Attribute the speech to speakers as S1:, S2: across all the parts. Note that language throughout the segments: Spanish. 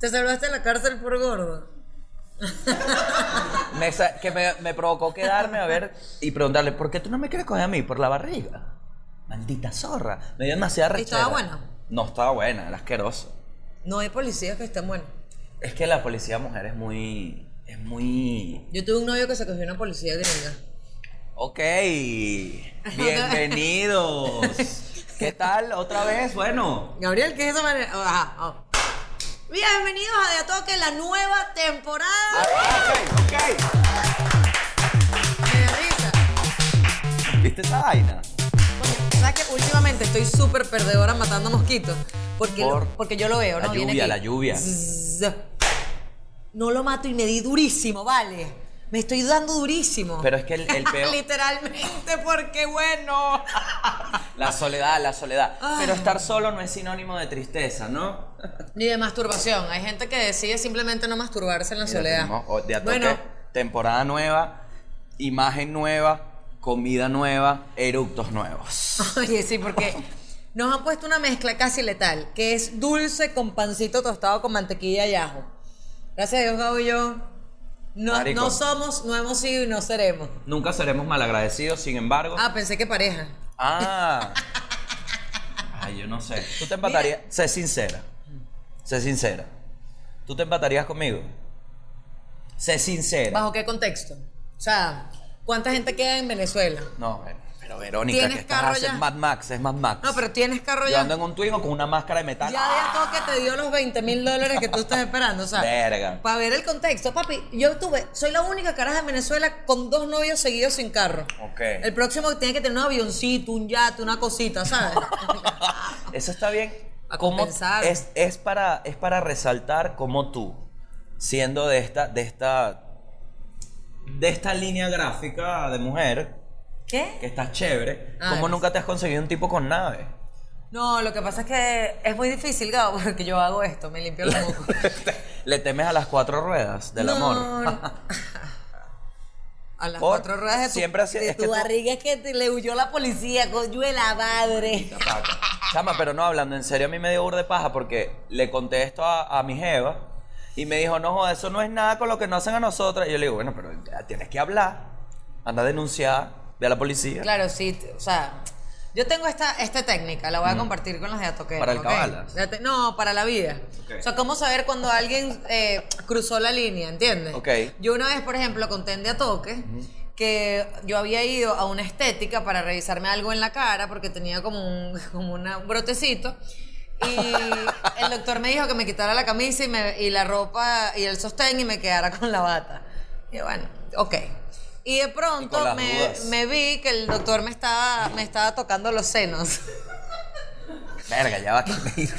S1: Te salvaste de la cárcel por gordo.
S2: Me sa- que me, me provocó quedarme a ver y preguntarle, ¿por qué tú no me quieres coger a mí? Por la barriga. Maldita zorra. Me dio demasiada
S1: ¿Y
S2: rechera.
S1: estaba buena?
S2: No estaba buena, era asqueroso.
S1: No hay policías que estén buenos.
S2: Es que la policía mujer es muy... Es muy...
S1: Yo tuve un novio que se cogió una policía gringa.
S2: Ok. Bienvenidos. ¿Qué tal? ¿Otra vez? Bueno.
S1: Gabriel, ¿qué es esa manera? Ajá, ah. Bienvenidos a De A Toque, la nueva
S2: Ah,
S1: temporada.
S2: Ok, ok.
S1: Me da risa.
S2: ¿Viste esa vaina?
S1: Porque, ¿Sabes que últimamente estoy súper perdedora matando mosquitos? Porque, lo-
S2: Por
S1: porque yo lo veo,
S2: la
S1: ¿no? Viene
S2: lluvia,
S1: aquí.
S2: la lluvia.
S1: Zzz. No lo mato y me di durísimo, vale. Me estoy dando durísimo.
S2: Pero es que el- el peor-
S1: Literalmente, porque bueno.
S2: La soledad, la soledad.
S1: Ah.
S2: Pero estar solo no es sinónimo de tristeza, ¿no?
S1: Ni de masturbación. Hay gente que decide simplemente no masturbarse en la
S2: Mira,
S1: soledad.
S2: tenemos, oh, de a toque,
S1: bueno,
S2: temporada nueva, imagen nueva, comida nueva, eructos nuevos.
S1: Oye, sí, porque nos han puesto una mezcla casi letal, que es dulce con pancito tostado con mantequilla y ajo. Gracias a Dios, Gabo y yo. No,
S2: Marico.
S1: no somos, no hemos sido y no seremos.
S2: Nunca seremos malagradecidos, sin embargo.
S1: Ah, pensé que pareja.
S2: Ah. Ay, yo no sé. ¿Tú te empatarías? Sé sincera. Sé sincera. ¿Tú te empatarías conmigo? Sé sincera.
S1: ¿Bajo qué contexto? O sea, ¿cuánta gente queda en Venezuela?
S2: No, bueno, pero Verónica,
S1: ¿Tienes
S2: que estás
S1: carro
S2: haciendo?
S1: ya?
S2: Es Mad Max, es Mad Max.
S1: No, pero tienes carro
S2: Yo
S1: ya.
S2: ando en un Twingo con una máscara de metal.
S1: Ya de a toque te dio los 20 mil dólares que tú estás esperando, o sea.
S2: Verga.
S1: Para ver el contexto, papi, yo tuve, soy la única caraja de Venezuela con dos novios seguidos sin carro.
S2: Ok.
S1: El próximo tiene que tener un avioncito, un yate, una cosita, ¿sabes?
S2: Eso está bien.
S1: A
S2: Cómo-
S1: compensar.
S2: Es, es para, es para resaltar cómo tú, siendo de esta, de esta, de esta línea gráfica de mujer, que
S1: ¿Qué?
S2: estás chévere,
S1: Ah,
S2: cómo
S1: gracias.
S2: nunca te has conseguido un tipo con nave.
S1: No, lo que pasa es que es muy difícil, Gabo, porque yo hago esto, me limpio los mocos.
S2: Le temes a las cuatro ruedas del
S1: No,
S2: amor.
S1: no. A las
S2: Por-
S1: cuatro ruedas de tu,
S2: siempre así-
S1: de
S2: es
S1: tu
S2: que tú-
S1: barriga es que te- le huyó la policía, coño de la madre.
S2: Paca. Chama, pero no, hablando en serio, a mí me dio burda de paja porque le conté esto a, a mi jeva y me dijo, no, joda, eso no es nada con lo que nos hacen a nosotras. Y yo le digo, bueno, pero tienes que hablar, anda a denunciar, ve a la policía.
S1: Claro, sí, t- o sea, yo tengo esta, esta técnica, la voy a compartir con las de Atoquero.
S2: Mm. Para el
S1: ¿ok?
S2: cabalas.
S1: La te- No, para la vida.
S2: Ok.
S1: O sea, cómo saber cuando alguien eh, cruzó la línea, ¿entiendes?
S2: Ok.
S1: Yo una vez, por ejemplo, conté en de Atoque que yo había ido a una estética para revisarme algo en la cara porque tenía como un, como una- un brotecito. Y el doctor me dijo que me quitara la camisa y, me- y la ropa y el sostén y me quedara con la bata. Y bueno, ok. Y de pronto
S2: Y con las
S1: me,
S2: dudas.
S1: me vi que el doctor me estaba, me estaba tocando los senos.
S2: Verga, ya va que me dijo.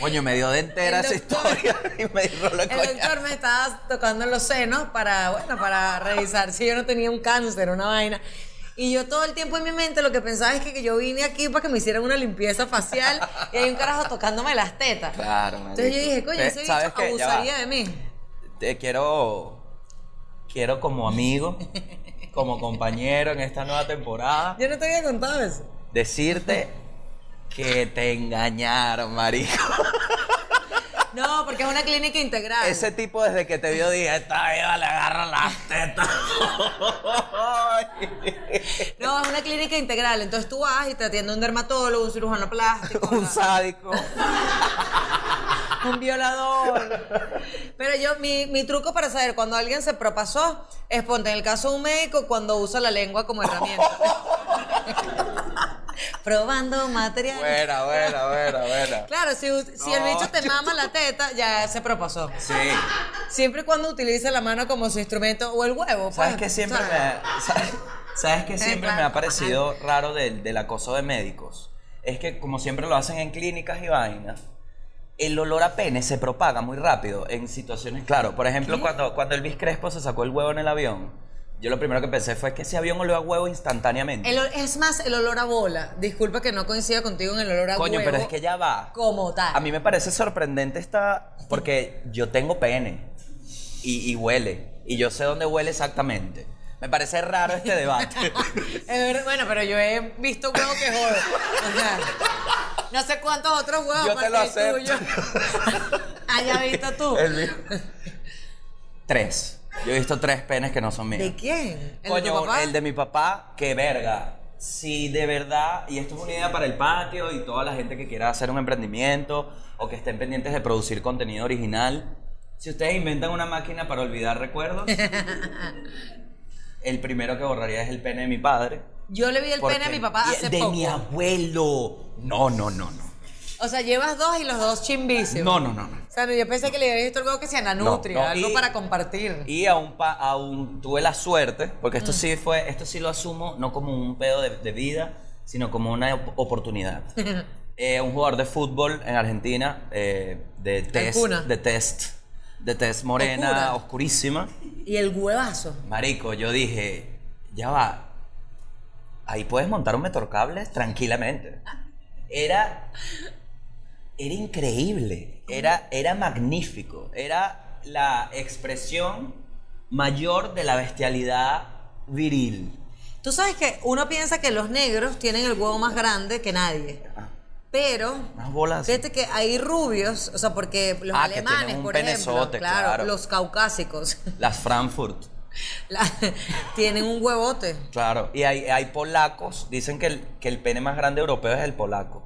S2: Coño, me dio de entera
S1: El
S2: esa
S1: doctor-
S2: historia y me dijo la
S1: El
S2: coña.
S1: doctor me estaba tocando los senos para, bueno, para revisar si yo no tenía un cáncer, una vaina. Y yo todo el tiempo en mi mente lo que pensaba es que, que yo vine aquí para que me hicieran una limpieza facial y hay un carajo tocándome las tetas.
S2: Claro, marico.
S1: Entonces yo dije, coño,
S2: Eh,
S1: ese bicho
S2: ¿sabes qué? Ya va.
S1: abusaría de mí.
S2: Te quiero. Quiero como amigo, como compañero en esta nueva temporada.
S1: Yo no te había contado eso.
S2: decirte que te engañaron, marico.
S1: No, porque es una clínica integral.
S2: Ese tipo desde que te vio dije, esta vida le agarra las tetas.
S1: No, es una clínica integral. Entonces tú vas y te atiende un dermatólogo, un cirujano plástico.
S2: Un
S1: la-
S2: sádico.
S1: un violador. Pero yo, mi, mi truco para saber cuando alguien se propasó es ponte en el caso de un médico cuando usa la lengua como herramienta. Probando material.
S2: Buena, buena, buena, buena.
S1: Claro, si, us- si el
S2: No,
S1: bicho te mama la teta, ya se propasó.
S2: Sí.
S1: Siempre y cuando utilice la mano como su instrumento o el huevo.
S2: ¿Sabes
S1: pues,
S2: que siempre
S1: o sea,
S2: me. ¿Sabes, sabes que siempre me ha parecido raro del, del acoso de médicos? Es que, como siempre lo hacen en clínicas y vainas, el olor a pene se propaga muy rápido en situaciones. Claro, por ejemplo, cuando, cuando Elvis Crespo se sacó el huevo en el avión, yo lo primero que pensé fue que ese avión olía a huevo instantáneamente.
S1: el ol- es más, el olor a bola. Disculpa que no coincida contigo en el olor a
S2: Coño,
S1: huevo
S2: pero es que ya va.
S1: Como tal.
S2: A mí me parece sorprendente esta. Porque yo tengo pene. Y, y huele. Y yo sé dónde huele exactamente. Me parece raro este debate.
S1: Es verdad, bueno, pero yo he visto huevo que jode. O sea, no sé cuántos otros huevos.
S2: Yo te lo
S1: porque el
S2: acepto.
S1: tuyo- Haya visto tú.
S2: El mío. Tres. Yo he visto tres penes que no son míos.
S1: ¿De quién? ¿El
S2: Coño,
S1: de tu papá?
S2: el de mi papá, qué verga. Si de verdad, y esto es una idea para el patio y toda la gente que quiera hacer un emprendimiento o que estén pendientes de producir contenido original, si ustedes inventan una máquina para olvidar recuerdos, el primero que borraría es el pene de mi padre.
S1: Yo le vi el
S2: porque-
S1: pene a mi papá
S2: y-
S1: hace
S2: de
S1: poco.
S2: mi abuelo. No, no, no, no.
S1: O sea, llevas dos y los dos chimbísimos.
S2: No, no, no. no.
S1: O sea, yo pensé que le habías visto algo que sea nanutria,
S2: No, no,
S1: algo
S2: y-
S1: para compartir.
S2: Y aún, pa- aún tuve la suerte, porque esto sí fue, esto sí lo asumo, no como un pedo de, de vida, sino como una op- oportunidad. Eh, un jugador de fútbol en Argentina, eh, de test,
S1: Cuna.
S2: de test, de test morena,
S1: Oscura.
S2: oscurísima.
S1: Y el huevazo.
S2: Marico, yo dije, ya va, ahí puedes montar un metorcables tranquilamente. Era, era increíble, era, era magnífico, era la expresión mayor de la bestialidad viril.
S1: Tú sabes que uno piensa que los negros tienen el huevo más grande que nadie.
S2: Ah,
S1: Pero
S2: Unas bolas.
S1: Fíjate que hay rubios, o sea, porque los
S2: Ah, que
S1: alemanes,
S2: tienen un
S1: por ejemplo,
S2: penezote,
S1: claro,
S2: claro.
S1: los caucásicos,
S2: Las Frankfurt.
S1: la- tienen un huevote.
S2: Claro, y hay, hay polacos, dicen que el, que el pene más grande europeo es el polaco.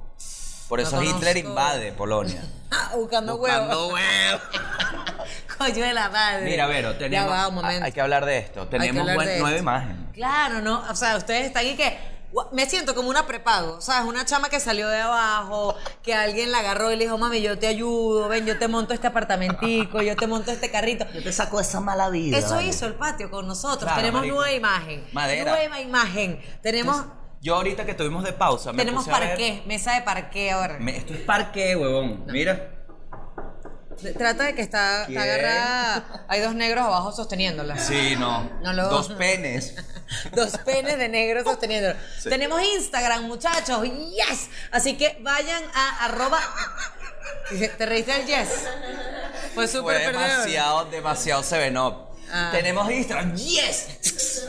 S2: Por
S1: No
S2: eso Hitler
S1: conozco.
S2: invade Polonia.
S1: Ah, buscando, huevos.
S2: Buscando huevos.
S1: Coño de la madre.
S2: Mira, Vero, tenemos.
S1: Ya va, un momento.
S2: Hay que hablar de esto.
S1: Hay que
S2: Tenemos
S1: hablar
S2: buen-
S1: de
S2: nueva
S1: esto.
S2: imagen.
S1: Claro, ¿no? O sea, ustedes están ahí que... "Gua- Me siento como una prepago, ¿sabes? Una chama que salió de abajo, que alguien la agarró y le dijo, mami, yo te ayudo, ven, yo te monto este apartamentico, yo te monto este carrito.
S2: Yo te saco esa mala vida.
S1: Eso hizo el patio con nosotros.
S2: Claro,
S1: Tenemos
S2: marico.
S1: nueva imagen.
S2: Madera.
S1: Nueva imagen. Tenemos...
S2: Yo ahorita que estuvimos de pausa, me
S1: Tenemos
S2: puse a ver-
S1: parqué, mesa de parqué ahora.
S2: Me- esto es parqué, huevón. Mira.
S1: Trata de que está, está
S2: ¿Quién?
S1: agarrada. Hay dos negros abajo sosteniéndola.
S2: Sí, no.
S1: No lo-
S2: Dos penes.
S1: Dos penes de negros sosteniéndola.
S2: Sí.
S1: Tenemos Instagram, muchachos. ¡Yes! Así que vayan a arroba. ¿Te reíste del yes? Fue
S2: Fue
S1: súper perdedor.
S2: demasiado, demasiado seven up.
S1: Ah.
S2: Tenemos Instagram. ¡Yes!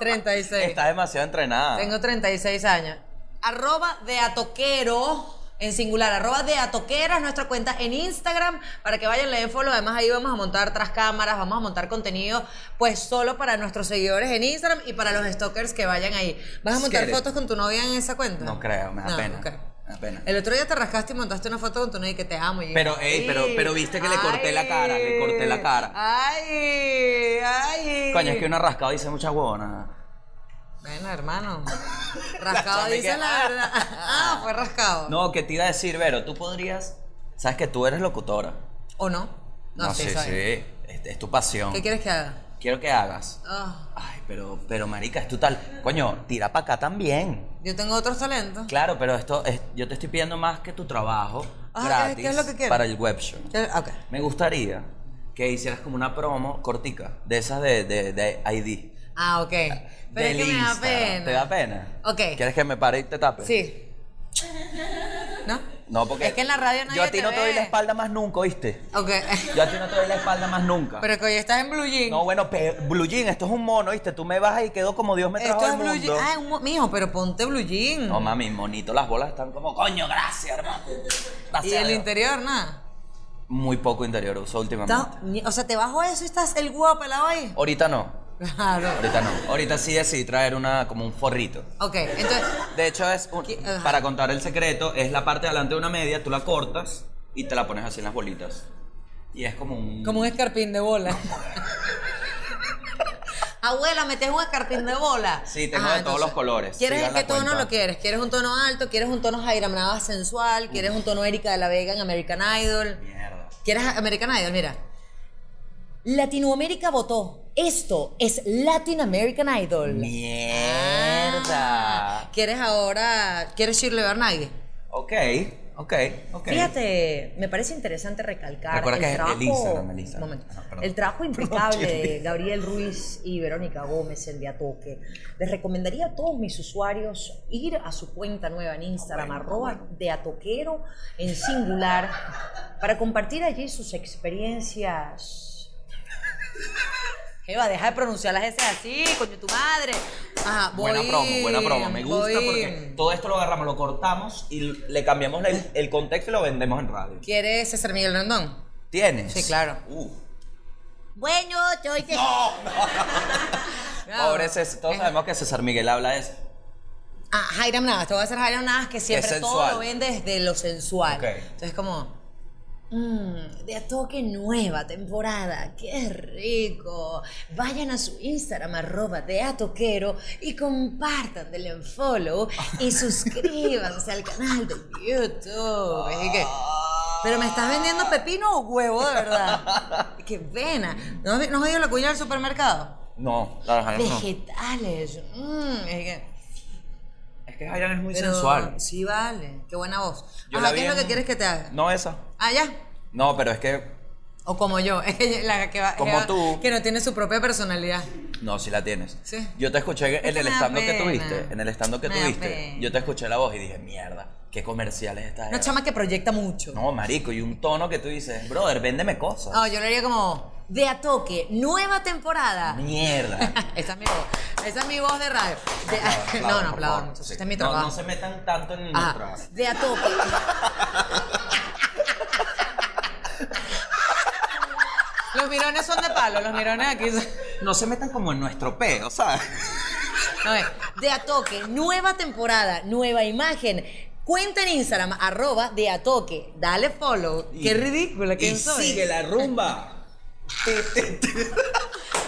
S1: 36.
S2: Está demasiado entrenada.
S1: Tengo 36 años. Arroba de Atoquero, en singular, arroba de Atoquera es nuestra cuenta en Instagram para que vayan, le den follow. Además, ahí vamos a montar tras cámaras, vamos a montar contenido, pues solo para nuestros seguidores en Instagram y para los stalkers que vayan ahí. ¿Vas a montar
S2: Quiere.
S1: fotos con tu novia en esa cuenta?
S2: No creo, me da
S1: No,
S2: pena.
S1: ok.
S2: Me da pena.
S1: El otro día te rascaste y montaste una foto con tu novia y que te amo. y-
S2: Pero, ey, pero- pero viste que le corté la cara, le corté la cara.
S1: Ay, ay.
S2: Coño, es que una rascada dice muchas huevonas.
S1: Bueno, hermano.
S2: La
S1: Rascado
S2: chama
S1: dice
S2: que-
S1: la verdad. Ah, fue rascado.
S2: No, que te iba a decir, Vero, tú podrías. Sabes que tú eres locutora.
S1: ¿O no? soy.
S2: Es, es tu pasión.
S1: ¿Qué quieres que haga?
S2: Quiero que hagas.
S1: Ah,
S2: Ay, pero, pero marica, es tu tal. Coño, tira para acá también.
S1: yo tengo otros talentos.
S2: Claro, pero esto es, yo te estoy pidiendo más que tu trabajo
S1: Ah, ¿qué-
S2: gratis
S1: qué es lo que quieres?
S2: para el web show.
S1: ¿Qué- Ok.
S2: Me gustaría que hicieras como una promo cortica de esas de, de, de ID.
S1: Ah, ok. Pero
S2: del
S1: es que me da
S2: Instagram.
S1: pena.
S2: ¿Te da pena?
S1: Ok.
S2: ¿Quieres que me pare y te tape?
S1: Sí. ¿No?
S2: No, porque.
S1: Es que en la radio nadie
S2: Yo a ti
S1: te
S2: no te doy
S1: ve.
S2: la espalda más nunca, ¿oíste?
S1: Ok.
S2: Yo a ti no te doy la espalda más nunca.
S1: Pero que hoy estás en Blue Jean.
S2: No, bueno, pe- Blue Jean, esto es un mono, ¿viste? Tú me bajas y quedo como Dios me trajo
S1: Esto es
S2: al
S1: Blue
S2: mundo.
S1: Jean. Ah, es un mo- mijo, pero ponte Blue Jean.
S2: No, mami, monito, las bolas están como, coño, gracias, hermano. Gracias
S1: y
S2: a
S1: el
S2: Dios.
S1: interior, nada.
S2: Muy poco interior uso últimamente.
S1: Estás- ni- O sea, te bajo eso y estás el huevo pelado ahí.
S2: Ahorita no,
S1: Claro.
S2: ahorita no. Ahorita sí decidí traer una, como un forrito.
S1: Ok, entonces.
S2: De hecho, es un-
S1: ¿Qué? Ajá.
S2: para contar el secreto, es la parte de delante de una media, tú la cortas y te la pones así en las bolitas. Y es como un...
S1: Como un escarpín de bola. Abuela, metes un escarpín de bola. Ah,
S2: Sí, tengo de todos los colores.
S1: ¿Quieres
S2: Sigan
S1: en qué
S2: la
S1: tono
S2: cuenta.
S1: lo quieres? ¿Quieres un tono alto? ¿Quieres un tono Jaira Nava sensual? ¿Quieres un tono Erika de la Vega en American Idol?
S2: Mierda.
S1: ¿Quieres American Idol? Mira. Latinoamérica votó. Esto es Latin American Idol.
S2: Mierda.
S1: Ah, ¿Quieres ahora? ¿Quieres Shirley Barnague?
S2: Ok, ok, ok.
S1: Fíjate, me parece interesante recalcar
S2: Recuerda
S1: el
S2: que es el
S1: trabajo,
S2: Instagram, el Instagram.
S1: Momento.
S2: Ah, perdón.
S1: el trabajo impecable de
S2: Shirley.
S1: Gabriel Ruiz y Verónica Gómez, el de Atoque. Les recomendaría a todos mis usuarios ir a su cuenta nueva en Instagram,
S2: Bueno,
S1: arroba de Atoquero en singular, para compartir allí sus experiencias Eva, deja de pronunciar las S así, coño, tu madre. Ajá, voy.
S2: Buena promo, buena promo. Me gusta
S1: voy.
S2: porque todo esto lo agarramos, lo cortamos y le cambiamos el, el contexto y lo vendemos en radio.
S1: ¿Quieres César Miguel Rondón?
S2: ¿Tienes?
S1: Sí, claro.
S2: Uh.
S1: Bueno, yo Ah. hice... Claro.
S2: Pobre César. Todos sabemos que César Miguel habla de eso.
S1: Ah, Jairam Navas, te voy a hacer Jairam Navas que siempre
S2: Es
S1: todo
S2: sensual.
S1: lo vende desde lo sensual.
S2: Ok.
S1: Entonces como, mmm, de a toque nueva temporada, qué rico. Vayan a su Instagram arroba de a toquero y compartan, denle un follow y suscríbanse al canal de YouTube. Así que,
S2: Ah.
S1: pero me estás vendiendo pepino o huevo, de verdad. Qué pena. ¿No has, vi- no has ido a la cuña del supermercado?
S2: Ah, No, la verdad no.
S1: Vegetales. mm, es que-
S2: Es que Jairan es muy
S1: pero
S2: sensual.
S1: Sí, vale. Qué buena voz.
S2: Yo
S1: Ajá,
S2: la
S1: ¿qué es
S2: vi
S1: lo
S2: en-
S1: que quieres que te haga?
S2: No esa.
S1: Ah, ya.
S2: No, pero es que.
S1: O como yo, la que va,
S2: Como
S1: que va-
S2: tú.
S1: que no tiene su propia personalidad.
S2: No, si la tienes.
S1: Sí.
S2: Yo te escuché en
S1: que
S2: el
S1: me da
S2: stand que
S1: pena.
S2: tuviste. En el stand que
S1: Me da
S2: tuviste.
S1: pena.
S2: Yo te escuché la voz y dije, mierda, qué comercial es esta.
S1: Una
S2: jeva".
S1: chama que proyecta mucho.
S2: No, marico, y un tono que tú dices, brother, véndeme cosas.
S1: No, yo le haría como de a toque, nueva temporada.
S2: Mierda.
S1: Esa es mi voz. Esa es mi voz de radio. De-
S2: Aplaudan,
S1: no, no,
S2: por
S1: aplaudan
S2: favor.
S1: mucho.
S2: Sí.
S1: Este es mi
S2: No,
S1: trabajo. Ah.
S2: No, se metan tanto en
S1: Ajá,
S2: nuestra.
S1: De a toque. Los mirones son de palo, los mirones aquí son...
S2: No se metan como en nuestro peo, ¿sabes?
S1: A ver, de a toque, nueva temporada, nueva imagen. Cuenta en Instagram, arroba de a toque. Dale follow. Qué ridícula,
S2: que
S1: ¿quién soy?
S2: Sigue la rumba.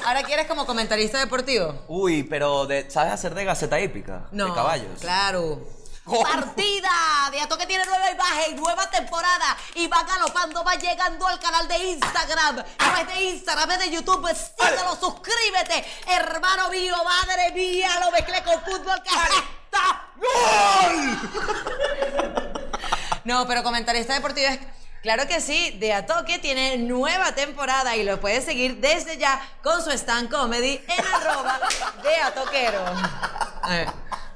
S1: Ahora quieres como comentarista deportivo.
S2: Uy, pero de- ¿sabes hacer de gaceta hípica?
S1: No.
S2: De caballos. Oh.
S1: Claro.
S2: ¿Cómo?
S1: Partida, de a toque tiene nueva imagen, nueva temporada y va galopando, va llegando al canal de Instagram. No es de Instagram, es de YouTube. Síguelo, suscríbete. Hermano mío, madre mía, lo mezclé con fútbol. ¡Está! No, pero comentarista deportivo es. Claro que sí, De A Toque tiene nueva temporada y lo puedes seguir desde ya con su stand comedy en arroba de A Toquero. A ver,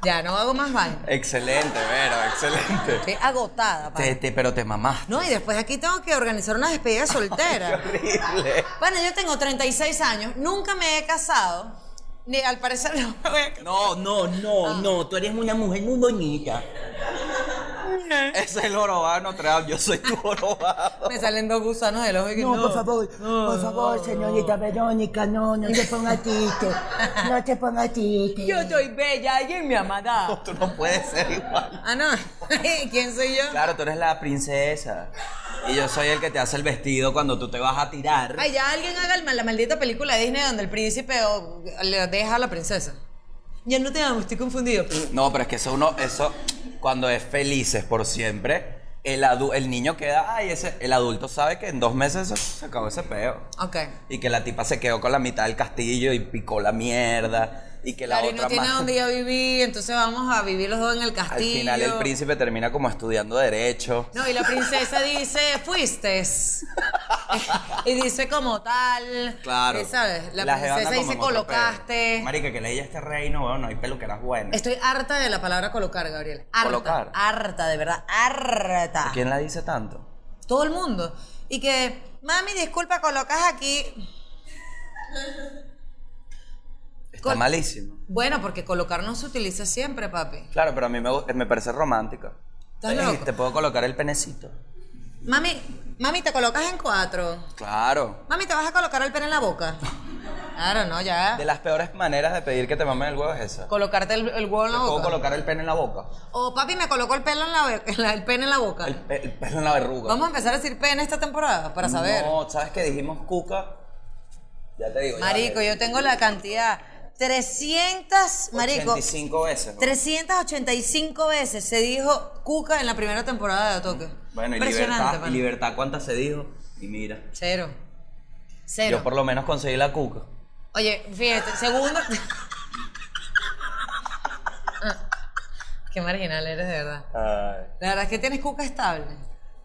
S1: ya, no hago más baño.
S2: Excelente, Vero, excelente.
S1: Estoy agotada, pana.
S2: Te- te- pero te mamaste.
S1: No, y después aquí tengo que organizar una despedida soltera.
S2: Horrible.
S1: Bueno, yo tengo 36 años, nunca me he casado, ni al parecer no me voy a casar.
S2: No, no, no,
S1: Ah.
S2: no. Tú eres una mujer muy bonita. Es el jorobado de Notre Dame. Yo soy tu jorobado.
S1: Me salen dos gusanos del ojo y que no.
S3: por favor, señorita Verónica, no, no te pongas triste, no te pongas triste.
S1: Yo soy bella, alguien me ama. da.
S2: Tú no puedes ser igual.
S1: Ah, no. ¿Quién soy yo?
S2: Claro, tú eres la princesa. Y yo soy el que te hace el vestido cuando tú te vas a tirar.
S1: Ay, ya alguien haga el mal- la maldita película de Disney donde el príncipe o- le deja a la princesa. Ya no te amo, estoy confundido.
S2: No, pero es que eso uno, eso, cuando es felices por siempre, el, adu- el niño queda, ay, ese, el adulto sabe que en dos meses eso se acabó ese peo.
S1: Ok.
S2: Y que la tipa se quedó con la mitad del castillo y picó la mierda. Y que la
S1: Claro, y
S2: otra
S1: no tiene
S2: más-
S1: dónde ir a vivir, entonces vamos a vivir los dos en el
S2: Al
S1: castillo.
S2: final el príncipe termina como estudiando derecho.
S1: No, y la princesa dice, fuiste. y dice como tal.
S2: Claro.
S1: eh, ¿Sabes? La,
S2: jeva
S1: princesa
S2: anda
S1: dice
S2: como en otro pedo.
S1: colocaste.
S2: Marica, que leí este reino, bueno, no hay peluqueras buenas.
S1: Estoy harta de la palabra colocar, Gabriel. Harta.
S2: Colocar.
S1: Harta, de verdad. Harta.
S2: ¿Quién la dice tanto?
S1: Todo el mundo. Y que, mami, disculpa, colocas aquí.
S2: Está
S1: Col-
S2: malísimo.
S1: Bueno, porque colocar no se utiliza siempre, papi.
S2: Claro, pero a mí me, gu- me parece romántica.
S1: ¿Estás
S2: Ey,
S1: loco?
S2: Te puedo colocar el penecito.
S1: Mami, mami, te colocas en cuatro.
S2: Claro.
S1: Mami, te vas a colocar el pene en la boca. Claro, no, ya.
S2: De las peores maneras de pedir que te mamen el huevo es esa.
S1: Colocarte el, el huevo en
S2: Te
S1: la
S2: puedo
S1: boca.
S2: colocar el pene en la boca.
S1: O papi, me colocó el pelo en la, be- la- el pene en la boca.
S2: El, pe- el pelo en la verruga.
S1: Vamos a empezar a decir pene esta temporada para saber.
S2: No, ¿sabes que dijimos cuca? Ya te digo. ya,
S1: Marico, yo tengo la cantidad. 300, marico,
S2: 85 veces. ¿no?
S1: 385 veces se dijo cuca en la primera temporada de Toque.
S2: Bueno, y
S1: Impresionante,
S2: libertad, y
S1: mano.
S2: libertad, ¿cuántas se dijo? Y mira.
S1: Cero. Cero.
S2: Yo por lo menos conseguí la cuca.
S1: Oye, fíjate, segundo. Ah, Qué marginal eres, de verdad. La verdad es que tienes cuca estable.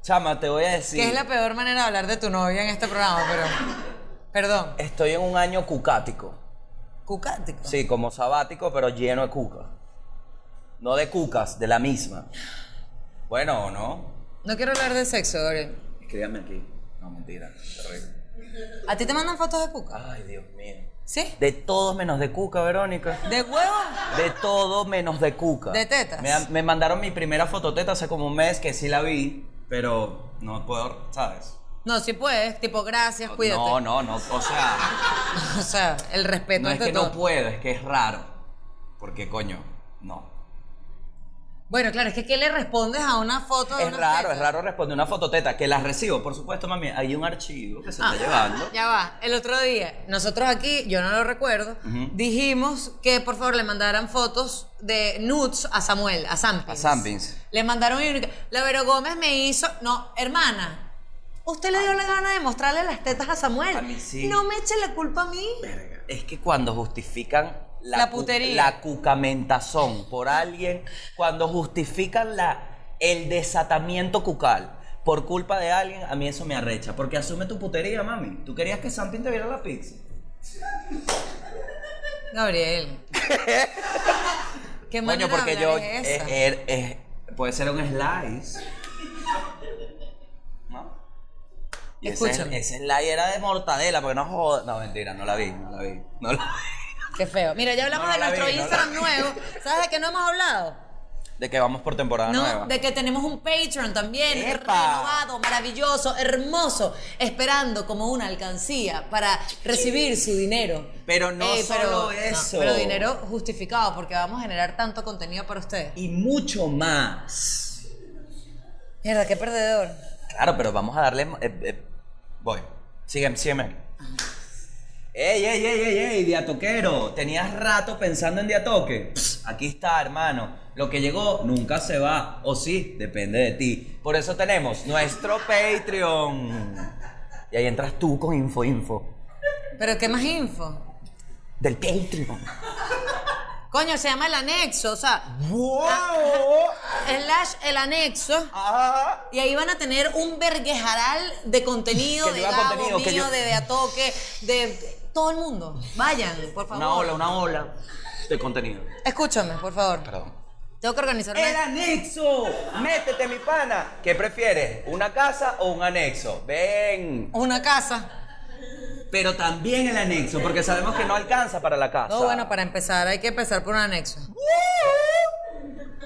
S2: Chama, te voy a decir.
S1: Que es la peor manera de hablar de tu novia en este programa, pero. Perdón.
S2: Estoy en un año cucático.
S1: Cucático.
S2: Sí, como sabático, pero lleno de cuca. No de cucas, de la misma. Bueno, ¿o no?
S1: No quiero hablar de sexo, Gabriel.
S2: Escríbame aquí. No, mentira. Terrible.
S1: ¿A ti te mandan fotos de cuca?
S2: Ay, Dios mío.
S1: ¿Sí?
S2: De todos menos de cuca, Verónica.
S1: ¿De huevo?
S2: De todo menos de cuca.
S1: ¿De tetas?
S2: Me, me mandaron mi primera fototeta hace como un mes que sí la vi, pero no puedo, ¿sabes?
S1: No, sí puedes. Tipo, gracias, cuídate.
S2: No, no, no. O sea,
S1: O sea, el respeto
S2: no es
S1: ante
S2: que
S1: todo.
S2: no puedo, es que es raro. Porque, coño, no.
S1: Bueno, claro, es que ¿qué le respondes a una foto de
S2: Es
S1: una
S2: raro,
S1: teta?
S2: es raro responder una fototeta que las recibo, por supuesto, mami. Hay un archivo que se
S1: Ah,
S2: está llevando.
S1: Ya va. El otro día, nosotros aquí, yo no lo recuerdo, dijimos que por favor le mandaran fotos de nudes a Samuel, a Sampins.
S2: A Sampins.
S1: Le mandaron y única. La Vero Gómez me hizo. No, hermana. Usted le dio la gana de mostrarle las tetas a Samuel.
S2: A mí sí.
S1: No me eche la culpa a mí.
S2: Verga, Es que cuando justifican la,
S1: La
S2: cu-
S1: putería.
S2: la cucamentazón por alguien, cuando justifican la, el desatamiento cucal por culpa de alguien, a mí eso me arrecha. Porque asume tu putería, mami. ¿Tú querías que Sampin te viera la pizza?
S1: Gabriel. Qué manera
S2: Coño,
S1: de
S2: porque yo. eh,
S1: hablar es esa?
S2: es- es- es- puede ser un slice. ¿No? Y ese-
S1: Escúchame.
S2: Ese, slice era de mortadela, porque no jodas. No, mentira, no la vi, no la vi. No la vi.
S1: Qué feo. Mira, ya hablamos
S2: No,
S1: de
S2: la
S1: nuestro
S2: vi, no la
S1: Instagram
S2: vi.
S1: nuevo. ¿Sabes de qué no hemos hablado?
S2: De que vamos por temporada
S1: No,
S2: nueva.
S1: de que tenemos un Patreon también,
S2: ¡Epa!
S1: renovado, maravilloso, hermoso, esperando como una alcancía para recibir su dinero. Eh,
S2: Pero no solo eso.
S1: pero dinero justificado, porque vamos a generar tanto contenido para ustedes.
S2: Y mucho más.
S1: Mierda, qué perdedor.
S2: Claro, pero vamos a darle. eh, eh, voy. Sígueme, sígueme. ¡Ey, ey, ey, ey, ey! Diatoquero, tenías rato pensando en Diatoque. Pss, Aquí está, hermano. Lo que llegó nunca se va. O sí, depende de ti. Por eso tenemos nuestro Patreon. Y ahí entras tú con info, info.
S1: Pero qué más info.
S2: Del Patreon.
S1: Coño, se llama el anexo, o sea,
S2: ¡Wow!
S1: slash el anexo.
S2: Ah.
S1: Y ahí van a tener un verguejaral de contenido,
S2: Que
S1: de
S2: lleva
S1: Gabo,
S2: contenido, que
S1: mío,
S2: yo-
S1: de de Atoque, de todo el mundo. Vayan, por favor.
S2: Una ola, una ola de contenido.
S1: Escúchame, por favor.
S2: Perdón.
S1: Tengo que organizarme.
S2: El anexo. Métete, mi pana. ¿Qué prefieres? ¿Una casa o un anexo? Ven.
S1: Una casa.
S2: Pero también el anexo, porque sabemos que no alcanza para la casa.
S1: No, bueno, para empezar, hay que empezar por un anexo.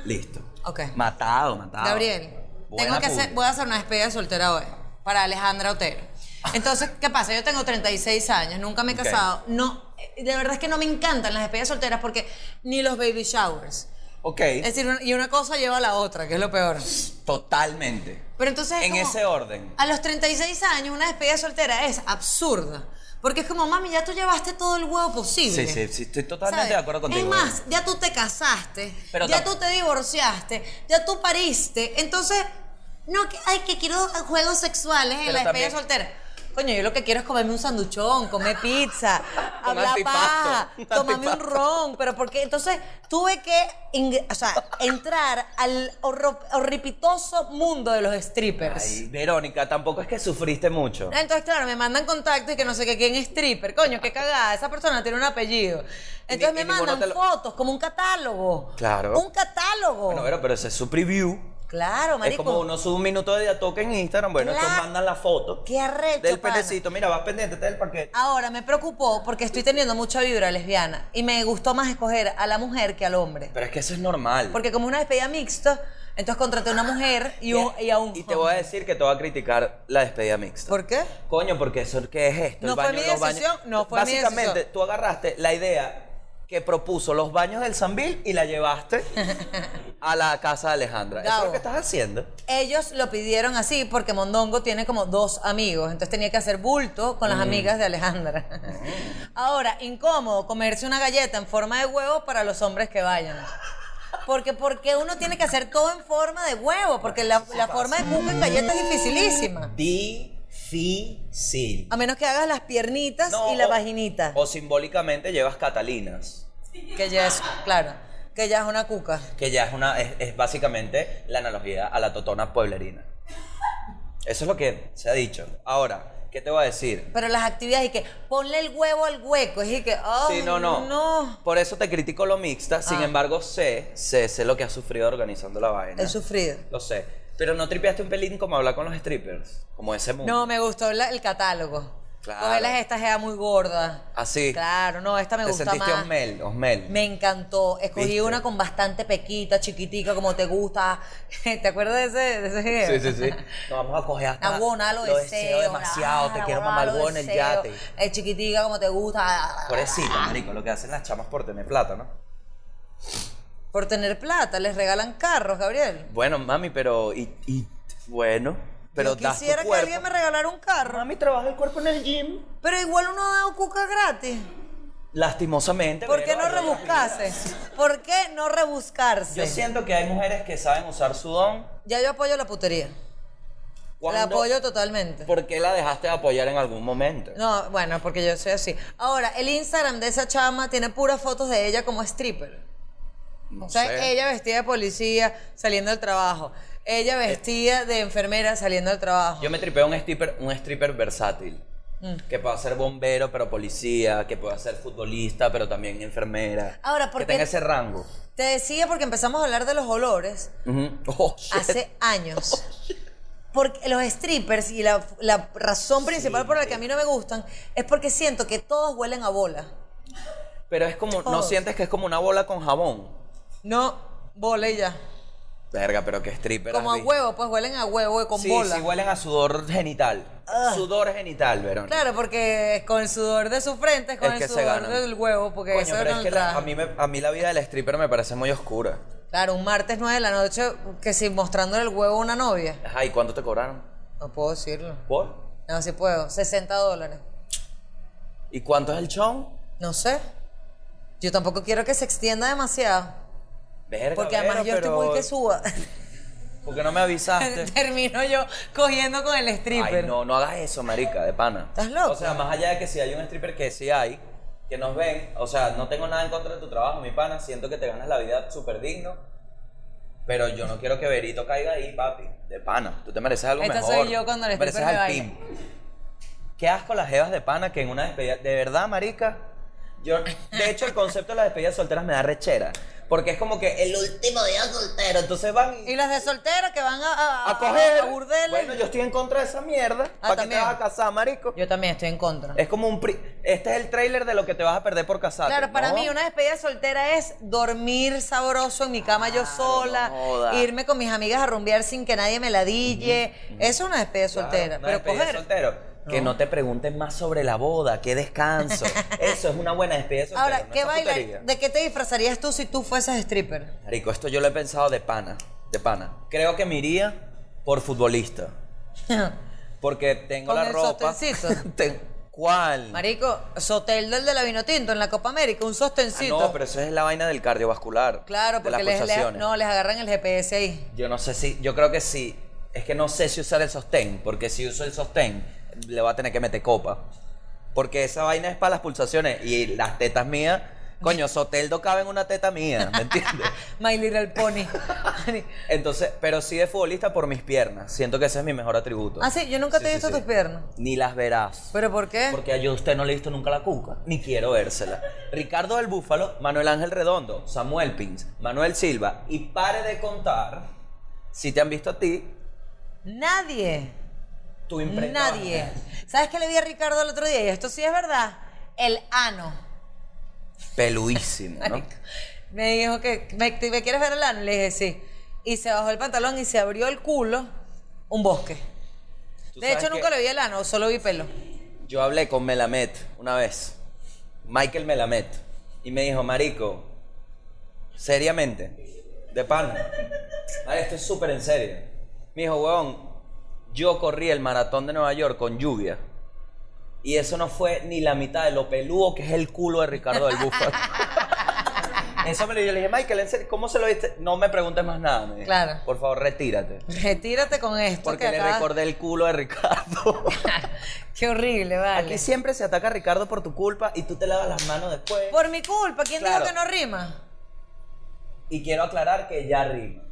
S2: Listo.
S1: Ok.
S2: Matado, matado.
S1: Gabriel, tengo
S2: Buena
S1: que hacer,
S2: puta.
S1: voy a hacer una despedida de soltera hoy para Alejandra Otero. Entonces, ¿qué pasa? Yo tengo 36 años, nunca me he
S2: Ok.
S1: casado. No, eh, de verdad es que no me encantan las despedidas solteras porque ni los baby showers.
S2: Ok.
S1: Es decir, una- y una cosa lleva a la otra, que es lo peor.
S2: Totalmente.
S1: Pero entonces. es
S2: En
S1: como-
S2: ese orden.
S1: A los 36 años, una despedida soltera es absurda. Porque es como, mami, ya tú llevaste todo el huevo posible.
S2: Sí, sí, sí, estoy totalmente
S1: ¿Sabes?
S2: de acuerdo contigo.
S1: Es más, ya tú te casaste,
S2: Pero
S1: ya
S2: tam-
S1: tú te divorciaste, ya tú pariste. Entonces, no, que, ay, que quiero juegos sexuales en
S2: Pero
S1: la despedida
S2: también-
S1: soltera. Coño, yo lo que quiero es comerme un sanduchón, comer pizza,
S2: Un
S1: hablar
S2: antipasto,
S1: paja,
S2: un
S1: tomarme un
S2: antipasto.
S1: ron, pero porque entonces tuve que ing- o sea, entrar al horro- horripitoso mundo de los strippers.
S2: Ay, Verónica, tampoco es que sufriste mucho.
S1: Ah, Entonces, claro, me mandan contacto y que no sé qué, quién es stripper. Coño, qué cagada. Esa persona tiene un apellido. Entonces
S2: y
S1: me
S2: ninguno
S1: mandan
S2: te lo-
S1: fotos, como un catálogo.
S2: Claro.
S1: Un catálogo.
S2: Bueno, pero, pero ese es su preview.
S1: claro,
S2: Es
S1: marico.
S2: como uno sube un minuto de toque en Instagram. Bueno,
S1: Claro.
S2: estos mandan la foto.
S1: Qué arrecho,
S2: Del
S1: pana.
S2: penecito. Mira, vas pendiente, está el paquete.
S1: Ahora me preocupó porque estoy teniendo mucha vibra lesbiana y me gustó más escoger a la mujer que al hombre.
S2: Pero es que eso es normal.
S1: Porque como una despedida mixta, entonces contraté a una mujer y, un- y a un
S2: Y te voy a
S1: hombre.
S2: decir que te voy a criticar la despedida mixta.
S1: ¿Por qué?
S2: Coño, porque eso qué es esto.
S1: No
S2: El
S1: fue
S2: baño-
S1: mi
S2: los baños-
S1: decisión, no fue mi
S2: Básicamente,
S1: decisión.
S2: tú agarraste la idea que propuso los baños del Sambil y la llevaste a la casa de Alejandra. Eso es
S1: Gabo.
S2: lo que estás haciendo.
S1: Ellos lo pidieron así porque Mondongo tiene como dos amigos, entonces tenía que hacer bulto
S2: Mm.
S1: con las amigas de Alejandra. Ahora, incómodo comerse una galleta en forma de huevo para los hombres que vayan. Porque porque uno tiene que hacer todo en forma de huevo, porque la, la forma de cuca en galleta es dificilísima.
S2: Difícil.
S1: A menos que hagas las piernitas
S2: No,
S1: y la
S2: o-
S1: vaginita,
S2: O simbólicamente llevas Catalinas.
S1: que ya es, claro, que ya es una cuca.
S2: Que ya es una. Es, es básicamente la analogía a la totona pueblerina. Eso es lo que se ha dicho. Ahora, ¿qué te voy a decir?
S1: Pero las actividades y que ponle el huevo al hueco, es y que, oh,
S2: sí, no, no,
S1: no. Ah.
S2: Por eso te critico lo mixta. Sin embargo, sé, sé, sé lo que has sufrido organizando la vaina.
S1: He sufrido.
S2: Lo sé. Pero no tripeaste un pelín como hablar con los strippers. Como ese mundo.
S1: No, me gustó la- el catálogo.
S2: Claro.
S1: Cogerlas esta jea muy gorda.
S2: Así.
S1: Claro, no, esta me
S2: Te
S1: gusta
S2: sentiste
S1: más.
S2: Osmel, Osmel.
S1: Me encantó. Escogí
S2: ¿Viste?
S1: una con bastante pequita, chiquitica, como te gusta. ¿Te acuerdas de ese? De ese
S2: Sí,
S1: jeo?
S2: sí, sí. Nos vamos a coger hasta.
S1: Nabona, lo,
S2: lo
S1: deseo.
S2: demasiado. Te
S1: Nabona,
S2: quiero mamar
S1: lo
S2: huevo en el
S1: deseo.
S2: yate.
S1: Es chiquitica, como te gusta. Ah,
S2: Pobrecito, marico, lo que hacen las chamas por tener plata, ¿no?
S1: ah. Por tener plata, les regalan carros, Gabriel.
S2: Bueno, mami, pero. Y, y- bueno, pero
S1: Yo
S2: das tu
S1: quisiera que
S2: cuerpo.
S1: alguien me regalara un carro.
S2: Mami trabaja el cuerpo en el gym.
S1: Pero igual uno da cuca gratis.
S2: Lastimosamente.
S1: ¿Por qué no
S2: pero-
S1: rebuscarse? ¿Por qué no
S2: Yo
S1: rebuscarse?
S2: siento que hay mujeres que saben usar su don.
S1: Ya yo apoyo la putería. La
S2: Cuando-
S1: apoyo totalmente.
S2: ¿Por qué la dejaste de apoyar en algún momento?
S1: No, bueno, porque yo soy así. Ahora, el Instagram de esa chama tiene puras fotos de ella como stripper.
S2: No
S1: O sea,
S2: sé.
S1: ella vestida de policía saliendo del trabajo. Ella
S2: Eh.
S1: vestida de enfermera saliendo del trabajo.
S2: Yo me tripeo un stripper, un stripper versátil.
S1: Mm.
S2: Que pueda ser bombero, pero policía. Que pueda ser futbolista, pero también enfermera.
S1: Ahora, ¿por
S2: que
S1: qué-
S2: tenga ese rango.
S1: Te decía porque empezamos a hablar de los olores
S2: Ujú. Oh, shit.
S1: hace años. Porque los strippers y la, la razón principal por la que a mí no me gustan es porque siento que todos huelen a bola.
S2: Pero es como, ¿no
S1: Todos.
S2: sientes que es como una bola con jabón?
S1: No, bola y ya.
S2: Verga, pero qué stripper.
S1: Como a
S2: has visto.
S1: huevo, pues huelen a huevo y con
S2: Sí,
S1: bola. Ah.
S2: sí huelen a sudor genital. Sudor genital, Verón.
S1: Claro, porque con el sudor de su frente es con
S2: Es que
S1: el
S2: se
S1: sudor
S2: ganan.
S1: del huevo, porque
S2: Coño,
S1: eso
S2: pero
S1: no
S2: es que
S1: entra.
S2: la- a, mí me- a mí la vida del stripper me parece muy oscura.
S1: Claro, un martes 9 de la noche, que si mostrándole el huevo a una novia.
S2: Ajá, ¿y cuánto te cobraron?
S1: No puedo decirlo.
S2: ¿Por?
S1: No, sí puedo. 60 dólares.
S2: ¿Y cuánto es el show?
S1: No sé. Yo tampoco quiero que se extienda demasiado.
S2: Verga,
S1: Porque además
S2: Vero,
S1: yo estoy
S2: pero-
S1: muy que suba.
S2: ¿Por qué no me avisaste?
S1: Termino yo cogiendo con el stripper.
S2: Ay, no, no hagas eso, marica, de pana.
S1: ¿Estás loco?
S2: O sea, más allá de que si hay un stripper que sí hay, que nos ven, o sea, no tengo nada en contra de tu trabajo, mi pana, siento que te ganas la vida súper digno, pero yo no quiero que Berito caiga ahí, papi, de pana. Tú te mereces algo
S1: Esta
S2: mejor.
S1: soy yo cuando el
S2: Te mereces
S1: stripper me
S2: al pin. Qué asco las jevas de pana que en una despedida, de verdad, marica, yo, de hecho, el concepto de las despedidas solteras me da rechera, porque es como que el último día soltero, entonces van
S1: Y las de soltera que van a, a,
S2: a coger.
S1: a burdeles.
S2: Bueno, yo estoy en contra de esa mierda.
S1: Ah,
S2: ¿Para qué te
S1: también.
S2: vas a casar, marico?
S1: Yo también estoy en contra.
S2: Es como un pri- Este es el tráiler de lo que te vas a perder por casarte.
S1: Claro, para
S2: Ah, No.
S1: mí una despedida soltera es dormir sabroso en mi cama yo sola,
S2: no joda.
S1: irme con mis amigas a rumbear sin que nadie me la dille. Eso es una despedida
S2: Claro,
S1: soltera.
S2: una
S1: pero
S2: despedida
S1: coger.
S2: soltero. Que no te pregunten más sobre la boda, qué descanso. Eso es una buena despedida soltera.
S1: Ahora,
S2: no
S1: ¿qué
S2: esa
S1: baila-
S2: putería.
S1: ¿De qué te disfrazarías tú si tú fueses stripper?
S2: Marico, esto yo lo he pensado de pana. De pana. Creo que me iría por futbolista. Porque tengo
S1: Con
S2: la
S1: el
S2: ropa.
S1: sostencito.
S2: Ten- ¿Cuál?
S1: Marico, Soteldo, el de la Vinotinto en la Copa América, un
S2: Ah,
S1: sostencito.
S2: no, pero eso es la vaina del cardiovascular.
S1: claro,
S2: de las
S1: porque les, les-
S2: pulsaciones.
S1: no, les agarran el GPS ahí.
S2: Yo no sé si, yo creo que sí. Es que no sé si usar el sostén, porque si uso el sostén, le va a tener que meter copa. Porque esa vaina es para las pulsaciones y las tetas mías, coño, Soteldo cabe en una teta mía, ¿me entiendes?
S1: My Little Pony.
S2: Entonces, pero sí de futbolista por mis piernas. Siento que ese es mi mejor atributo.
S1: ah, sí, yo nunca te he
S2: Sí,
S1: visto
S2: sí,
S1: tus
S2: sí.
S1: piernas.
S2: Ni las verás.
S1: ¿Pero por qué?
S2: Porque a yo a usted no le he visto nunca la cuca, ni quiero vérsela. Ricardo del Búfalo, Manuel Ángel Redondo, Samuel Pins, Manuel Silva, y pare de contar si te han visto a ti
S1: Nadie.
S2: tu imprenta.
S1: Nadie. ¿Sabes qué le vi a Ricardo el otro día? Y esto sí es verdad. El ano.
S2: Peludísimo, ¿no?
S1: Me dijo que, ¿me, te- me quieres ver el ano? Le dije, sí. Y se bajó el pantalón y se abrió el culo un bosque.
S2: Tú
S1: De
S2: sabes
S1: hecho, nunca
S2: que
S1: le vi el ano, solo vi pelo.
S2: Yo hablé con Melamed una vez, Michael Melamed, y me dijo, marico, seriamente, de pan, esto es súper en serio. Me dijo, huevón, yo corrí el maratón de Nueva York con lluvia, y eso no fue ni la mitad de lo peludo que es el culo de Ricardo del Búfalo. Eso me lo yo le dije, Michael, ¿en serio? ¿cómo se lo viste? No me preguntes más nada. me dijo.
S1: Claro.
S2: Por favor, retírate.
S1: Retírate con esto.
S2: Porque
S1: que
S2: le
S1: acabas-
S2: recordé el culo de Ricardo.
S1: Qué horrible, vale.
S2: Aquí siempre se ataca a Ricardo por tu culpa y tú te lavas las manos después.
S1: Por mi culpa, ¿quién
S2: Claro.
S1: dijo que no rima?
S2: Y quiero aclarar que ya rima.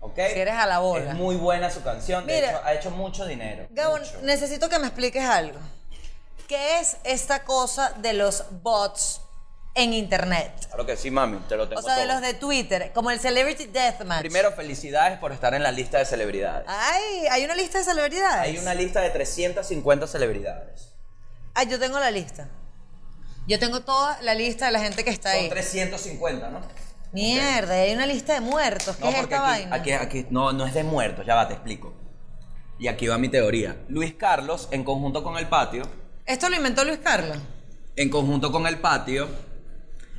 S2: ¿Ok?
S1: Si eres a la bola.
S2: Es muy buena su canción. De
S1: Mira.
S2: hecho, ha hecho mucho dinero.
S1: Gabo,
S2: mucho.
S1: necesito que me expliques algo. ¿Qué es esta cosa de los bots en internet.
S2: Claro que sí, mami, te lo tengo
S1: O sea, de
S2: todo.
S1: los de Twitter, como el Celebrity Deathmatch.
S2: Primero, felicidades por estar en la lista de celebridades.
S1: Ah, Ay, hay una lista de celebridades.
S2: Hay una lista de 350 celebridades.
S1: Ay, yo tengo la lista. Yo tengo toda la lista de la gente que está ahí.
S2: Son 350, ¿no?
S1: Mierda, hay una lista de muertos. ¿Qué
S2: No,
S1: es
S2: porque
S1: esta
S2: aquí,
S1: vaina?
S2: aquí- aquí- no, no es de muertos, ya va, te explico. Y aquí va mi teoría. Luis Carlos, en conjunto con el patio,
S1: Esto lo inventó Luis Carlos.
S2: en conjunto con el patio,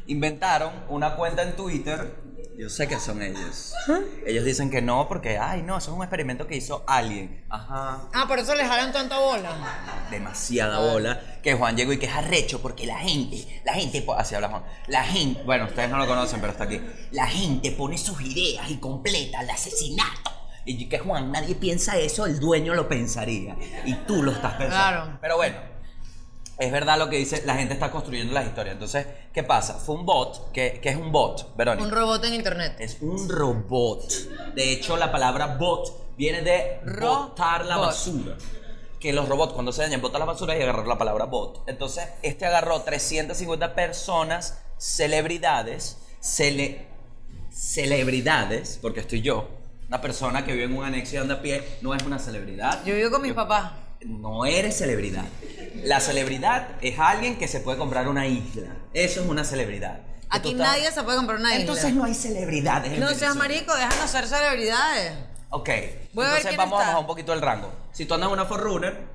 S2: inventaron una cuenta en Twitter. Yo sé que son ellos. Ellos dicen que no porque, ay, no, eso es un experimento que hizo alguien. Ajá.
S1: Ah, por eso le jalan tanta bola.
S2: demasiada bola que Juan llegó y que es arrecho porque la gente, la gente, po- así habla Juan, la gente, bueno, ustedes no lo conocen, pero está aquí, la gente pone sus ideas y completa el asesinato. Y yo, que Juan, nadie piensa eso, el dueño lo pensaría. Y tú lo estás pensando.
S1: Claro.
S2: Pero bueno, es verdad lo que dice, la gente está construyendo las historias. Entonces, ¿qué pasa? Fue un bot, que, que es un bot, Verónica.
S1: Un robot en internet.
S2: Es un robot. De hecho, la palabra bot viene de
S1: Ro-
S2: botar la
S1: bot.
S2: basura. Que los robots cuando se dañan botan la basura y agarrar la palabra bot. Entonces, este agarró 350 personas, celebridades, cele- celebridades, porque estoy yo, una persona que vive en un anexo y anda a pie, no es una celebridad.
S1: Yo vivo con mis papás.
S2: No eres celebridad. La celebridad es alguien que se puede comprar una isla. Eso es una celebridad. Que
S1: Aquí
S2: tú estás-
S1: nadie se puede comprar una isla.
S2: Entonces no hay celebridades. en
S1: no
S2: Venezuela.
S1: seas marico, déjanos ser celebridades.
S2: Ok.
S1: Voy a ver
S2: Entonces
S1: quién
S2: vamos a
S1: está.
S2: bajar un poquito el rango. Si tú andas en una Forerunner,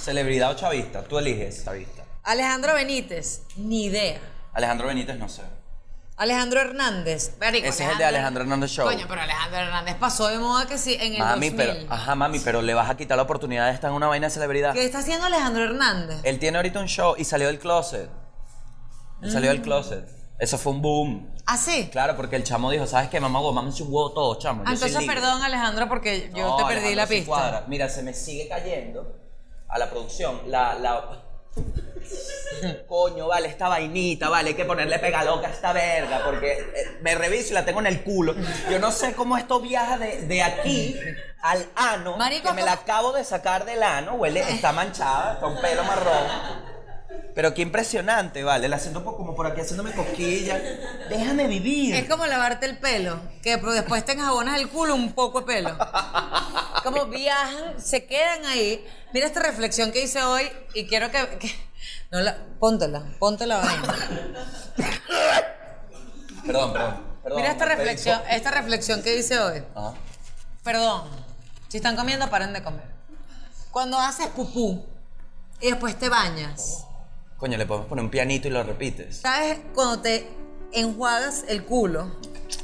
S2: celebridad o chavista, tú eliges chavista.
S1: Alejandro Benítez, ni idea.
S2: Alejandro Benítez, no sé.
S1: Alejandro Hernández. marico,
S2: Ese es el de Alejandro Hernández Show.
S1: Coño, pero Alejandro Hernández pasó de moda que sí en el
S2: Mami,
S1: 2000.
S2: pero. Ajá, mami, pero le vas a quitar la oportunidad de estar en una vaina de celebridad.
S1: ¿Qué está haciendo Alejandro Hernández?
S2: Él tiene ahorita un show y salió del closet. Él salió
S1: Mm.
S2: del closet. Eso fue un boom.
S1: ¿Ah, sí?
S2: Claro, porque el chamo dijo, ¿sabes qué, mamá? Vos mames un huevo todo, chamo. yo
S1: Ah,
S2: soy
S1: Entonces,
S2: libre".
S1: perdón, Alejandro, porque yo
S2: No,
S1: te perdí
S2: Alejandro
S1: la
S2: sí
S1: pista.
S2: cuadra. Mira, se me sigue cayendo a la producción. La, la... Coño, vale, esta vainita, vale, hay que ponerle pega loca a esta verga, porque eh, me reviso y la tengo en el culo. Yo no sé cómo esto viaja de, de aquí al ano,
S1: Marico,
S2: que me la
S1: ¿cómo?
S2: acabo de sacar del ano, huele, está manchada, está un pelo marrón. Pero qué impresionante, vale, la siento po- como por aquí haciéndome cosquillas. Déjame vivir.
S1: Es como lavarte el pelo, que pro- después te enjabonas el culo un poco de pelo. Como viajan, se quedan ahí. Mira esta reflexión que hice hoy y quiero que... que- no la, póntela, póntela vaina.
S2: Perdón, perdón, perdón.
S1: Mira esta
S2: me pedí
S1: reflexión,
S2: po-
S1: esta reflexión que hice hoy.
S2: Ah.
S1: Perdón, si están comiendo, paren de comer. Cuando haces pupú y después te bañas,
S2: Coño, le podemos poner un pianito y lo repites.
S1: ¿sabes cuando te enjuagas el culo,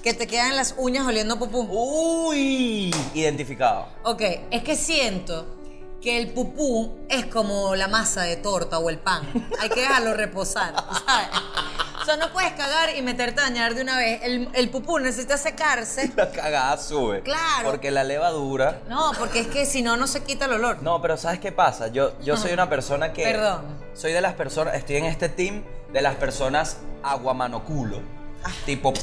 S1: que te quedan las uñas oliendo pupú?
S2: Uy, identificado.
S1: Ok, es que siento que el pupú es como la masa de torta o el pan. Hay que dejarlo reposar, ¿sabes? O sea, no puedes cagar y meterte a dañar de una vez. El, el pupú necesita secarse.
S2: La cagada sube.
S1: Claro.
S2: Porque la levadura.
S1: No, porque es que si no, no se quita el olor.
S2: No, pero ¿sabes qué pasa? Yo, yo soy una persona que.
S1: Perdón.
S2: Soy de las personas. Estoy en este team de las personas aguamanoculo.
S1: Ah.
S2: Tipo.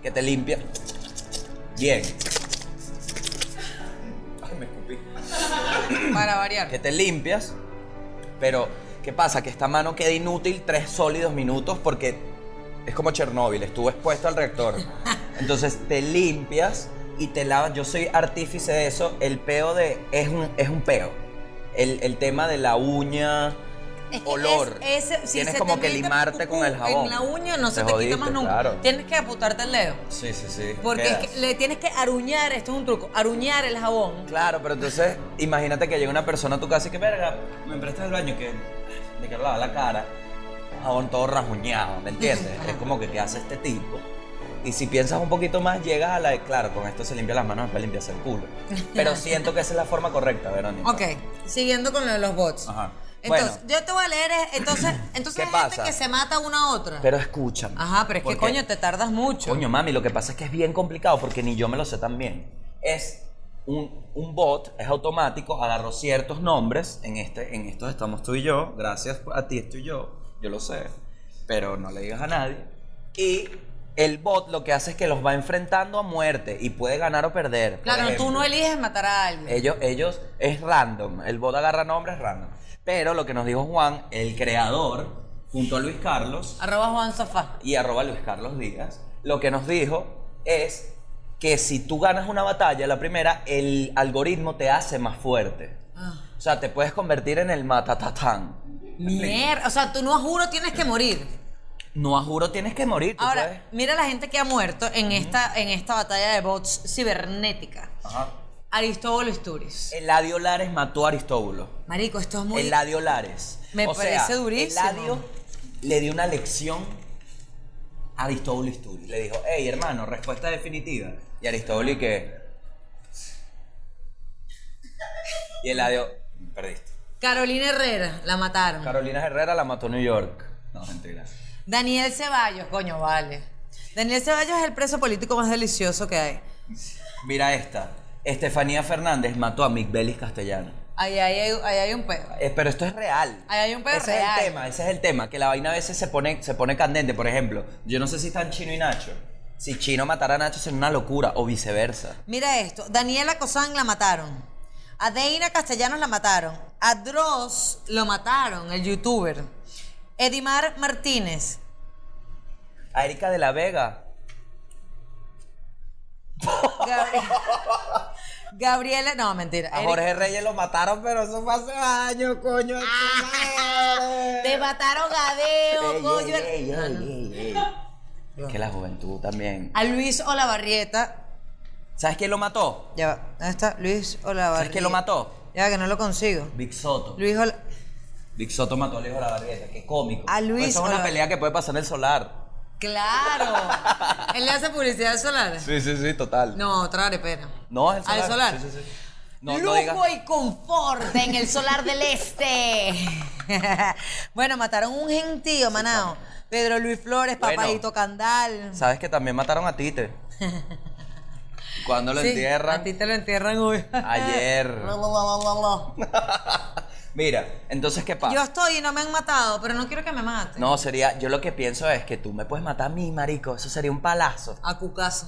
S2: Que te limpia. Bien. Ay, me escupí.
S1: Para variar.
S2: que te limpias, pero ¿qué pasa? Que esta mano queda inútil tres sólidos minutos porque es como Chernóbil, estuvo expuesto al reactor. Entonces te limpias y te lavas. Yo soy artífice de eso. El peo de es un, es un peo. El, el tema de la uña,
S1: Es que
S2: olor.
S1: es- ese- si
S2: Tienes
S1: se
S2: como
S1: te
S2: que
S1: mete
S2: limarte con el
S1: pupú
S2: jabón.
S1: En la uña no se te
S2: jodiste,
S1: quita más nunca.
S2: claro.
S1: Tienes que apuntarte el dedo.
S2: Sí, sí, sí.
S1: Porque es
S2: quedas.
S1: que le tienes que aruñar, esto es un truco, aruñar el jabón.
S2: Claro, pero entonces imagínate que llega una persona a tu casa y que, verga, me prestas el baño que me quiero lavar la cara, jabón todo rajuñado, ¿me entiendes? es como que, ¿qué hace este tipo? Y si piensas un poquito más, llegas a la de, claro, con esto se limpia las manos para limpiarse el culo. Pero siento que esa es la forma correcta, Verónica.
S1: Ok, siguiendo con lo de los bots.
S2: Ajá.
S1: Entonces,
S2: Bueno.
S1: yo te voy a leer, eh, entonces, entonces
S2: ¿Qué
S1: hay
S2: pasa?
S1: gente que se mata una a otra.
S2: Pero escúchame.
S1: Ajá, pero es que
S2: porque-
S1: coño, te tardas mucho.
S2: Coño, mami, lo que pasa es que es bien complicado porque ni yo me lo sé tan bien. Es un, un bot, es automático, agarró ciertos nombres. En, este, en estos estamos tú y yo. Gracias a ti estoy yo. Yo lo sé. Pero no le digas a nadie. Y el bot lo que hace es que los va enfrentando a muerte y puede ganar o perder. por
S1: claro, tú
S2: ejemplo. Eh.
S1: no eliges matar a alguien.
S2: Ellos, ellos es random. El bot agarra nombres random. Pero lo que nos dijo Juan, el creador, junto a Luis Carlos
S1: Arroba Juan Sofá.
S2: y arroba Luis Carlos Díaz, lo que nos dijo es que si tú ganas una batalla, la primera, el algoritmo te hace más fuerte.
S1: Ah.
S2: O sea, te puedes convertir en el matatatán.
S1: Mierda. O sea, tú no a juro tienes que morir.
S2: No a juro tienes que morir. tú puedes.
S1: Ahora, mira la gente que ha muerto en esta, en esta batalla de bots cibernética.
S2: Ajá.
S1: Aristóbulo Isturiz.
S2: Eladio Lares mató a Aristóbulo.
S1: Marico, esto es muy.
S2: Eladio Lares.
S1: Me parece durísimo.
S2: Eladio le dio una lección a Aristóbulo Isturiz. Le dijo, hey hermano, respuesta definitiva. Y Aristóbulo y que. Y Eladio, perdiste.
S1: Carolina Herrera, la mataron.
S2: Carolina Herrera la mató New York. No, mentira.
S1: Daniel Ceballos, coño, vale. Daniel Ceballos es el preso político más delicioso que hay.
S2: Mira esta. Estefanía Fernández mató a Mick Bellis Castellano.
S1: Ahí, ahí, hay- ahí hay un pedo.
S2: Eh, pero esto es real.
S1: Ahí hay un pedo
S2: ese
S1: real.
S2: es el tema, ese es el tema, que la vaina a veces se pone, se pone candente. Por ejemplo, yo no sé si están Chino y Nacho. Si Chino matara a Nacho sería una locura, o viceversa.
S1: Mira esto. Daniela Cosán la mataron. A Deina Castellanos la mataron. A Dross lo mataron, el youtuber. Edimar Martínez.
S2: A Erika de la Vega.
S1: Gabri- Gabriela. No, mentira.
S2: A
S1: Eric-
S2: Jorge Reyes lo mataron, pero eso fue hace años, coño.
S1: Ah,
S2: eh.
S1: Te mataron a Deo, coño.
S2: Que la juventud también.
S1: A Luis Olavarrieta.
S2: ¿Sabes quién lo mató?
S1: Ya va. ¿Dónde está? Luis Olavarrieta.
S2: ¿Sabes quién lo mató?
S1: Ya va, que no lo consigo.
S2: Big Soto.
S1: Luis Ola-
S2: Big Soto mató a Luis Olavarrieta, qué cómico.
S1: A Luis
S2: Eso es una
S1: Olavarrieta.
S2: pelea que puede pasar en el solar.
S1: Claro. Él le hace publicidad solar.
S2: Sí, sí, sí, total.
S1: No, otra arepera.
S2: No, es el
S1: Al
S2: solar.
S1: Ah, solar.
S2: Sí, sí, sí. No,
S1: Lujo
S2: no digas.
S1: y confort en el solar del este. bueno, mataron un gentío, manao. Pedro Luis Flores,
S2: Bueno.
S1: Papadito Candal.
S2: Sabes que también mataron a Tite. Cuando lo
S1: Sí,
S2: entierran.
S1: A ti te lo entierran hoy.
S2: Ayer. Mira, entonces, ¿qué pasa?
S1: Yo estoy y no me han matado, pero no quiero que me maten.
S2: No, sería. Yo lo que pienso es que tú me puedes matar a mí, marico. Eso sería un palazo.
S1: A cucazo.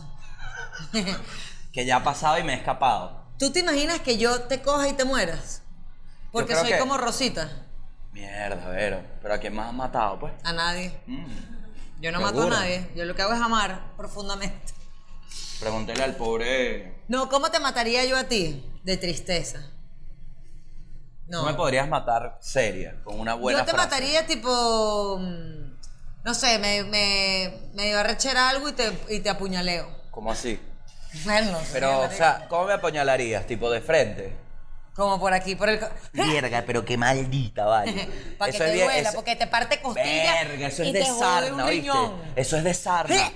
S2: Que ya ha pasado y me he escapado.
S1: ¿Tú te imaginas que yo te coja y te mueras? Porque
S2: creo
S1: soy
S2: que-
S1: como Rosita.
S2: Mierda, Vero. ¿Pero a quién más has matado, pues?
S1: A nadie.
S2: Mm.
S1: Yo no mato
S2: Seguro.
S1: a nadie. Yo lo que hago es amar profundamente.
S2: Pregúntale al pobre.
S1: No, ¿cómo te mataría yo a ti? De tristeza. No.
S2: No me podrías matar seria, con una buena
S1: yo te
S2: frase.
S1: mataría tipo. mm, No sé, me, me, me dio a rechera algo y te, y te apuñaleo.
S2: ¿Cómo así?
S1: Bueno, no sé,
S2: Pero, o
S1: marico.
S2: sea, ¿cómo me apuñalarías? ¿Tipo de frente?
S1: Como por aquí, por el. co-
S2: Mierda, pero qué maldita, vale.
S1: Para que
S2: es
S1: te
S2: bien-
S1: duela,
S2: eso-
S1: porque te parte costilla.
S2: Verga, eso es
S1: y
S2: de
S1: te jode
S2: sarna,
S1: un
S2: ¿oíste?
S1: riñón.
S2: Eso es de sarna.
S1: ¡Eh!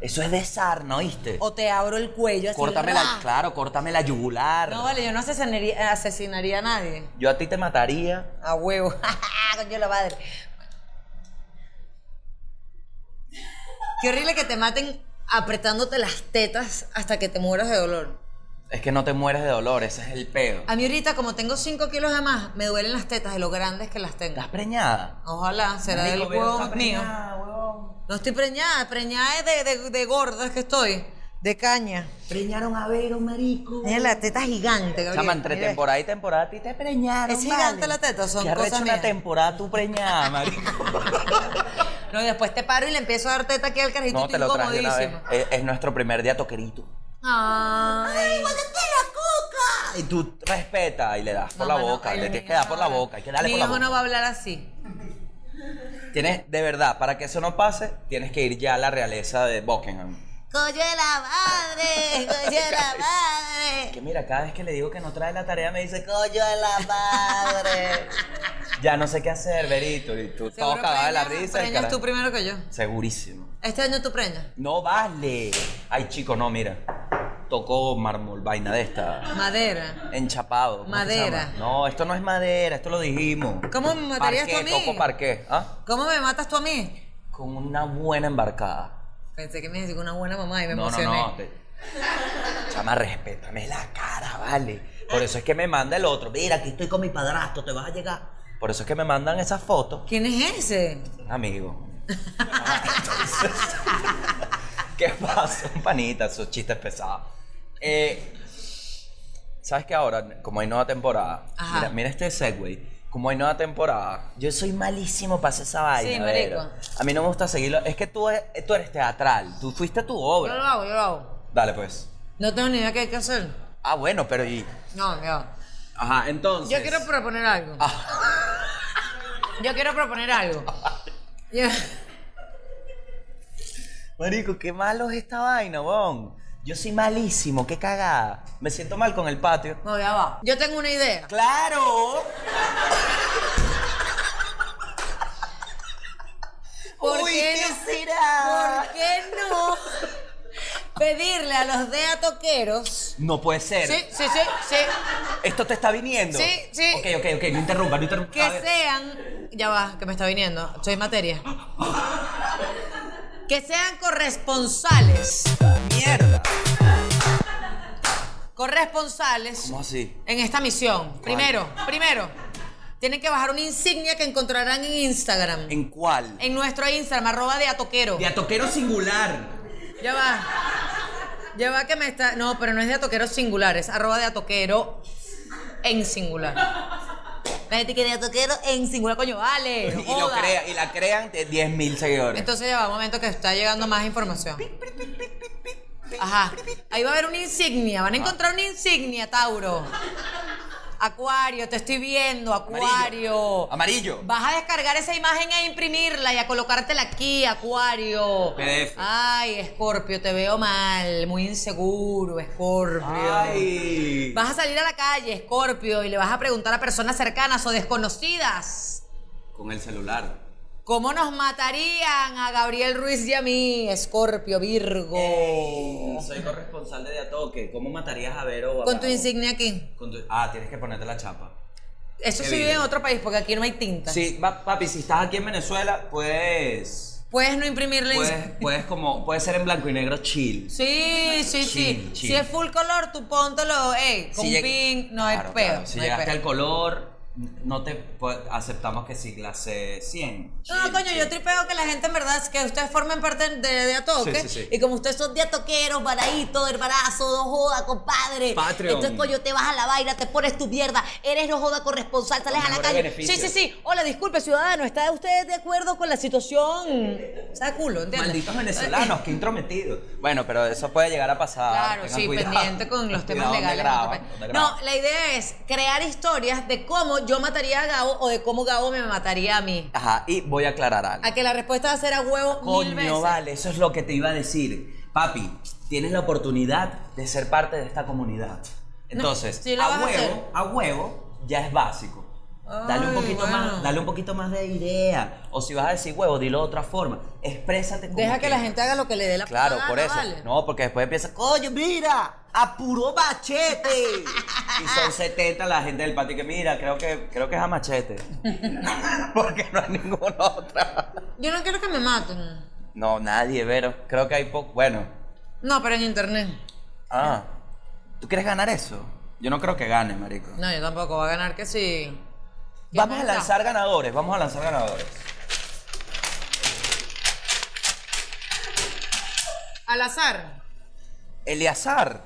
S2: Eso es de sarna, ¿oíste?
S1: O te abro el cuello así.
S2: Córtame la,
S1: ¡ra!
S2: claro, córtame la yugular.
S1: No, vale, yo no asesinaría, asesinaría a nadie.
S2: Yo a ti te mataría.
S1: A huevo. Coño la madre. Qué horrible que te maten apretándote las tetas hasta que te mueras de dolor.
S2: Es que no te mueres de dolor, ese es el pedo.
S1: A mí ahorita, como tengo 5 kilos de más, me duelen las tetas de lo grandes que las tengo.
S2: ¿Estás preñada?
S1: Ojalá, será del
S2: Marico, Vero,
S1: huevo
S2: está
S1: mío.
S3: Ah,
S2: preñada, huevón.
S1: No estoy preñada, preñada es de, de, de gorda es que estoy. De caña.
S3: Preñaron a Vero, marico.
S1: Mira la teta gigante, Gabriel.
S2: Chama, entre
S1: mira.
S2: temporada y temporada a ti te preñaron.
S1: ¿Es gigante
S2: vale.
S1: la teta o son
S2: ¿Qué arrecho
S1: cosas
S2: una
S1: mías?
S2: temporada tú preñada, marico?
S1: No, y después te paro y le empiezo a dar teta aquí al carajito
S2: no,
S1: estoy
S2: te lo traje de una vez.
S1: incomodísima.
S2: Es, es nuestro primer día toquerito.
S1: Ay,
S2: Y tú respeta y le das por
S1: Mamá,
S2: la
S1: no,
S2: boca.
S1: el
S2: le tienes
S1: mío
S2: que dar
S1: no
S2: por la
S1: habla.
S2: boca. Hay que darle
S1: Mi
S2: por la
S1: hijo
S2: boca.
S1: no va a hablar así.
S2: Tienes, de verdad, para que eso no pase, tienes que ir ya a la realeza de Buckingham.
S1: Coño de la madre, coño de la madre.
S2: Que mira, cada vez que le digo que no trae la tarea me dice, coño de la madre. ya no sé qué hacer, Berito. Y tú todo
S1: Seguro
S2: cagado de la
S1: preñas-
S2: risa. el
S1: Preñas
S2: carajo.
S1: tú primero que yo.
S2: Segurísimo.
S1: Este año tú preñas.
S2: No vale. Ay, chico, no, mira. Tocó mármol, vaina de esta.
S1: Madera.
S2: Enchapado. ¿cómo que se
S1: Madera.
S2: llama? No, esto no es madera, esto lo dijimos.
S1: ¿Cómo me matarías tú a
S2: Parqué,
S1: mí?
S2: Toco parqué. ¿Ah?
S1: ¿Cómo me matas tú a mí?
S2: Con una buena embarcada.
S1: Pensé que me decía una buena mamá y me
S2: No, no,
S1: emocioné.
S2: no. te- Chama, respétame la cara, vale. Por eso es que me manda el otro. Mira, aquí estoy con mi padrastro, te vas a llegar. Por eso es que me mandan esas fotos.
S1: ¿Quién es ese?
S2: Un amigo. Ah, entonces, ¿Qué pasa? Un panita, esos chistes pesados. Eh, ¿Sabes qué ahora? Como hay nueva temporada,
S1: Ajá.
S2: mira, mira este segue. como hay nueva temporada, yo soy malísimo para hacer esa vaina.
S1: marico.
S2: Vero. A mí no me gusta seguirlo. Es que tú, e- tú eres teatral, tú fuiste a tu obra.
S1: Yo lo hago, yo lo hago.
S2: Dale, pues.
S1: No tengo ni idea qué hay que hacer.
S2: Ah, bueno, pero y.
S1: No, no.
S2: Ajá, entonces. Ah.
S1: Yo quiero proponer algo. Yo quiero proponer algo. Yo-
S2: Marico, qué malo es esta vaina, bon. Yo soy malísimo, qué cagada. Me siento mal con el patio.
S1: No, ya va. Yo tengo una idea.
S2: ¡Claro!
S1: ¿Por
S2: Uy,
S1: qué
S2: ¿qué
S1: no?
S2: será?
S1: ¿Por qué no? Pedirle a los deatoqueros.
S2: No puede ser.
S1: Sí, sí, sí, sí.
S2: Esto te está viniendo.
S1: Sí, sí.
S2: Ok, ok, ok, no interrumpa, no interrumpa.
S1: Que
S2: A ver.
S1: sean. Ya va, que me está viniendo. Soy materia. Que sean corresponsales.
S2: ¡Mierda!
S1: Corresponsales.
S2: ¿Cómo así?
S1: en esta misión. Primero, primero, tienen que bajar una insignia que encontrarán en Instagram. En,
S2: ¿En cuál?
S1: nuestro Instagram, arroba de atoquero.
S2: De atoquero singular.
S1: Ya va. Ya va que me está. No, pero no es de atoquero singular, es arroba de atoquero en singular. La gente que de atoquero en singular, coño, vale. no
S2: Y, lo
S1: joda.
S2: crea, y la crean de 10.000 seguidores.
S1: Entonces ya va un momento que está llegando más información. Ajá. Ahí va a haber una insignia. Van a encontrar una insignia, Tauro. Acuario, te estoy viendo, Acuario.
S2: Amarillo.
S1: Vas a descargar esa imagen e imprimirla y a colocártela aquí, Acuario.
S2: PDF.
S1: Ay, Escorpio, te veo mal, muy inseguro, Escorpio.
S2: ¡Ay!
S1: Vas a salir a la calle, Escorpio, y le vas a preguntar a personas cercanas o desconocidas.
S2: Con el celular.
S1: ¿Cómo nos matarían a Gabriel Ruiz y a mí, Escorpio, Virgo?
S2: Ey, soy corresponsal de De Atoque. ¿Cómo matarías a Vero? o a
S1: Oh. Con tu
S2: Gabo?
S1: insignia aquí.
S2: Con tu- Ah, tienes que ponerte la chapa.
S1: Eso
S2: Qué
S1: sí vive en
S2: bien.
S1: otro país porque aquí no hay tinta.
S2: Sí, va- papi, si estás aquí en Venezuela, pues.
S1: Puedes no imprimirle
S2: Puedes,
S1: insignia.
S2: puedes como. Puede ser en blanco y negro chill.
S1: Sí, sí, sí.
S2: Chill, chill.
S1: Si es full color, tú póntelo, ey, con
S2: Si lleg-
S1: pink, no hay
S2: Claro,
S1: pedo.
S2: claro. Si
S1: no hay
S2: llegaste
S1: pedo.
S2: al color, no te pu- aceptamos que si clase 100.
S1: No,
S2: Chill,
S1: coño,
S2: chill.
S1: yo tripeo que la gente en verdad es que ustedes formen parte de, de Atoque.
S2: Sí, sí, sí.
S1: Y como ustedes son de Atoqueros, varaíto, hermanazo, no joda, compadre.
S2: Patreon.
S1: Entonces, coño, te vas a la vaina, te pones tu mierda, eres no joda corresponsal, sales a
S2: Los
S1: la
S2: mejores
S1: calle.
S2: beneficios.
S1: Sí, sí, sí. Hola, disculpe, ciudadano, ¿está usted de acuerdo con la situación? Está culo, ¿entiendes? Eh,
S2: Malditos venezolanos, qué intrometidos. Bueno, pero eso puede llegar a pasar.
S1: Claro,
S2: tengan
S1: sí,
S2: cuidado.
S1: pendiente con los temas
S2: Cuidado donde
S1: legales. en
S2: graban,
S1: otro país.
S2: donde
S1: No,
S2: graban.
S1: la idea es crear historias de cómo yo mataría a Gabo o de cómo Gabo me mataría a mí.
S2: Ajá, y voy a aclarar algo.
S1: A que la respuesta va a ser a huevo mil veces.
S2: Coño, vale, eso es lo que te iba a decir. Papi, tienes la oportunidad de ser parte de esta comunidad. Entonces,
S1: sí la
S2: a
S1: vas a hacer.
S2: huevo, a huevo ya es básico. Dale un
S1: Ay,
S2: poquito
S1: bueno.
S2: más, dale un poquito más de idea. O si vas a decir huevo, dilo de otra forma. Exprésate como
S1: Deja que la
S2: quieras.
S1: gente haga lo que le dé la
S2: Claro,
S1: puta
S2: por
S1: gana,
S2: eso.
S1: vale.
S2: No, porque después empieza, coño, mira, a puro machete. y son 70 la gente del patio que mira, creo que, creo que es a machete. porque no hay ninguna otra.
S1: Yo no quiero que me maten.
S2: No, nadie, Vero. Creo que hay poco. Bueno.
S1: No, pero en internet.
S2: Ah. ¿Tú quieres ganar eso? Yo no creo que gane, marico.
S1: No, yo tampoco. Va a ganar que sí.
S2: Vamos a lanzar ganadores, vamos a lanzar ganadores.
S1: Al azar.
S2: Eliazar.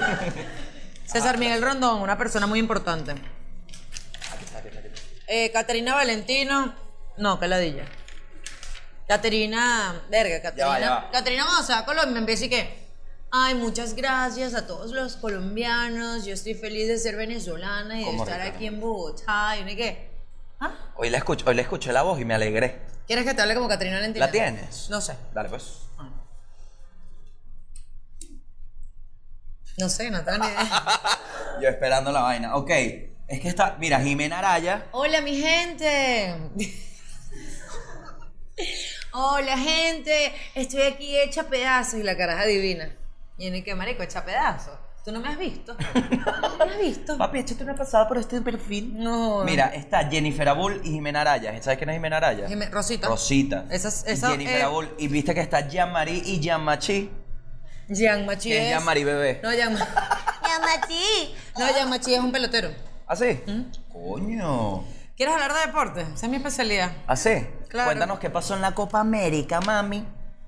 S2: Ah,
S1: César Miguel Rondón, una persona muy importante. Eh, Caterina Valentino. No, que ladilla. Caterina. Verga,
S2: Ya
S1: Caterina.
S2: va, ya va.
S1: Caterina Moza, Colombia. Empieza y que. Ay, muchas gracias a todos los colombianos. Yo estoy feliz de ser venezolana y de
S2: ¿Cómo,
S1: estar
S2: Ricardo?
S1: aquí en Bogotá. ¿Y uno y qué? ¿Ah?
S2: Hoy le escuché, hoy le escuché la voz y me alegré.
S1: ¿Quieres que te hable como Caterina Valentino?
S2: ¿La tienes?
S1: No sé.
S2: Dale, pues.
S1: No sé, no tengo ni idea.
S2: Yo esperando la vaina. Ok. Es que está. Mira, Jimena Araya.
S1: Hola, mi gente. Hola, gente. Estoy aquí hecha pedazos y la caraja divina. Y en el que, marico, hecha pedazos. ¿Tú no me has visto? ¿No me has visto?
S2: Papi, échate una pasada por este perfil.
S1: No.
S2: Mira, está Jennifer Abul y Jimena Araya. ¿Sabes quién es Jimena Araya?
S1: Jime- Rosita.
S2: Rosita.
S1: Esa es- esa,
S2: Jennifer
S1: eh,
S2: Abul. Y viste que está Jean-Marie y Jean-Machi.
S1: Jean Machi
S2: Que es
S1: es.
S2: Jean-Marie bebé.
S1: No, Jean Jean Machi. No, Jean Machi es un pelotero.
S2: ¿Así? Coño.
S1: ¿Quieres
S2: ¿Ah,
S1: hablar de deporte? Esa es mi especialidad.
S2: ¿Así?
S1: Claro.
S2: Cuéntanos qué pasó en la Copa América, mami.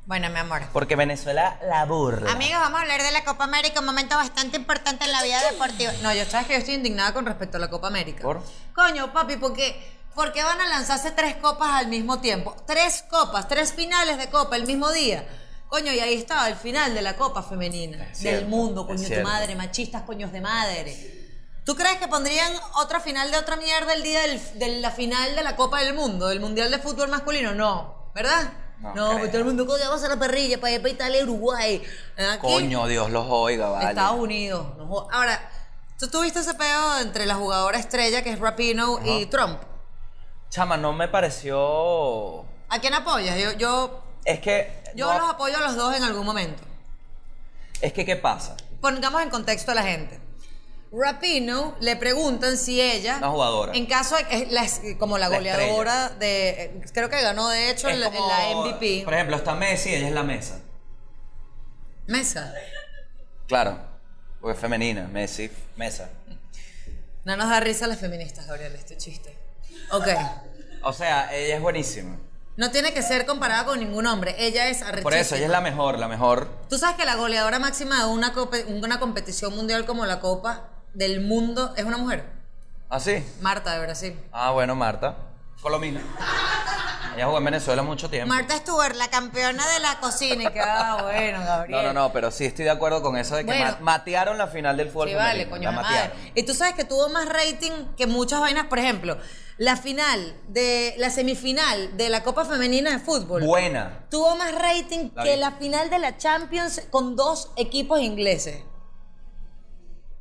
S1: Bueno, mi amor.
S2: Porque Venezuela la burla.
S4: Amigos, vamos a hablar de la Copa América, un momento bastante importante en la vida deportiva.
S1: No, yo sabes que yo estoy indignada con respecto a la Copa América.
S2: ¿Por?
S1: Coño, papi, porque. ¿Por qué van a lanzarse tres copas al mismo tiempo? Tres copas, tres finales de copa el mismo día. Coño, y ahí estaba el final de la copa femenina.
S2: Es
S1: del
S2: cierto,
S1: mundo,
S2: es
S1: coño tu
S2: cierto.
S1: madre, machistas, coños de madre. ¿Tú crees que pondrían otra final de otra mierda el día del- de la final de la Copa del Mundo, del Mundial de Fútbol Masculino? No, ¿verdad? No,
S2: No creo.
S1: porque todo el mundo, coño, vamos a la perrilla para ir para Italia, Uruguay. ¿eh? Aquí,
S2: Coño, Dios los oiga, vale.
S1: Estados Unidos. no jodas. Ahora, tú tuviste ese pedo entre la jugadora estrella que es Rapino y Trump.
S2: Chama, no me pareció.
S1: ¿A quién apoyas? Yo, yo,
S2: Es que.
S1: yo
S2: no-
S1: los apoyo a los dos en algún momento.
S2: Es que, ¿qué pasa?
S1: Pongamos en contexto a la gente. Rapino le preguntan si ella.
S2: Una jugadora.
S1: En caso de. es la- es como la
S2: La
S1: goleadora de. eh, Creo que ganó, de hecho,
S2: Es
S1: en la- en
S2: como-
S1: la MVP.
S2: Por ejemplo, está Messi, ella es la mesa.
S1: Mesa.
S2: Claro. Porque es femenina, Messi, mesa.
S1: No nos da risa las feministas, Gabriel, este chiste. Ok.
S2: O sea, ella es buenísima.
S1: No tiene que ser comparada con ningún hombre. Ella es arrechísima.
S2: Por eso, ella es la mejor, la mejor.
S1: Tú sabes que la goleadora máxima de una, cope- una competición mundial como la Copa del Mundo es una mujer.
S2: ¿Ah, sí?
S1: Marta de Brasil.
S2: Ah, bueno, Marta. Colomina. Ella jugó en Venezuela mucho tiempo.
S4: Marta Stewart, la campeona de la cocina.
S1: Y que, ah, bueno, Gabriel.
S2: No, no, no, pero sí estoy de acuerdo con eso de que
S1: Bueno.
S2: ma- matearon la final del fútbol
S1: Sí,
S2: femenino,
S1: vale, coño,
S2: la
S1: la madre.
S2: matearon.
S1: Y tú sabes que tuvo más rating que muchas vainas, por ejemplo, la final de la semifinal de la Copa Femenina de Fútbol.
S2: Buena.
S1: Tuvo más rating
S2: La
S1: que
S2: vi.
S1: la final de la Champions con dos equipos ingleses.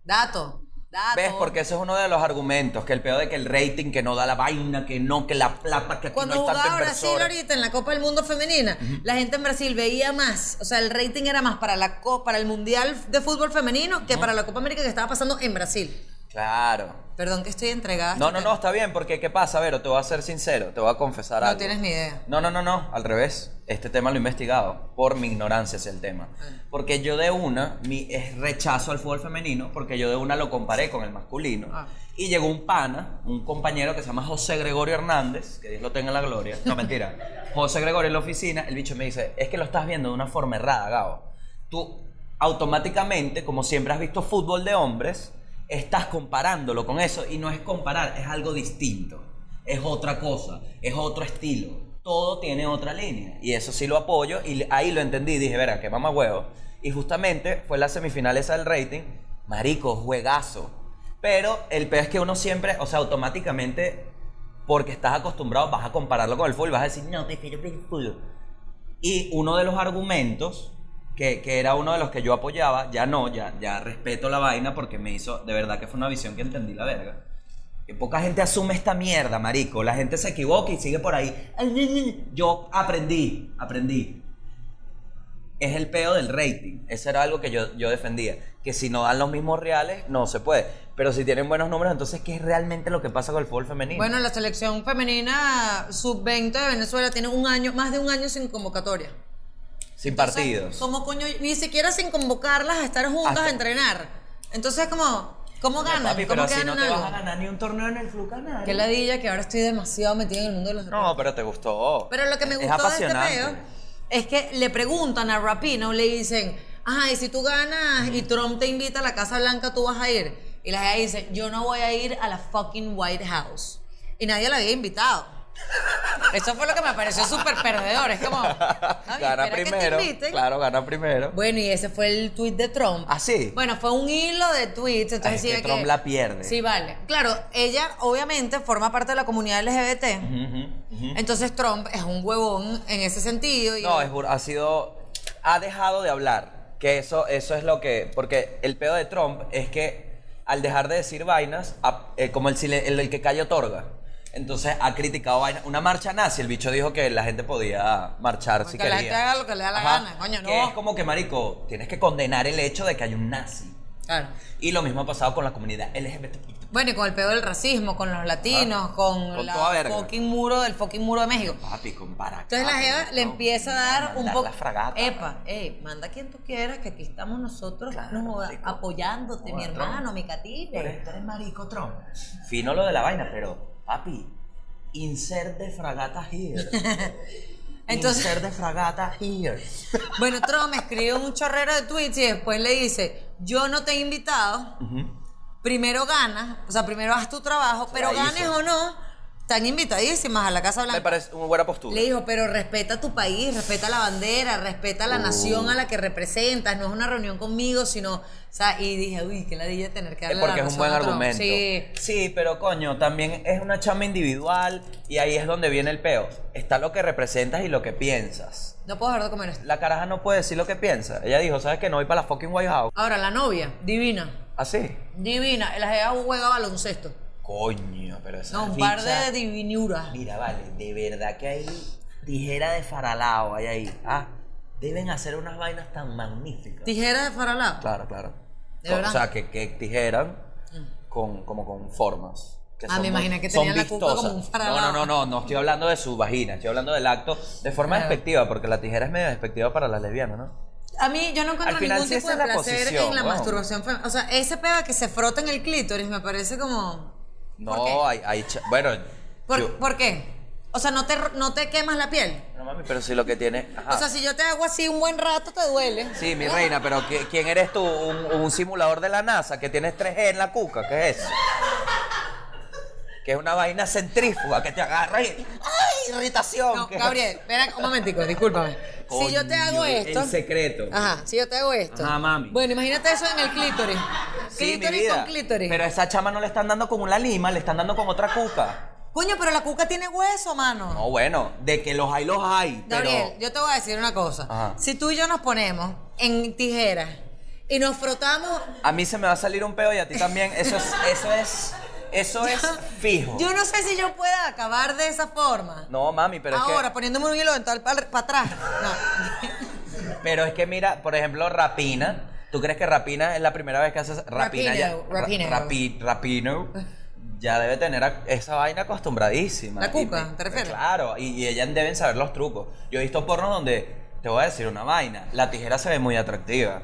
S1: Dato. Dato.
S2: ¿Ves? Porque eso es uno de los argumentos, que el peor de que el rating, que no da la vaina, que no, que la plata, que aquí
S1: Cuando
S2: no hay tanta
S1: jugaba Brasil
S2: inversora.
S1: ahorita en la Copa del Mundo Femenina, la gente en Brasil veía más, o sea, el rating era más para la co- para el Mundial de Fútbol Femenino que para la Copa América que estaba pasando en Brasil.
S2: Claro.
S1: Perdón que estoy entregada.
S2: No, no, no, está bien, porque ¿qué pasa? Vero, te voy a ser sincero, te voy a confesar algo.
S1: No tienes ni idea.
S2: No, no, no, no, al revés. Este tema lo he investigado por mi ignorancia es el tema.
S1: Ah.
S2: Porque yo de una, mi es rechazo al fútbol femenino, porque yo de una lo comparé con el masculino.
S1: Ah.
S2: Y llegó un pana, un compañero que se llama José Gregorio Hernández, que Dios lo tenga en la gloria. No, mentira. José Gregorio en la oficina, el bicho me dice, es que lo estás viendo de una forma errada, Gabo. Tú automáticamente, como siempre has visto fútbol de hombres, estás comparándolo con eso. Y no es comparar, es algo distinto es otra cosa, es otro estilo. Todo tiene otra línea. Y eso sí lo apoyo y le- ahí lo entendí. Dije, verá, que mamá huevo. Y justamente fue la semifinal esa del rating. Marico, juegazo. Pero el peor es que uno siempre, o sea, automáticamente, porque estás acostumbrado, vas a compararlo con el fútbol. Vas a decir, no, prefiero ver el fútbol. Y uno de los argumentos, que, que era uno de los que yo apoyaba, ya no, ya, ya respeto la vaina porque me hizo, de verdad que fue una visión que entendí la verga. Que poca gente asume esta mierda, marico. La gente se equivoca y sigue por ahí. Ay, ni, ni. Yo aprendí, aprendí. Es el peo del rating. Eso era algo que yo, yo defendía. Que si no dan los mismos reales, no se puede. Pero si tienen buenos números, entonces, ¿qué es realmente lo que pasa con el fútbol femenino?
S1: Bueno, la selección femenina sub-20 de Venezuela tiene un año, más de un año sin convocatoria.
S2: Sin
S1: Entonces,
S2: partidos.
S1: ¿Cómo coño? Ni siquiera sin convocarlas a estar juntas
S2: Hasta-
S1: a entrenar. Entonces, como, ¿cómo
S2: No,
S1: ganan?
S2: papi,
S1: ¿Cómo
S2: pero si no
S1: ganan
S2: te vas a
S1: algo?
S2: ganar ni un torneo en el Club Canario.
S1: Qué ladilla que ahora estoy demasiado metida en el mundo de los deportes.
S2: No, pero te gustó.
S1: Pero lo que me
S2: Es
S1: gustó de este
S2: apasionante.
S1: peo es que le preguntan a Rapino, le dicen, ajá, y si tú ganas y Trump te invita a la Casa Blanca, tú vas a ir. Y la gente dice, yo no voy a ir a la fucking White House. Y nadie la había invitado. Eso fue lo que me pareció súper perdedor. Es como, "Ay,
S2: Gana
S1: espera que te
S2: primero.
S1: inviten".
S2: Claro, gana primero.
S1: Bueno, y ese fue el tweet de Trump.
S2: ¿Ah, sí?
S1: Bueno, fue un hilo de tweets. Entonces
S2: Ay, es
S1: sí
S2: que
S1: ve
S2: Trump la pierde.
S1: Sí, vale. Claro, ella obviamente forma parte de la comunidad LGBT.
S2: Ujú, ujú.
S1: Entonces Trump es un huevón en ese sentido. Y
S2: No, es bur- ha sido. Ha dejado de hablar. Que eso, eso es lo que. Porque el pedo de Trump es que al dejar de decir vainas, ha- eh, como el, sile- el, el que calla otorga. Entonces ha criticado vainas. Una marcha nazi, el bicho dijo que la gente podía marchar si
S1: Que
S2: quería.
S1: la gente haga lo que le da la gana, coño,
S2: Que
S1: no.
S2: es como que, marico, tienes que condenar el hecho de que hay un nazi.
S1: Claro.
S2: Y lo mismo ha pasado con la comunidad LGBT.
S1: Bueno, y con el pedo del racismo, con los latinos,
S2: Ajá.
S1: con,
S2: Ah, Con
S1: la
S2: toda verga. Ah,
S1: fucking muro del fucking muro de México.
S2: Papi, compara.
S1: Entonces la Jeva le empieza a dar un poco.
S2: La fragata.
S1: Epa, ey, manda a quien tú quieras, que aquí estamos nosotros
S2: Claro,
S1: no joda,
S2: marico.
S1: apoyándote, mi
S2: Joda,
S1: hermano,
S2: Trump.
S1: mi
S2: Pero
S1: catire.
S2: esto es marico Trump. Fino lo de la vaina, pero, papi, insert de fragata here.
S1: Entonces-
S2: Insert de fragata here.
S1: Bueno, Trump me escribe un chorrero de tweets y después le dice, yo no te he invitado, primero ganas, o sea, primero haz tu trabajo, pero
S2: hizo.
S1: ganes o no, están invitadísimas a la Casa
S2: Me
S1: Blanca.
S2: parece una buena postura.
S1: Le dijo, pero respeta tu país, respeta la bandera, respeta la nación a la que representas, no es una reunión conmigo, sino, o sea, y dije, uy, qué ladilla tener que
S2: Eh,
S1: hablar.
S2: Porque es un buen argumento.
S1: Sí.
S2: Sí, pero coño, también es una chamba individual y ahí es donde viene el peo. Está lo que representas y lo que piensas.
S1: No puedo dejar de comer esto.
S2: La caraja no puede decir lo que piensa. Ella dijo, ¿sabes que no voy para la fucking White House? ¿Ah,
S1: Ahora, la novia, divina,
S2: Así.
S1: divina, la jeva juega baloncesto.
S2: Coño, pero esa
S1: No, un par
S2: bicha-
S1: de divinuras.
S2: Mira, vale, de verdad que ahí tijera de faralao hay ahí. Ah, deben hacer unas vainas tan magníficas.
S1: Tijeras de faralado.
S2: Claro, claro.
S1: ¿De
S2: Con-
S1: verdad? Mm.
S2: O sea, que, que tijeran con, como con formas. que
S1: Ah,
S2: son
S1: me
S2: muy-
S1: imaginé que
S2: son
S1: tenían la cuca como
S2: vistosas.
S1: un faralao.
S2: No, no, no, no, no estoy hablando de su vagina, estoy hablando del acto de forma
S1: Claro.
S2: despectiva, porque la tijera es medio despectiva para las lesbianas, ¿no?
S1: A mí yo no encuentro
S2: Al final
S1: ningún
S2: sí
S1: tipo
S2: esa
S1: de
S2: es la
S1: placer
S2: posición,
S1: en la
S2: weón.
S1: masturbación femenina. O sea, ese pedo de que se frota en el clítoris me parece como... ¿Por qué?
S2: No, hay, hay cha- bueno,
S1: ¿Por,
S2: yo-
S1: por qué? O sea, no te, no te quemas la piel.
S2: no mami, pero si lo que tiene, ajá.
S1: O sea, si yo te hago así un buen rato, te duele.
S2: Ah. Sí, mi reina, pero ¿qui- ¿quién eres tú? Un, un simulador de la NASA que tienes 3G en la cuca, ¿qué es eso? Que es una vaina centrífuga que te agarra y. ¡Ay! Irritación.
S1: No,
S2: ¿Qué-
S1: Gabriel, ven acá, un momentico, discúlpame.
S2: Coño,
S1: si yo te hago esto...
S2: En secreto.
S1: Ajá, si yo te hago esto.
S2: Ajá, mami.
S1: Bueno, imagínate eso en el clítoris.
S2: Sí, mi
S1: Clítoris
S2: vida.
S1: con clítoris.
S2: Pero a esa chama no le están dando con una lima, le están dando con otra cuca.
S1: Coño, pero la cuca tiene hueso, mano.
S2: No, bueno, de que los hay, los hay. pero-
S1: Gabriel, yo te voy a decir una cosa.
S2: Ajá.
S1: Si tú y yo nos ponemos en tijeras y nos frotamos
S2: A mí se me va a salir un pedo y a ti también. Eso es. Eso es. Eso es fijo.
S1: Yo no sé si yo pueda acabar de esa forma.
S2: No, mami, pero es que.
S1: Ahora, poniéndome un hilo dental para atrás. No.
S2: Pero es que mira, por ejemplo, Rapina. ¿Tú crees que Rapina es la primera vez que haces Rapina?
S1: Rapino,
S2: ya, Ra-
S1: Rapino.
S2: Rapi- Rapino. Ya debe tener a- esa vaina acostumbradísima.
S1: La cuca,
S2: me-
S1: ¿te refieres?
S2: Claro, y, y ellas deben saber los trucos. Yo he visto porno donde, te voy a decir una vaina, la tijera se ve muy atractiva.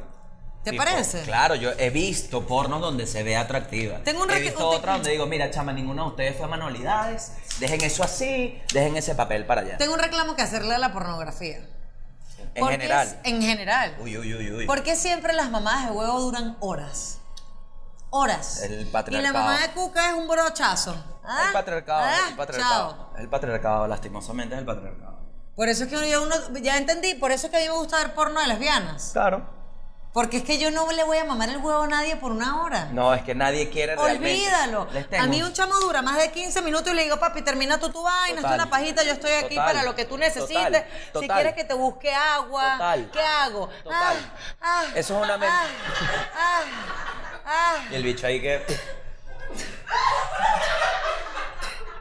S1: ¿Te parece?
S2: Claro, yo he visto pornos donde se ve atractiva.
S1: Tengo un
S2: He
S1: recu-
S2: visto
S1: un-
S2: otra donde digo, mira, chama, ninguna de ustedes fue a manualidades, dejen eso así, dejen ese papel para allá.
S1: Tengo un reclamo que hacerle a la pornografía.
S2: En
S1: Porque es-
S2: general.
S1: en general.
S2: Uy, uy, uy, uy.
S1: ¿Por qué siempre las mamadas de huevo duran horas? Horas.
S2: El
S1: Y la
S2: patriarcado.
S1: mamá de cuca es un brochazo. ¿Ah?
S2: El patriarcado,
S1: ¿Ah?
S2: el patriarcado.
S1: Chao.
S2: El patriarcado, lastimosamente, es el patriarcado.
S1: Por eso es que yo uno, ya entendí, por eso es que a mí me gusta ver porno de lesbianas.
S2: Claro.
S1: Porque es que yo no le voy a mamar el huevo a nadie por una hora.
S2: No, es que nadie quiere realmente.
S1: Olvídalo.
S2: Les tengo
S1: A mí un chamo dura más de 15 minutos y le digo, papi, termina tú tu vaina,
S2: Total.
S1: es una pajita, yo estoy aquí
S2: Total.
S1: para lo que tú necesites.
S2: Total.
S1: Si
S2: Total.
S1: quieres que te busque agua,
S2: Total.
S1: ¿qué hago?
S2: Total.
S1: Ah, ah,
S2: Eso es una men-
S1: ah, ah, ah.
S2: Y el bicho ahí que.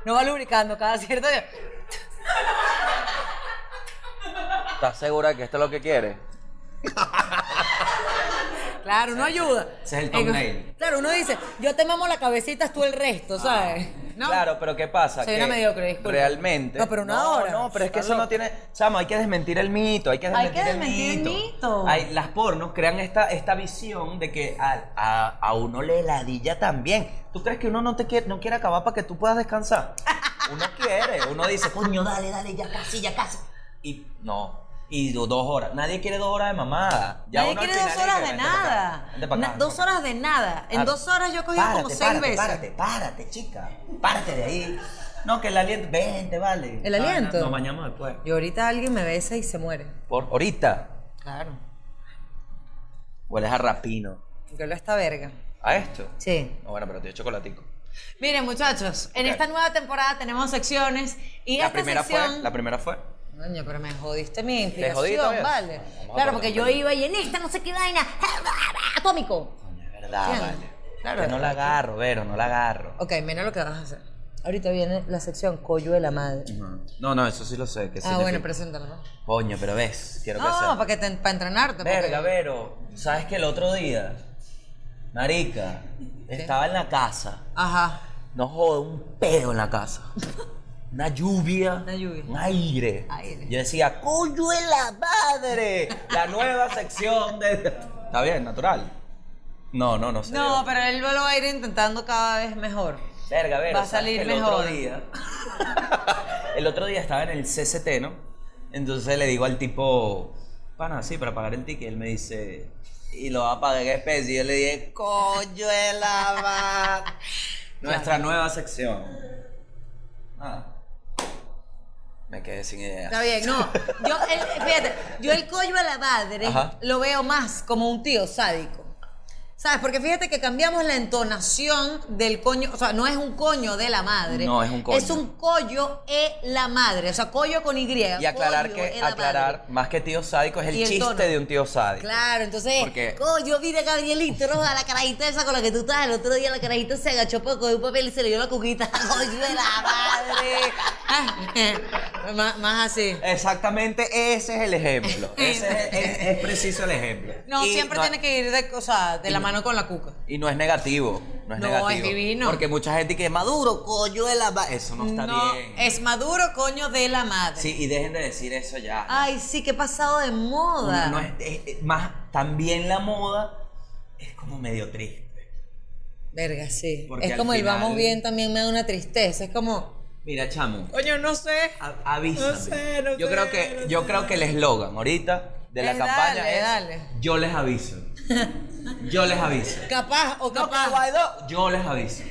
S1: No va lubricando cada cierto día.
S2: ¿Estás segura que esto es lo que quiere?
S1: Claro, uno ayuda.
S2: ese es el
S1: Digo,
S2: thumbnail. Ah,
S1: Claro, uno dice, yo te mamo la cabecita, es tú el resto, ¿sabes? ¿No?
S2: Claro, pero ¿qué pasa?
S1: Soy
S2: que
S1: una mediocre, disculpa.
S2: Realmente.
S1: No, pero una hora.
S2: No, pero es que
S1: Está
S2: eso no tiene. Chamo, hay que desmentir el mito. Hay que
S1: Hay
S2: desmentir,
S1: que desmentir el mito.
S2: Hay- las pornos crean esta, esta visión de que a, a- a uno le ladilla también. ¿Tú crees que uno no te quiere, no quiere acabar para que tú puedas descansar? Uno quiere. Uno dice, coño, dale, dale, ya casi, ya casi. Y no. Y do- dos horas. Nadie quiere dos horas de mamada. Ya
S1: Nadie
S2: uno al
S1: quiere dos
S2: final
S1: horas
S2: dice,
S1: de
S2: "Vente pa' acá,
S1: nada.
S2: vente pa' acá,
S1: Na-
S2: vente
S1: dos
S2: pa' acá".
S1: horas de nada. En
S2: Claro.
S1: dos horas yo he cogido
S2: Párate,
S1: como seis
S2: párate,
S1: veces.
S2: Párate, párate, chica. Párate de ahí. No, que el aliento. Vente, vale.
S1: ¿El
S2: Ah,
S1: aliento?
S2: Nos bañamos después.
S1: Y ahorita alguien me besa y se muere.
S2: Por ahorita.
S1: Claro.
S2: Hueles a rapino.
S1: Yo lo esta verga.
S2: ¿A esto?
S1: Sí.
S2: No, bueno, pero te dio chocolatico.
S1: Miren, muchachos, en esta nueva temporada tenemos secciones y
S2: La
S1: esta
S2: primera
S1: sección.
S2: fue. La primera fue.
S1: Coño, pero me jodiste mi
S2: Te jodí
S1: implicación,
S2: todavía.
S1: vale.
S2: Vamos a
S1: claro,
S2: poner
S1: porque
S2: un
S1: yo
S2: pelín.
S1: iba y en esta no sé qué vaina. Atómico.
S2: Coño, es verdad,
S1: ¿Entiendes?
S2: vale.
S1: Claro,
S2: que no la agarro, Vero, no la agarro.
S1: Ok, mira lo que vas a hacer. Ahorita viene la sección Coyo de la Madre.
S2: Ujú. No, no, eso sí lo sé. Que sí
S1: ah,
S2: te
S1: bueno,
S2: fui.
S1: preséntalo. ¿no?
S2: Coño, pero ves. Quiero que
S1: No,
S2: sea.
S1: para, que te- para entrenarte. porque-
S2: Verga, Vero. ¿Sabes que el otro día, Marica, estaba en la casa.
S1: Ajá.
S2: No joda, un pedo en la casa. Una lluvia.
S1: Una lluvia.
S2: Un aire.
S1: Aire.
S2: Yo decía, ¡Coño de la madre! La nueva sección de. Está bien, natural. No, no, no sé.
S1: No, pero él lo va a ir intentando cada vez mejor.
S2: Verga, verga.
S1: va a salir
S2: El otro
S1: mejor.
S2: día. el otro día estaba en el CCT, ¿no? Entonces le digo al tipo, pana, sí, para pagar el ticket. Él me dice, y lo va a pagar en especie. Y yo le dije, coño de la va-". Nuestra nueva sección. Ah. Me quedé sin
S1: Está
S2: idea.
S1: bien, no. Yo el, fíjate, yo el coño a la madre
S2: Ajá.
S1: lo veo más como un tío sádico. ¿Sabes? Porque fíjate que cambiamos la entonación del coño, o sea, no es un coño de la madre.
S2: No, es un coño.
S1: Es un collo e la madre, o sea, collo con Y.
S2: Y aclarar
S1: coño
S2: que,
S1: e la
S2: aclarar,
S1: madre.
S2: más que tío sádico, es el,
S1: Y el
S2: chiste
S1: tono.
S2: de un tío sádico.
S1: Claro, entonces,
S2: Porque-
S1: coño, mira Gabrielito, ¿no? a la carajita esa con la que tú estás, el otro día la carajita se agachó poco de un papel y se le dio la cuquita, coño de la madre. Ah, más, más así.
S2: Exactamente ese es el ejemplo. Ese es, es- es preciso el ejemplo.
S1: No,
S2: Y
S1: siempre tiene que ir de, o sea, de la mano con la cuca.
S2: Y no es negativo. No es
S1: No,
S2: negativo.
S1: es divino.
S2: Porque mucha gente que es maduro, coño de la... va-". Eso no está
S1: no,
S2: bien.
S1: es maduro, coño, de la madre.
S2: Sí, y dejen de decir eso ya.
S1: Ay, sí, qué pasado de moda.
S2: No es- es- es más, también la moda es como medio triste.
S1: Verga, sí.
S2: Porque
S1: es
S2: al
S1: como el
S2: final-
S1: vamos bien también me da una tristeza. Es como,
S2: Mira, chamo,
S1: coño, no sé.
S2: a- avísame.
S1: No sé, no
S2: yo
S1: sé,
S2: creo que
S1: no
S2: yo
S1: sé.
S2: creo que el eslogan ahorita de la
S1: Es
S2: campaña
S1: dale,
S2: es
S1: dale.
S2: yo les aviso. Yo les aviso.
S1: Capaz o
S2: No, que
S1: capaz.
S2: Guaidó, yo les aviso.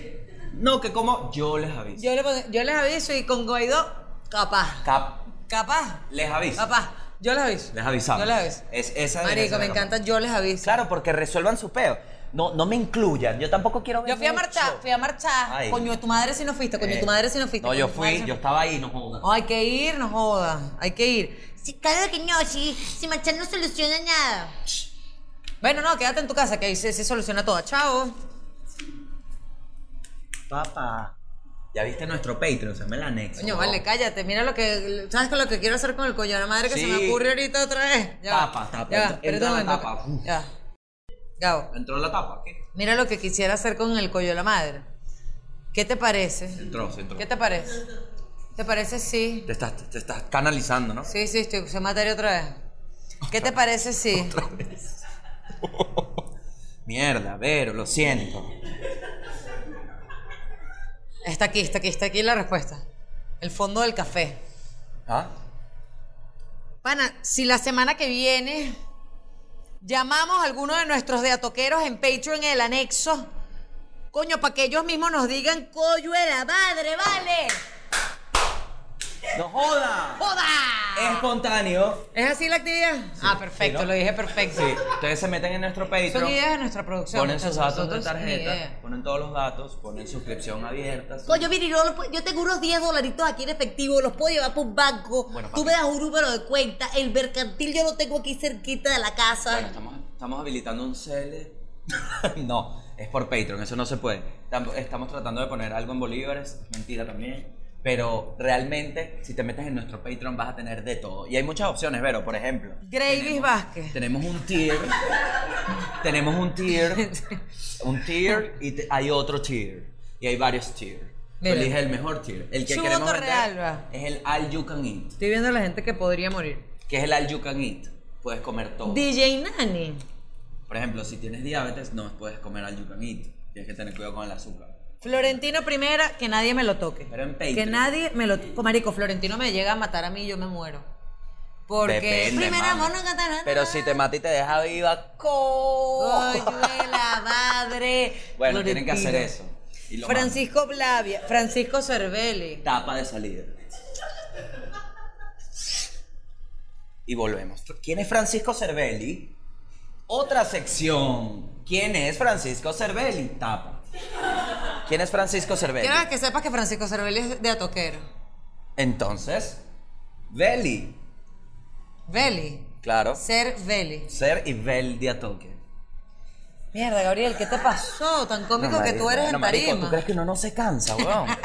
S2: No, que como yo les aviso.
S1: yo, le pon- yo les aviso y con Guaidó, capaz.
S2: Cap-
S1: Capaz.
S2: les aviso.
S1: Capaz. Yo les aviso.
S2: Les avisamos.
S1: Yo les aviso.
S2: Es, esa debería
S1: Marico,
S2: ser
S1: me
S2: la
S1: encanta,
S2: campaña.
S1: yo les aviso.
S2: Claro, porque resuelvan su peo. No, no me incluyan. Yo tampoco quiero ver
S1: Yo fui a
S2: mucho.
S1: marchar, fui a marchar.
S2: Ay.
S1: Coño, tu madre si no fuiste, coño,
S2: Eh,
S1: tu madre si no fuiste.
S2: No, yo
S1: coño, tu madre si
S2: fui,
S1: no
S2: yo estaba ahí, no "Ah, jodas.
S1: No, Oh, hay que ir, no joda. Hay que ir.
S4: Sí, claro que no, sí. Si marchar no soluciona nada.
S1: Bueno, no, quédate en tu casa, que ahí se, se soluciona todo. Chao.
S2: Papá. Ya viste nuestro Patreon, se me la anexo.
S1: Coño,
S2: ¿no?
S1: vale, cállate. Mira lo que. ¿Sabes con lo que quiero hacer con el coño de la madre que se
S2: Sí.
S1: me ocurre ahorita otra vez? va,
S2: Tapa, tapa,
S1: Ya,
S2: entra-
S1: va, espérate un
S2: entra la
S1: momento.
S2: tapa.
S1: Ya. Gabo,
S2: ¿Entró la tapa? ¿Qué?
S1: mira lo que quisiera hacer con el coño de la madre. ¿Qué te parece?
S2: Entró, se entró.
S1: ¿Qué te parece? ¿Te parece sí?
S2: Te estás, te estás canalizando, ¿no?
S1: Sí, sí, estoy, se mataría otra vez. ¿Qué te parece sí?
S2: Mierda, Vero, lo siento.
S1: Está aquí, está aquí, está aquí la respuesta. El fondo del café.
S2: ¿Ah?
S1: Pana, si la semana que viene llamamos a alguno de nuestros deatoqueros en Patreon en el anexo, coño, para que ellos mismos nos digan, coño de la madre, vale,
S2: ¡No joda!
S1: joda.
S2: Espontáneo.
S1: ¿Es así la actividad? ah, perfecto,
S2: sí, ¿no?
S1: lo dije perfecto.
S2: Sí, ustedes se meten en nuestro
S1: Son
S2: Patreon.
S1: ideas de nuestra producción.
S2: Ponen sus
S1: muchachos,
S2: datos de
S1: nosotros ni
S2: tarjeta,
S1: idea.
S2: ponen todos los datos, ponen suscripción abierta. su-
S4: Coño, mira, yo, lo pu- yo tengo unos 10 dolaritos aquí en efectivo, los puedo llevar por un banco.
S2: Bueno, papi.
S4: Tú me das un número de cuenta. El mercantil yo lo tengo aquí cerquita de la casa.
S2: Bueno, estamos, estamos habilitando un CL. no, es por Patreon, eso no se puede. Tampo- Estamos tratando de poner algo en bolívares, es mentira también. Pero realmente, si te metes en nuestro Patreon, vas a tener de todo. Y hay muchas opciones, Vero, por ejemplo.
S1: Gravis Vázquez.
S2: Tenemos un tier. tenemos un tier. Un tier y te- hay otro tier. Y hay varios tier.
S1: Mira.
S2: Elige el mejor tier. El que
S1: Su
S2: queremos
S1: voto
S2: vender
S1: realba.
S2: es el All You Can Eat.
S1: Estoy viendo a la gente que podría morir.
S2: Que es el All You Can Eat. Puedes comer todo.
S1: DJ Nani.
S2: Por ejemplo, si tienes diabetes, no puedes comer al yucanito. Tienes que tener cuidado con el azúcar.
S1: Florentino primera, que nadie me lo toque.
S2: Pero en
S1: Que
S2: Patreon.
S1: nadie me lo toque. Marico, Florentino me llega a matar a mí y yo me muero. Porque primera
S2: mami.
S1: monógata, na, na,
S2: Pero si te mata y te deja viva, co.
S1: coño de la madre.
S2: Bueno, tienen que hacer eso.
S1: Florentino.
S2: Y lo
S1: Francisco Blavia, Francisco Cervelli.
S2: mandan. Tapa de salida. Y volvemos. ¿Quién es Francisco Cervelli? Otra sección. ¿Quién es Francisco Cervelli? Tapa. ¿Quién es Francisco Cervelli?
S1: Quiero que sepas que Francisco Cervelli es de Atoquero.
S2: Entonces, Veli.
S1: Veli.
S2: Claro.
S1: Cervelli.
S2: Ser y Vel de a toque.
S1: Mierda, Gabriel, ¿qué te pasó? Tan cómico
S2: No,
S1: que
S2: marico,
S1: tú eres
S2: bueno,
S1: en
S2: marico,
S1: Tarima.
S2: ¿Tú crees que uno no se cansa, weón? No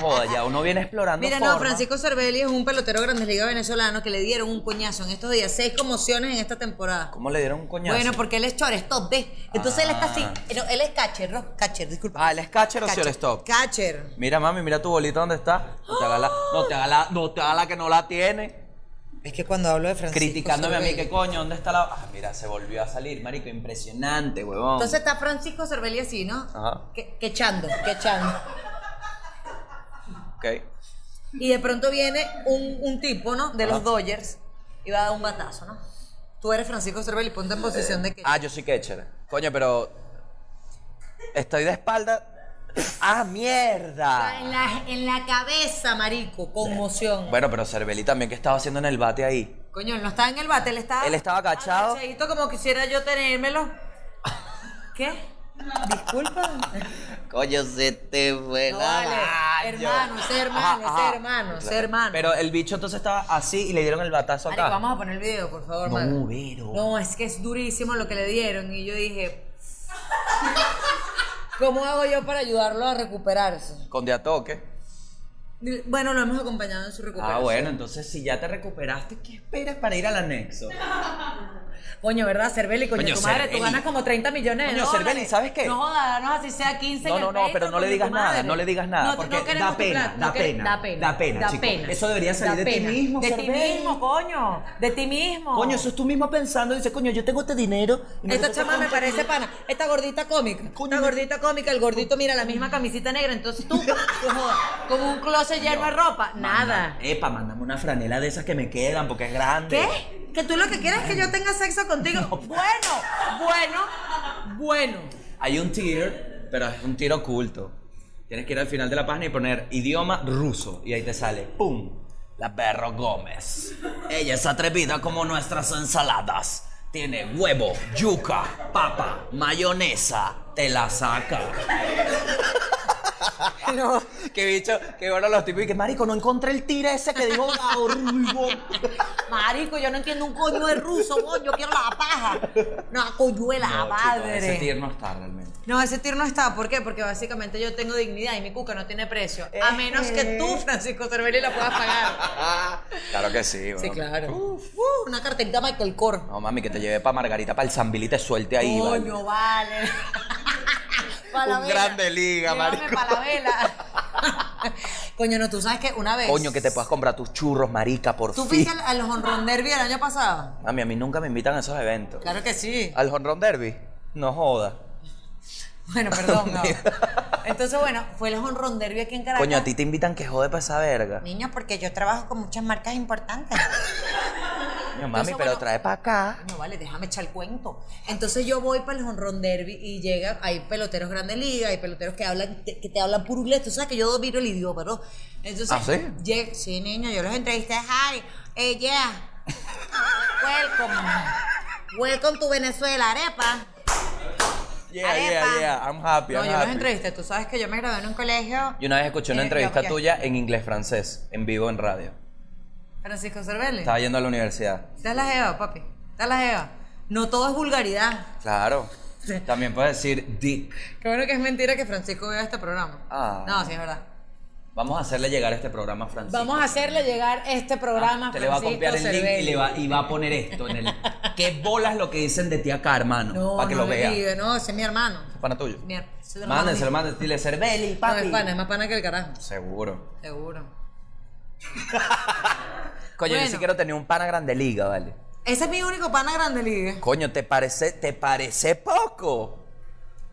S2: Joda, ya uno viene explorando
S1: Mira, no,
S2: formas.
S1: Francisco Cervelli es un pelotero Grandes Ligas venezolano que le dieron un coñazo en estos días, seis conmociones en esta temporada.
S2: ¿Cómo le dieron un coñazo?
S1: Bueno, pues- porque él es shortstop, ¿ves? Entonces él está así. No, él es catcher, ¿no? Catcher, disculpa.
S2: Ah, ¿él es catcher o shortstop?
S1: Catcher.
S2: Mira, mami, mira tu bolita donde está. No te haga la, no te haga la, no te haga la que no la tiene.
S1: Es que cuando hablo de Francisco
S2: Criticándome a mí,
S1: Cervelli-
S2: que coño, ¿dónde está la...? Ah, mira, se volvió a salir, marico, impresionante, huevón.
S1: Entonces está Francisco Cervelli así, ¿no?
S2: Ajá.
S1: Que, quechando, quechando.
S2: Ok.
S1: Y de pronto viene un, un tipo, ¿no? De los Dodgers y va a dar un batazo, ¿no? Tú eres Francisco Cervelli, ponte en posición de que.
S2: Ah, yo soy catcher. Coño, pero. Estoy de espalda. ¡Ah, mierda!
S1: En la, en la cabeza, marico, conmoción.
S2: Bueno, pero Cervelli también, ¿qué estaba haciendo en el bate ahí?
S1: Coño, él no estaba en el bate, él estaba.
S2: Él estaba agachado.
S1: agachadito como quisiera yo tenérmelo. ¿Qué? Disculpa.
S2: Coño, se te fue
S1: No
S2: la
S1: vale.
S2: gallo.
S1: Hermano, ese hermano,
S2: Ajá,
S1: ese
S2: ajá.
S1: hermano, ese
S2: Claro.
S1: hermano.
S2: Pero el bicho entonces estaba así y le dieron el batazo
S1: Marico,
S2: acá.
S1: vamos a poner el video, por favor,
S2: No,
S1: Mago.
S2: Vero.
S1: No, es que es durísimo lo que le dieron. Y yo dije. ¿Cómo hago yo para ayudarlo a recuperarse?
S2: Con de a toque.
S1: Bueno, lo hemos acompañado en su
S2: Ah,
S1: recuperación.
S2: bueno, entonces si ya te recuperaste, ¿qué esperas para ir al anexo?
S1: Coño, ¿verdad? Cerveli, coño,
S2: Coño,
S1: tu madre, tú
S2: Cervelli.
S1: ganas como 30 millones de
S2: Coño,
S1: dólares.
S2: Cervelli, ¿sabes qué?
S1: No jodas, no así sea 15 en
S2: No,
S1: el
S2: no, no,
S1: Patreon,
S2: pero no le
S1: coño,
S2: digas
S1: tu
S2: nada,
S1: madre.
S2: no le digas nada,
S1: No,
S2: porque
S1: no queremos
S2: da
S1: tu
S2: pena,
S1: plata,
S2: da
S1: no quere-
S2: pena,
S1: da pena,
S2: da pena, chico. Eso debería salir de ti mismo,
S1: De ti
S2: Cervelli.
S1: mismo, coño, de ti mismo.
S3: Coño, eso es tú mismo pensando, dices, coño, yo tengo este dinero. y
S1: Esta
S3: nosotros
S1: chama me
S3: estamos-
S1: parece pana. Esta gordita cómica. Esta gordita cómica, el gordito mira la misma camisita negra. Entonces tú, tú jodas, como un closet lleno de ropa. Nada.
S2: Epa, mándame una franela de esas que me quedan porque es grande.
S1: ¿Qué? Que tú lo que quieres es que yo tenga sexo contigo. Bueno, bueno, bueno.
S2: Hay un tier, pero es un tier oculto. Tienes que ir al final de la página y poner idioma ruso. Y ahí te sale, ¡pum! La perro Gómez. Ella es atrevida como nuestras ensaladas. Tiene huevo, yuca, papa, mayonesa. Te la saca. no, qué bicho, qué bueno los tipos. Y que marico, no encontré el tira ese que dijo Ruigo.
S1: Marico, yo no entiendo un coño de ruso, coño. Yo quiero la paja. No, coñuela, madre.
S2: Ese tier no está realmente.
S1: No, ese tier no está. ¿Por qué? Porque básicamente yo tengo dignidad y mi cuca no tiene precio. A menos que tú, Francisco Cervelli, la puedas pagar.
S2: Claro que sí,
S1: Sí,
S2: bueno.
S1: claro. Uh, una carterita Michael Kors.
S2: No, mami, que te lleve para Margarita, para el Zambil y te suelte ahí. ¿vale?
S1: Coño, vale. Pa' la
S2: Un
S1: vela.
S2: gran de liga,
S1: Llévame
S2: marico.
S1: pa' la vela. Coño, no, tú sabes que una vez.
S2: Coño, que te puedas comprar tus churros, marica, por
S1: pues. ¿Tú
S2: fin.
S1: fuiste al, al Honrón Derby el año pasado?
S2: Mami, a mí nunca me invitan a esos eventos.
S1: Claro que sí.
S2: ¿Al Honrón Derby? No joda.
S1: Bueno, perdón. no. Entonces, bueno, fue el Honrón Derby aquí en Caracas.
S2: Coño, a ti te invitan que jode para esa verga.
S4: Niño, porque yo trabajo con muchas marcas importantes.
S2: Coño, mami,
S1: Entonces,
S2: pero
S1: bueno-
S2: trae para acá.
S1: No, vale, déjame echar el cuento. Entonces yo voy para el Honrón Derby y llega, hay peloteros grandes ligas, hay peloteros que hablan, te- que te hablan puro inglés. Tú sabes que yo domino el idioma, ¿no? Entonces,
S2: ¿Ah, sí?
S1: lleg- sí, niño, yo los entrevisté a Harry. Eh, yeah. Welcome. Welcome to Venezuela, arepa.
S2: Yeah,
S1: Arepa.
S2: yeah, yeah. I'm happy,
S1: No,
S2: I'm
S1: yo los
S2: happy.
S1: entrevisté. Tú sabes que yo me gradué en un colegio.
S2: Yo una vez escuché una
S1: Eh,
S2: entrevista
S1: no,
S2: tuya en inglés-francés, en vivo en radio.
S1: Francisco Cervelli.
S2: Estaba yendo a la universidad.
S1: Dale la jeva, papi. Dale la jeva. No todo es vulgaridad.
S2: Claro. También puedes decir dick.
S1: Qué bueno que es mentira que Francisco vea este programa.
S2: Ah.
S1: No, sí, es verdad.
S2: Vamos a hacerle llegar este programa a Francisco.
S1: Vamos a hacerle llegar este programa.
S2: Ah, Te le va a
S1: Francisco
S2: copiar el link y,
S1: Cervelli.
S2: le va, y va a poner esto en el. ¿Qué bolas lo que dicen de ti acá, hermano?
S1: No,
S2: para que
S1: no
S2: lo
S1: me
S2: vea.
S1: diga, no, ese es mi hermano.
S2: Pana tuyo.
S1: Mi her- ese es hermano
S2: Mándenselo,
S1: mío.
S2: mándenselo. Dile Cervelli,
S1: No,
S2: papi.
S1: es pana, es más pana que el carajo.
S2: Seguro.
S1: Seguro.
S2: Coño,
S1: Bueno.
S2: yo sí quiero tener un pana grande liga, ¿vale?
S1: Ese es mi único pana grande liga.
S2: Coño, ¿te parece, te parece poco?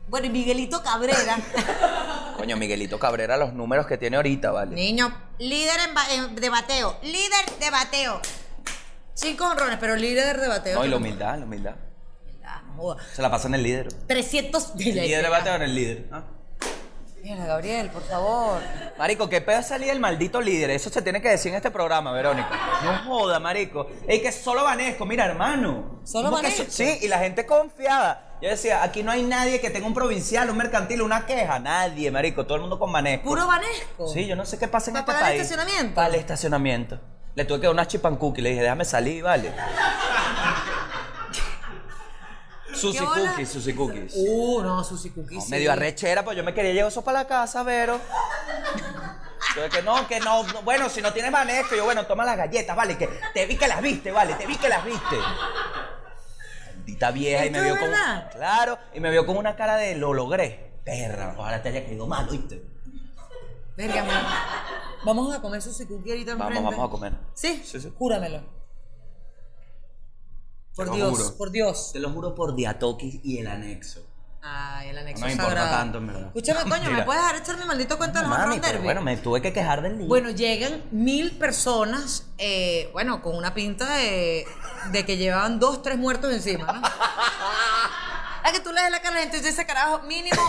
S1: Bueno, y Miguelito Cabrera.
S2: Coño, Miguelito Cabrera, los números que tiene ahorita, ¿vale?
S1: Niño,
S4: Líder en, ba- en- de bateo. Líder de bateo.
S1: cinco honrones, pero líder de bateo.
S2: No, y la humildad, la humildad.
S1: Ah, no joda.
S2: Se la pasa en el líder.
S1: 300
S2: El líder de bateo en el líder. Ah.
S1: Mira, Gabriel, por favor.
S2: Marico, qué pedo salir el maldito líder. Eso se tiene que decir en este programa, Verónica. No joda, marico. Ey, que solo Vanesco, mira, hermano.
S1: ¿Solo
S2: ¿Cómo que
S1: Vanesco?
S2: so- Sí, y la gente confiada. Yo decía, aquí no hay nadie que tenga un provincial, un mercantil, una queja. Nadie, marico. Todo el mundo con Vanesco.
S1: Puro Vanesco.
S2: Sí, yo no sé qué pasa en
S1: ¿Para
S2: este
S1: pagar el
S2: país.
S1: estacionamiento?
S2: Para el estacionamiento. Le tuve que dar una chipancuki. Le dije, déjame salir, vale. Susi
S1: ¿Qué bola?
S2: cookies, susi cookies.
S1: Uh, no, Susi Cookie.
S2: No,
S1: sí.
S2: Me dio arrechera, pues yo me quería llevar eso para la casa, Vero. Yo de que no, que no, no, bueno, si no tienes manejo, yo bueno, toma las galletas, vale, que te vi que las viste, vale, te vi que las viste. Maldita vieja y me
S1: ¿Esto es
S2: vio con
S1: verdad?
S2: claro, y me vio con una cara de lo logré. Perra, ahora te haya caído mal, ¿oíste?
S1: Verga, amor. Vamos a comer Susi Cookie ahorita
S2: Vamos,
S1: enfrente.
S2: vamos a comer.
S1: ¿Sí?
S2: Sí, sí.
S1: Júramelo. Por
S2: Te lo
S1: Dios,
S2: juro.
S1: por Dios.
S2: Te lo juro por Diatoquis y el anexo.
S1: Ay, el anexo
S2: No me importa
S1: sagrado.
S2: tanto, en verdad.
S1: Escúchame, coño, ¿me
S2: Mentira.
S1: puedes dejar echar mi maldito cuento del
S2: Mami,
S1: Honrón
S2: pero
S1: Derby?
S2: bueno, me tuve que quejar del lío.
S1: Bueno, llegan mil personas, eh, bueno, con una pinta de, de que llevaban dos, tres muertos encima, ¿no? A que tú le des la cara a la gente y dices, carajo, mínimo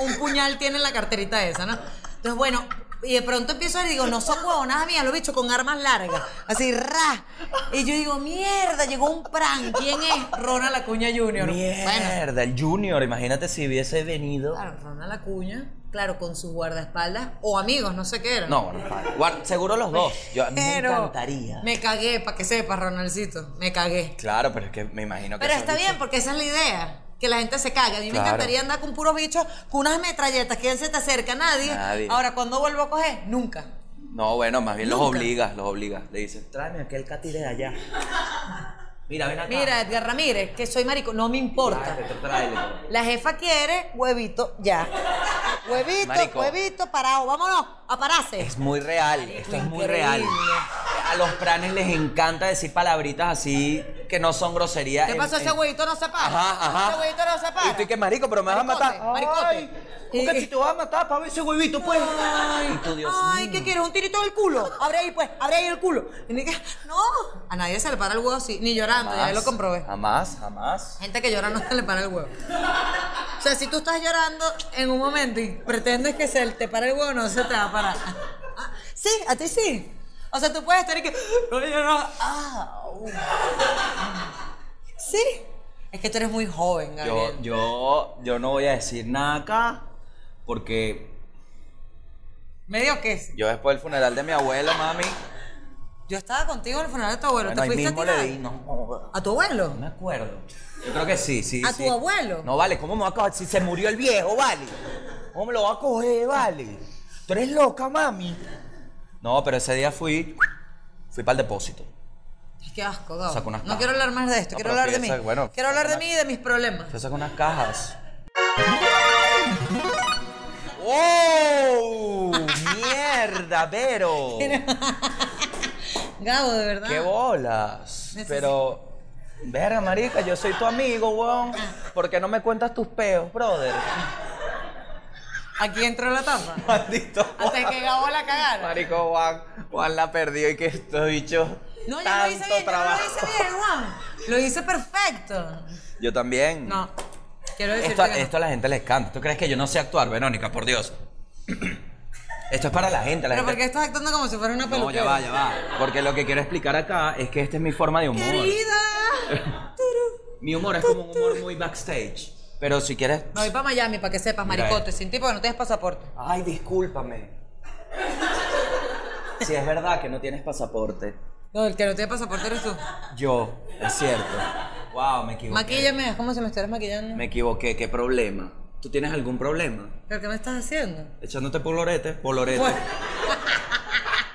S1: un puñal tiene en la carterita esa, ¿no? Entonces, bueno, y de pronto empiezo a digo, no son huevonadas mías, los bichos con armas largas, así, ra. Y yo digo, mierda, llegó un pran, ¿quién es? Ronald Acuña Jr. Bueno,
S2: Mierda, el Junior, imagínate si hubiese venido.
S1: claro, Ronald Acuña, claro, con sus guardaespaldas o amigos, no sé qué eran.
S2: No, bueno, vale. Guar- seguro los dos. Yo, a mí me
S1: Pero
S2: encantaría.
S1: Me cagué, para que sepas, Ronaldcito. Me cagué.
S2: Claro, pero es que me imagino que.
S1: Pero
S2: esos
S1: está bien, porque esa es la idea. Que la gente se cague. A mí me
S2: Claro.
S1: encantaría andar con puros bichos, con unas metralletas, que se te acerca nadie.
S2: Nadie.
S1: Ahora, ¿cuándo vuelvo a coger? Nunca.
S2: No, bueno, más bien los
S1: Nunca.
S2: obligas, los obligas. Le dices, tráeme aquel cati de allá. Mira, ven acá.
S1: Mira, Edgar Ramírez, que soy marico, no me importa.
S2: Tráete, tú tráele.
S1: La jefa quiere huevito ya. Huevito,
S2: Marico.
S1: huevito, parado. Vámonos, a pararse.
S2: Es muy real, esto es muy
S1: increíble.
S2: real. A los pranes les encanta decir palabritas así que no son groserías.
S1: ¿Qué
S2: en-
S1: pasó?
S2: en-
S1: Ese huevito no se para.
S2: Ajá, ajá.
S1: Ese huevito no se para.
S2: Y tú, ¿y qué marico? Pero me vas a matar.
S1: Maricote,
S2: Ay,
S1: maricote.
S2: ¿Cómo que si te vas a matar para ver ese huevito, pues? Ay, y tú, Dios
S1: Ay,
S2: mío.
S1: ¿qué quieres? ¿Un tirito del culo? Abre ahí, pues, abre ahí el culo. Y ni que- No, a nadie se le para el huevo así, ni llorando, ya
S2: Jamás,
S1: yo lo comprobé.
S2: Jamás, jamás.
S1: Gente que llora no se le para el huevo. O sea, si tú estás llorando en un momento y pretendes que se te para el huevo, no se te va a parar. Ah, Sí, a ti sí. O sea, tú puedes estar y que. No lloro. Ah, uh. Sí. Es que tú eres muy joven, Gabriel.
S2: Yo, yo, yo no voy a decir nada acá porque
S1: Medio que sí.
S2: yo después del funeral de mi abuelo, mami,
S1: Yo estaba contigo en el funeral de tu abuelo. ¿Te
S2: bueno, ahí
S1: fuiste a
S2: mismo le
S1: tirar?
S2: di, no joda.
S1: ¿A tu abuelo?
S2: No me acuerdo. Yo creo que sí, sí.
S1: ¿A
S2: sí.
S1: tu abuelo?
S2: No vale, ¿cómo me va a coger? Si se murió el viejo, vale. ¿Cómo me lo va a coger, vale? Tú eres loca, mami. No, pero ese día fui, fui para el depósito.
S1: Ay, Qué asco, Gabo.
S2: Sacó unas
S1: No
S2: cajas.
S1: quiero hablar más de esto,
S2: No,
S1: quiero
S2: pero
S1: hablar de mí.
S2: piensa- bueno,
S1: quiero hablar de
S2: una-
S1: mí y de mis problemas.
S2: Yo saco unas cajas. ¡Wow! ¡Mierda, pero!
S1: Gabo, de verdad.
S2: ¡Qué bolas!
S1: Necesito-
S2: Pero. Verga, marica, yo soy tu amigo, weón. ¿Por qué no me cuentas tus peos, brother?
S1: Aquí entró la tapa.
S2: Maldito.
S1: Hasta que Gabo la cagara.
S2: Marico, Juan, Juan la perdió y que esto dicho.
S1: No, yo lo
S2: tanto
S1: hice bien,
S2: trabajo.
S1: yo no lo hice bien, Juan. Lo hice perfecto.
S2: Yo también.
S1: No. Quiero decirte
S2: Esto,
S1: que no.
S2: esto a la gente les canta. ¿Tú crees que yo no sé actuar, Verónica? Por Dios. Esto es para la gente. La
S1: Pero
S2: gente...
S1: porque estás actuando como si fuera una
S2: No,
S1: peluquera.
S2: ya va, ya va. Porque lo que quiero explicar acá es que esta es mi forma de humor.
S1: Querida. Turu.
S2: Mi humor es como un humor muy backstage. Pero si quieres.
S1: Me voy para Miami para que sepas,
S2: Mira
S1: maricote.
S2: esto.
S1: Sin ti porque no tienes pasaporte.
S2: Ay, discúlpame. Si es verdad que no tienes pasaporte.
S1: No, el que no tiene pasaporte eres tú.
S2: Yo, es cierto. Wow, me equivoqué.
S1: Maquíllame, es como si me estuvieras maquillando.
S2: Me equivoqué, qué problema. ¿Tú tienes algún problema?
S1: ¿Pero qué me estás haciendo?
S2: Echándote polorete, polorete.
S1: Bueno.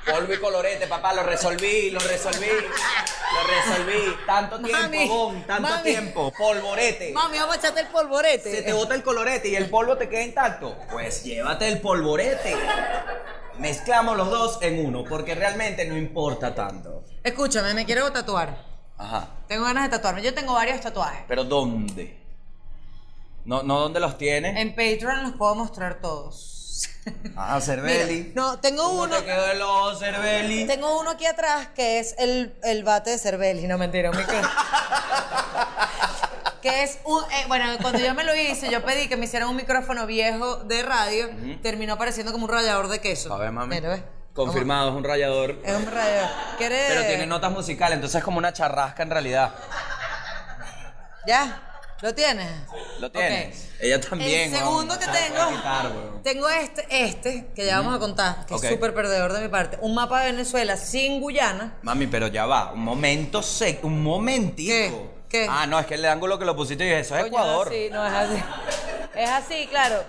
S2: Polvo y colorete, papá, lo resolví, lo resolví. Lo resolví. Tanto tiempo,
S1: Mami,
S2: Gon, tanto
S1: mami.
S2: tiempo. Polvorete.
S1: Mami, vamos a echarte el polvorete.
S2: Se te bota el colorete y el polvo te queda intacto. Pues llévate el polvorete. Mezclamos los dos en uno, porque realmente no importa tanto.
S1: Escúchame, me quiero tatuar.
S2: Ajá.
S1: Tengo ganas de tatuarme. Yo tengo varios tatuajes.
S2: Pero ¿dónde? No, no dónde los tienes.
S1: En Patreon los puedo mostrar todos.
S2: Ah, Cervelli.
S1: Mira, no, tengo
S2: ¿Cómo
S1: uno.
S2: te quedó el ojo, Cervelli?
S1: Tengo uno aquí atrás que es el, el bate de Cervelli, no mentira, un micro. que es un, eh, bueno, cuando yo me lo hice, yo pedí que me hicieran un micrófono viejo de radio, terminó pareciendo como un rallador de queso.
S2: A ver, mami.
S1: Mira, ve.
S2: Confirmado, es un rayador.
S1: Es un rallador. ¿Quieres?
S2: Pero tiene notas musicales, entonces es como una charrasca en realidad.
S1: ¿Ya? ¿Lo tienes?
S2: Lo
S1: Ok.
S2: tienes. Ella
S1: El
S2: también. weón, Ah,
S1: segundo
S2: no
S1: que
S2: se la
S1: tengo,
S2: puede quitar, weón.
S1: tengo este, este, que ya vamos a contar, que
S2: Ok.
S1: es súper perdedor de mi parte. Un mapa de Venezuela sin Guyana.
S2: Mami, pero ya va. Un momento seco, un momentico.
S1: ¿Qué? ¿Qué?
S2: Ah, no, es que el ángulo que lo pusiste y dije, eso es
S1: Coño,
S2: Ecuador.
S1: Sí, no es así. Es así, claro.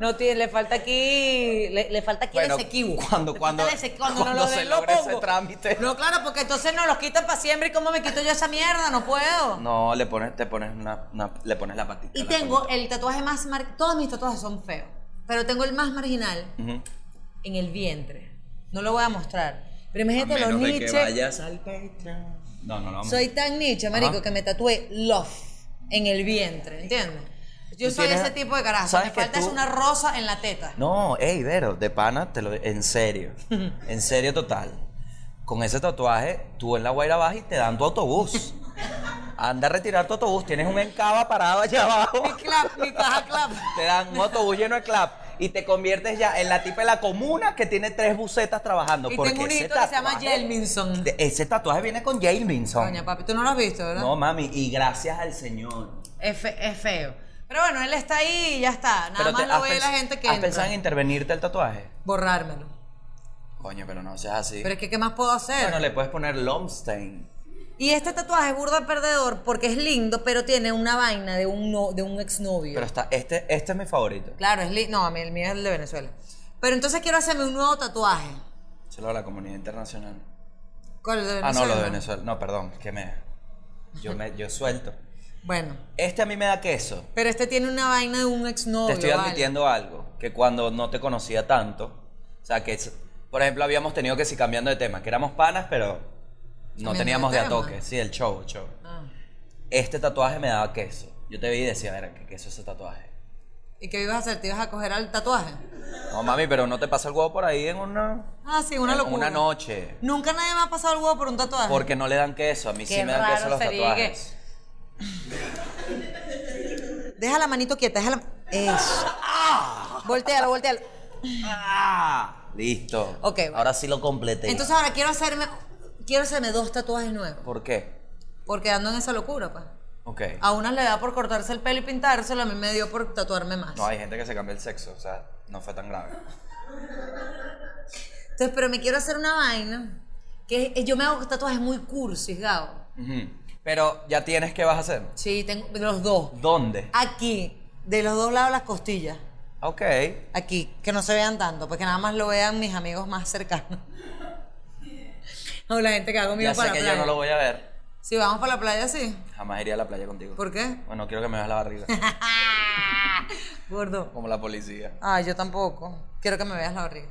S1: No tiene, le falta aquí, le, le falta aquí
S2: Bueno,
S1: el exequivo.
S2: cuando-
S1: Le falta
S2: cuando-
S1: el exequivo. Cuando,
S2: cuando
S1: no lo
S2: se
S1: den, lo
S2: logre ese
S1: pongo.
S2: trámite.
S1: No, claro, porque entonces nos los quitan para siempre y cómo me quito yo esa mierda, no puedo.
S2: No, le pones, te pones una, una- le pones la patita.
S1: Y
S2: la
S1: tengo
S2: patita.
S1: el tatuaje más, mar- todos mis tatuajes son feos, pero tengo el más marginal
S2: Ujú.
S1: en el vientre. No lo voy a mostrar. Pero
S2: A
S1: imagínate los
S2: menos de que
S1: Nietzsche.
S2: vayas al Patreon. No, no, no.
S1: Soy tan Nietzsche, marico,
S2: Ajá.
S1: que me tatué love en el vientre, ¿entiendes? Yo
S2: tú
S1: soy
S2: tienes-
S1: ese tipo de carajo.
S2: ¿Sabes
S1: Me
S2: que
S1: falta es
S2: tú-
S1: una rosa en la teta.
S2: No, ey, Vero, de pana, te lo, en serio. En serio total. Con ese tatuaje, tú en la Guaira vas y te dan tu autobús. Anda a retirar tu autobús. Tienes un encaba parado allá abajo.
S1: Mi clap, mi caja clap.
S2: Te dan un autobús lleno de clap. Y te conviertes ya en la tipa de la comuna que tiene tres bucetas trabajando.
S1: Y
S2: porque
S1: tengo un
S2: ese
S1: hijito que se llama
S2: tatuaje-
S1: Jelminson.
S2: de- Ese tatuaje viene con Jailminson.
S1: Coño, papi, tú no lo has visto, ¿verdad?
S2: No, mami, y gracias al Señor.
S1: Es, fe- es feo. Pero bueno, él está ahí y ya está. Nada más
S2: te-
S1: lo
S2: ¿has
S1: ve
S2: pens-
S1: la gente que
S2: ¿Has
S1: entra.
S2: pensado en intervenirte el tatuaje?
S1: Borrármelo.
S2: Coño, pero no seas así.
S1: Pero es que, ¿qué más puedo hacer?
S2: Bueno, le puedes poner Lomstein.
S1: Y este tatuaje es burda perdedor porque es lindo, pero tiene una vaina de un, no- de un exnovio.
S2: Pero está, este, este es mi favorito.
S1: Claro, es lindo. No, a mí el mío es el de Venezuela. Pero entonces quiero hacerme un nuevo tatuaje.
S2: Se lo hago a la comunidad internacional.
S1: ¿Cuál el de
S2: Ah,
S1: Venezuela?
S2: no, lo de Venezuela. No, perdón, que me. Yo, me, yo suelto.
S1: Bueno,
S2: Este a mí me da queso.
S1: pero este tiene una vaina de un exnovio.
S2: te estoy
S1: ¿vale?
S2: admitiendo algo. Que cuando no te conocía tanto. O sea, que. es- Por ejemplo, habíamos tenido que sí cambiando de tema. Que éramos panas, pero. No
S1: Cambiando de
S2: teníamos de a
S1: tema.
S2: toque. Sí, el show, el show.
S1: Ah.
S2: Este tatuaje me daba queso. Yo te vi y decía, a ver, ¿qué queso es ese tatuaje?
S1: ¿Y qué ibas a hacer? ¿Te ibas a coger al tatuaje?
S2: No, mami, pero no te pasa el huevo por ahí en una.
S1: Ah, sí, una
S2: en
S1: locura.
S2: Una noche.
S1: Nunca nadie me ha pasado el huevo por un tatuaje.
S2: Porque no le dan queso. A mí sí
S1: Qué
S2: me dan queso
S1: raro
S2: los
S1: sería que-
S2: tatuajes.
S1: Deja la manito quieta, déjala. Eso. Voltealo, voltealo.
S2: ¡Ah! Listo.
S1: Ok, bueno.
S2: Ahora sí lo completé.
S1: Entonces ahora quiero hacerme, quiero hacerme dos tatuajes nuevos.
S2: ¿Por qué?
S1: Porque ando en esa locura, pues.
S2: Ok.
S1: A unas le da por cortarse el pelo y pintárselo, a mí me dio por tatuarme más.
S2: No, hay gente que se cambia el sexo, o sea, no fue tan grave.
S1: Entonces, pero me quiero hacer una vaina. Que es- eh, yo me hago tatuajes muy cursis, Gabo.
S2: Ujú. Pero ya tienes qué vas a hacer.
S1: Sí, tengo de los dos.
S2: ¿Dónde? Ah,
S1: Aquí, de los dos lados las costillas.
S2: Ok.
S1: Aquí, que no se vean tanto, porque nada más lo vean mis amigos más cercanos. O la gente que hago mío
S2: Ya
S1: para
S2: sé
S1: la
S2: que
S1: playa.
S2: yo no lo voy a ver.
S1: Si vamos para la playa, sí.
S2: Jamás iría a la playa contigo.
S1: ¿Por qué?
S2: Bueno, quiero que me veas la barriga.
S1: Gordo.
S2: como la policía.
S1: Ah, yo tampoco. Quiero que me veas la barriga.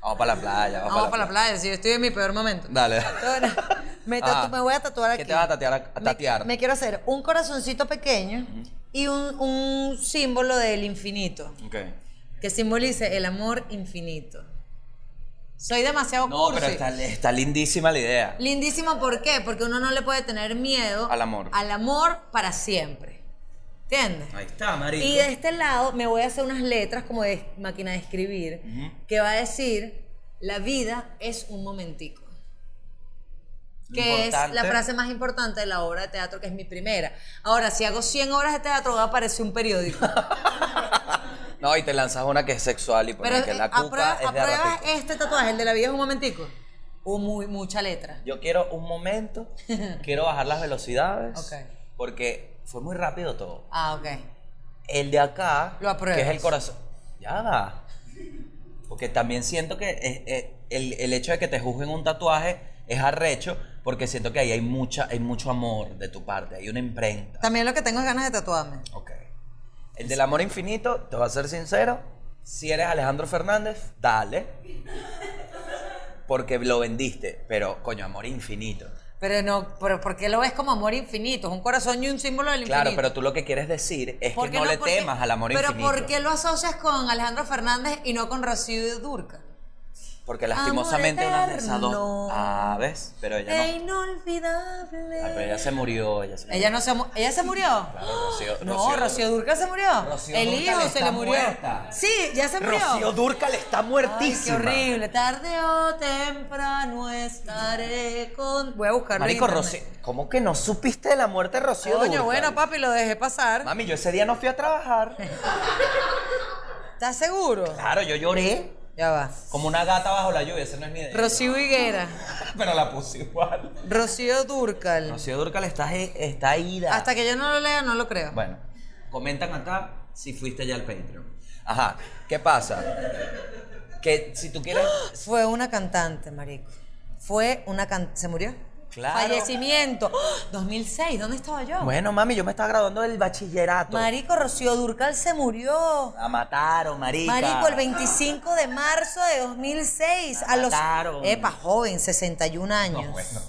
S2: Vamos para la playa. Vamos,
S1: Vamos para la playa, si yo estoy en mi peor momento.
S2: Dale.
S1: Ahora, me, tatu-
S2: Ah.
S1: me voy a tatuar aquí.
S2: ¿Qué te vas a tatear? a- a
S1: Me-
S2: tatear?
S1: Me, quiero hacer un corazoncito pequeño y un, un símbolo del infinito,
S2: Ok.
S1: que simbolice el amor infinito. Soy demasiado
S2: No,
S1: cursi.
S2: pero está, está lindísima la idea.
S1: Lindísimo, ¿por qué? Porque uno no le puede tener miedo
S2: Al amor.
S1: Al amor para siempre. ¿Entiendes?
S2: Ahí está, marico.
S1: Y de este lado me voy a hacer unas letras como de máquina de escribir que va a decir la vida es un momentico. Que es la
S2: Importante.
S1: frase más importante de la obra de teatro, que es mi primera. Ahora, si hago 100 obras de teatro, va a aparecer un periódico.
S2: No, y te lanzas una que es sexual y por
S1: Pero
S2: que la
S1: eh,
S2: cuca
S1: aprueba-
S2: es de
S1: apruebas
S2: arratico.
S1: este tatuaje, el de la vida es un momentico. O muy, mucha letra.
S2: Yo quiero un momento, quiero bajar las velocidades.
S1: Ok.
S2: Porque fue muy rápido todo.
S1: Ah, ok.
S2: El de acá,
S1: Lo apruebas.
S2: que es el corazón. Ya va. Porque también siento que eh, eh, el, el hecho de que te juzguen un tatuaje es arrecho, porque siento que ahí hay, mucha, hay mucho amor de tu parte, hay una imprenta.
S1: También lo que tengo es ganas de tatuarme.
S2: Ok. El del amor infinito, te voy a ser sincero. Si eres Alejandro Fernández, dale. Porque lo vendiste. Pero, coño, amor infinito.
S1: Pero no, pero ¿por qué lo ves como amor infinito? Es un corazón y un símbolo del infinito.
S2: Claro, pero tú lo que quieres decir es
S1: ¿Por
S2: que
S1: qué
S2: no, le
S1: ¿Por qué-
S2: temas al amor
S1: pero
S2: infinito.
S1: ¿por qué lo asocias con Alejandro Fernández y no con Rocío Durca?
S2: Porque lastimosamente
S1: Amor
S2: una de esas
S1: eterno.
S2: dos. Ah, ¿ves? Pero ella
S1: Es
S2: no.
S1: inolvidable.
S2: Ah, pero ella se murió. Ella se murió.
S1: Ella no se mu- ella se murió.
S2: Claro, Rocío,
S1: No, Rocío Durca se murió.
S2: Rocío
S1: El
S2: Dúrcal
S1: hijo se
S2: está
S1: le murió.
S2: muerta.
S1: Sí, ya se murió.
S2: Rocío Durcal está
S1: Ay, qué
S2: muertísima.
S1: horrible. Tarde o temprano estaré con. Voy a buscarlo. en
S2: Marico, Rocío.
S1: internet.
S2: ¿Cómo que no supiste de la muerte de Rocío
S1: Coño,
S2: Dúrcal?
S1: bueno, papi, lo dejé pasar.
S2: Mami, yo ese día no fui a trabajar.
S1: ¿Estás seguro?
S2: Claro, yo lloré.
S1: Ya va.
S2: Como una gata bajo la lluvia, ese no es mi idea.
S1: Rocío Higuera.
S2: Pero la puse igual.
S1: Rocío Durcal.
S2: Rocío Durcal está, eh, está ida.
S1: Hasta que yo no lo lea, no lo creo.
S2: Bueno, comentan acá si fuiste ya al Patreon. Ajá, ¿qué pasa? Que si tú quieres...
S1: Fue una cantante, marico. Fue una cantante. ¿Se murió?
S2: Claro.
S1: Fallecimiento. ¡Oh! 2006, ¿dónde estaba yo?
S2: Bueno, mami, yo me estaba graduando del bachillerato.
S1: Marico, Rocío Durcal se murió.
S2: la mataron, oh, marica.
S1: Marico, el 25 de marzo de 2006. A los.
S2: mataron.
S1: Epa, joven, 61 años.
S2: No, bueno.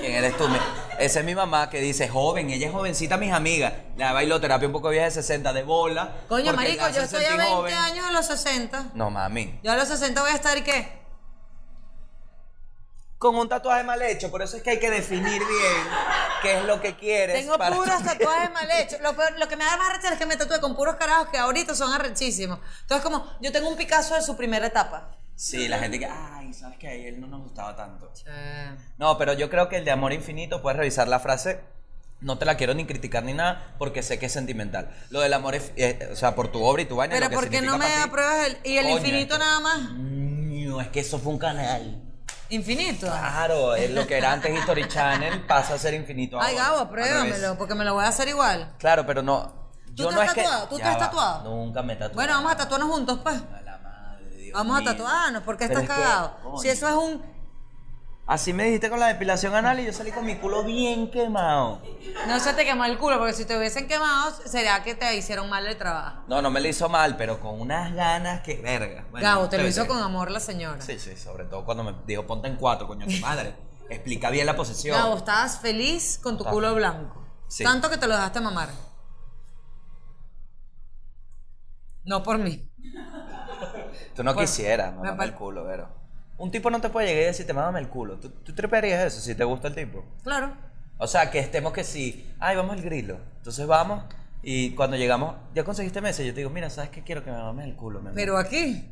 S2: ¿Quién eres tú? Mi- Esa es mi mamá que dice, joven, ella es jovencita, mis amigas. La bailoterapia un poco vieja de 60 de bola.
S1: Coño,
S2: porque la
S1: marico,
S2: hace
S1: yo estoy a
S2: sentir
S1: 20
S2: joven.
S1: años de los 60.
S2: No, mami.
S1: Yo a los 60 voy a estar, ¿qué?
S2: Con un tatuaje mal hecho, por eso es que hay que definir bien qué es lo que quieres.
S1: Tengo
S2: para tu
S1: puros
S2: vida.
S1: tatuajes mal hechos. Lo, peor- lo que me da más arrecha es que me tatué con puros carajos que ahorita son arrechísimos. Entonces, como, yo tengo un Picasso de su primera etapa.
S2: Sí, la gente que, ay, ¿sabes qué? A él no nos gustaba tanto. No, pero yo creo que el de amor infinito puedes revisar la frase. No te la quiero ni criticar ni nada porque sé que es sentimental. Lo del amor es, eh, o sea, por tu obra y tu vaina.
S1: Pero
S2: lo que
S1: ¿por qué
S2: significa
S1: no me
S2: para ti.
S1: apruebas el, y el
S2: Coño,
S1: infinito
S2: esto-
S1: nada más?
S2: No, es que eso fue un canal.
S1: ¿Infinito?
S2: Claro, es lo que era antes History Channel pasa a ser infinito.
S1: Ay,
S2: ahora,
S1: Gabo,
S2: al revés.
S1: apruébamelo, porque me lo voy a hacer igual.
S2: Claro, pero no.
S1: ¿Tú
S2: yo
S1: te
S2: no
S1: has
S2: es que-
S1: tatuado? ¿Tú te
S2: Ya
S1: has
S2: va,
S1: tatuado?
S2: Nunca me he tatuado.
S1: Bueno, vamos a tatuarnos juntos, pues.
S2: A la madre, Dios
S1: Vamos a
S2: mío.
S1: tatuarnos, porque
S2: Pero
S1: estás
S2: es que,
S1: cagado.
S2: coño.
S1: Si eso es un.
S2: Así me dijiste con la depilación anal y yo salí con mi culo bien quemado.
S1: No se te quemó el culo, porque si te hubiesen quemado, será que te hicieron mal el trabajo.
S2: No, no me lo hizo mal, pero con unas ganas que verga. Bueno,
S1: Gabo, te lo
S2: debe
S1: hizo
S2: ser.
S1: con amor la señora.
S2: Sí, sí, sobre todo cuando me dijo ponte en cuatro, coño, tu madre. Explica bien la posición.
S1: Gabo, estabas feliz con tu
S2: Estaba.
S1: culo blanco.
S2: Sí.
S1: Tanto que te lo dejaste mamar. No por mí.
S2: Tú no
S1: Bueno,
S2: quisieras,
S1: me
S2: mamá,
S1: pare-
S2: el culo, pero. Un tipo no te puede llegar y decirte, mamá, el culo. ¿Tú, tú trepearías eso si te gusta el tipo?
S1: Claro.
S2: O sea, que estemos que sí, ay, vamos al grilo. Entonces vamos y cuando llegamos, ya conseguiste mesa. Yo te digo, mira, ¿sabes qué quiero que me mames el culo, mi amor?
S1: Pero aquí.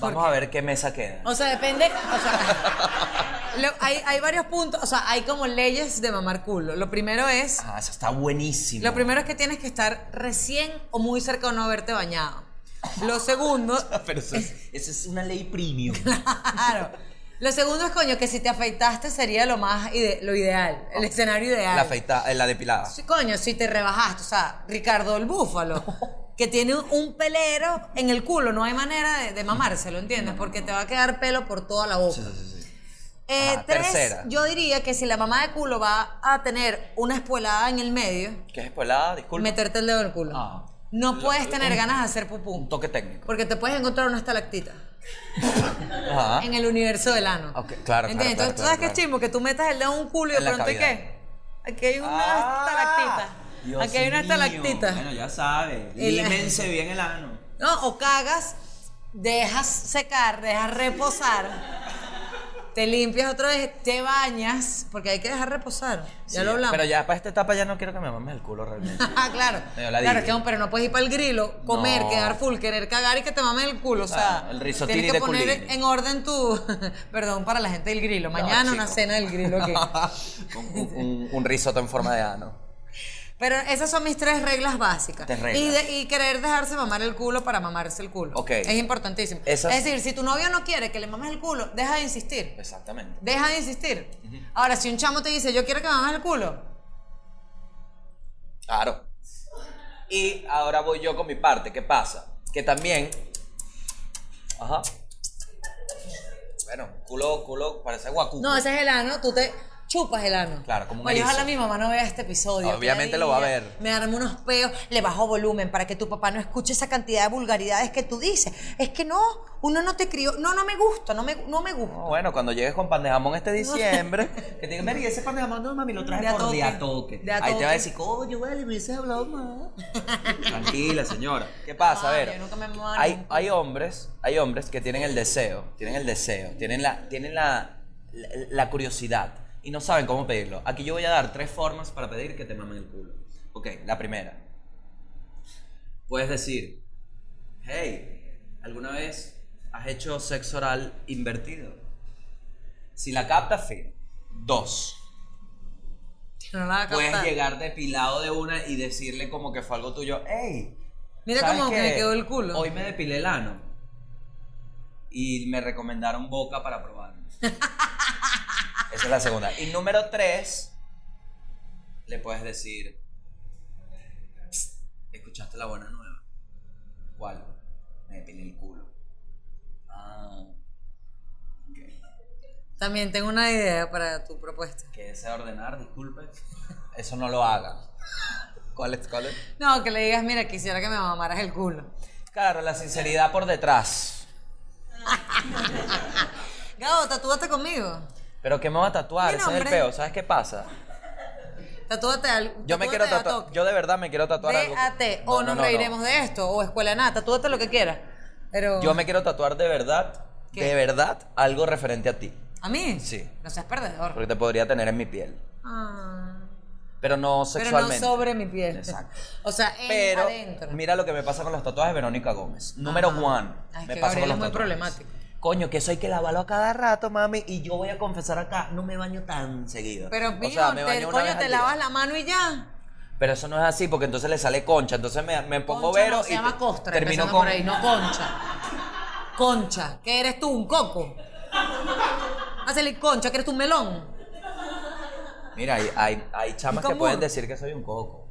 S2: Vamos a ver qué mesa queda.
S1: O sea, depende. O sea, lo- hay, hay varios puntos. O sea, hay como leyes de mamar culo. Lo primero es.
S2: Ah, eso está buenísimo.
S1: Lo primero es que tienes que estar recién o muy cerca de no haberte bañado. Lo segundo.
S2: Pero eso es, eso es una ley premium.
S1: Claro. Lo segundo es, coño, que si te afeitaste sería lo más ide- lo ideal, el escenario ideal.
S2: la afeita, eh, la depilada.
S1: Sí, coño, si te rebajaste, o sea, Ricardo el Búfalo, que tiene un, un pelero en el culo, no hay manera de, de mamárselo, ¿entiendes? Porque te va a quedar pelo por toda la boca. Eh,
S2: Ajá,
S1: tres,
S2: tercera.
S1: yo diría que si la mamá de culo va a tener una espuelada en el medio,
S2: ¿Qué es espolada? Disculpa.
S1: meterte el dedo en el culo.
S2: Ah.
S1: No
S2: Lo-
S1: puedes tener
S2: un-
S1: ganas de hacer pupú.
S2: Un toque técnico.
S1: Porque te puedes encontrar una estalactita
S2: Ajá.
S1: en el universo del ano.
S2: Ah. Ok, claro, claro,
S1: ¿Entiendes?
S2: claro,
S1: Entonces, ¿tú sabes
S2: claro,
S1: qué
S2: claro.
S1: chimbo? Que tú metas el dedo en un culo y de
S2: En la
S1: pronto, ¿y
S2: cavidad.
S1: qué? Aquí hay una
S2: Ah,
S1: estalactita.
S2: Dios
S1: Aquí hay una
S2: mío.
S1: estalactita.
S2: Bueno, ya sabes.
S1: El-
S2: Límense bien el ano.
S1: No, o cagas, dejas secar, dejas reposar, te limpias otra vez, te bañas, porque hay que dejar reposar. Ya
S2: Sí,
S1: lo hablamos.
S2: Pero ya para esta etapa ya no quiero que me mames el culo realmente.
S1: Ah, claro.
S2: Yo la
S1: Claro,
S2: dije.
S1: es que, no, pero no puedes ir para el grilo, comer,
S2: No.
S1: querer full, querer cagar y que te mamen el culo. O sea,
S2: Claro, el risotiri
S1: tienes que
S2: de
S1: poner
S2: culini.
S1: en orden tu. Perdón para la gente del grilo. Mañana una
S2: chico.
S1: cena del grilo aquí.
S2: un, un- un- un risotto en forma de ano.
S1: Pero esas son mis tres reglas básicas.
S2: Tres reglas.
S1: Y, de- y querer dejarse mamar el culo para mamarse el culo.
S2: Ok.
S1: Es importantísimo.
S2: Esas-
S1: Es decir, si tu novio no quiere que le mames el culo, deja de insistir.
S2: Exactamente.
S1: Deja de insistir. Ahora, si un chamo te dice, yo quiero que me mames el culo,
S2: Claro. Y ahora voy yo con mi parte. ¿Qué pasa? Que también. Ajá. Bueno, culo, culo, parece guacuco.
S1: no, ese es el ano, tú te chupas el ano.
S2: Claro, como un
S1: Oye, ojalá
S2: erizo.
S1: mi mamá no vea este episodio.
S2: Obviamente
S1: Qué
S2: lo va a
S1: ladilla.
S2: ver.
S1: Me armo unos peos, le bajo volumen para que tu papá no escuche esa cantidad de vulgaridades que tú dices. Es que no, uno no te crió. No, no me gusta, no me, no me gusta.
S2: No, bueno, cuando llegues con pan de jamón este diciembre, que te digan, Mary, ese pan de jamón no, mami, lo traje
S1: De a
S2: por
S1: toque.
S2: de a toque.
S1: De a
S2: Ahí te va
S1: toque.
S2: a decir, coño, vale, me hice hablar más. Tranquila, señora. ¿Qué pasa? A
S1: Ay,
S2: ver,
S1: yo nunca me muero.
S2: hay, hay hombres, hay hombres que tienen el deseo, tienen el deseo, tienen la, tienen la, la, la curiosidad y no saben cómo pedirlo. Aquí yo voy a dar tres formas para pedir que te mamen el culo. Ok, la primera. Puedes decir, hey, ¿alguna vez has hecho sexo oral invertido? Si la captas, fino. Dos.
S1: No la va a
S2: Puedes
S1: captar.
S2: llegar depilado de una y decirle como que fue algo tuyo, hey.
S1: Mira
S2: ¿sabes
S1: cómo que
S2: qué?
S1: me quedó el culo.
S2: Hoy me depilé el ano. Y me recomendaron boca para probar. Esa es la segunda. Y número tres, le puedes decir, "Psst, ¿escuchaste la buena nueva? ¿Cuál? Me depilé el culo. Ah,
S1: También tengo una idea para tu propuesta.
S2: que desea ordenar, disculpe. Eso no lo haga. ¿Cuál es? ¿Cuál es?
S1: No, que le digas, mira, quisiera que me mamaras el culo.
S2: Claro, la sinceridad por detrás.
S1: Gabo, tatúate conmigo.
S2: Pero que me va a tatuar,
S1: Mi
S2: ese es el
S1: nombre.
S2: peo, ¿sabes qué pasa?
S1: Tatúate algo.
S2: Yo me quiero tatuar, yo de verdad me quiero tatuar algo.
S1: DAT, o
S2: No,
S1: nos
S2: no, no,
S1: reiremos
S2: no.
S1: de esto, o escuela nada, tatúate lo que quieras. Pero.
S2: Yo me quiero tatuar de verdad,
S1: ¿Qué?
S2: de verdad, algo referente a ti.
S1: ¿A mí?
S2: Sí.
S1: No seas perdedor.
S2: Porque te podría tener en mi piel.
S1: Ah, pero
S2: Pero no
S1: no
S2: sexualmente.
S1: sobre mi piel.
S2: Exacto.
S1: O sea, en,
S2: Pero
S1: adentro.
S2: mira lo que me pasa con los tatuajes de Verónica Gómez. Número
S1: Ajá.
S2: one.
S1: Ay, es
S2: me
S1: que
S2: pasa
S1: Gabriel es
S2: con los
S1: muy
S2: tatuajes.
S1: problemático.
S2: Coño, que eso hay que lavarlo a cada rato, mami. Y yo voy a confesar acá, no me baño tan seguido.
S1: Pero,
S2: o
S1: mijo,
S2: sea, me
S1: te,
S2: baño una vez
S1: coño,
S2: al
S1: te
S2: día.
S1: lavas la mano y ya.
S2: Pero eso no es así, porque entonces le sale concha. Entonces me, me pongo
S1: Concha
S2: vero
S1: no, se
S2: y
S1: llama costra.
S2: termino
S1: empezando
S2: con.
S1: por ahí, no concha. Concha, ¿qué eres tú? ¿Un coco? Hazle concha, que eres tú un melón.
S2: Mira, hay, hay, hay chamas que
S1: ¿Cómo?
S2: pueden decir que soy un coco.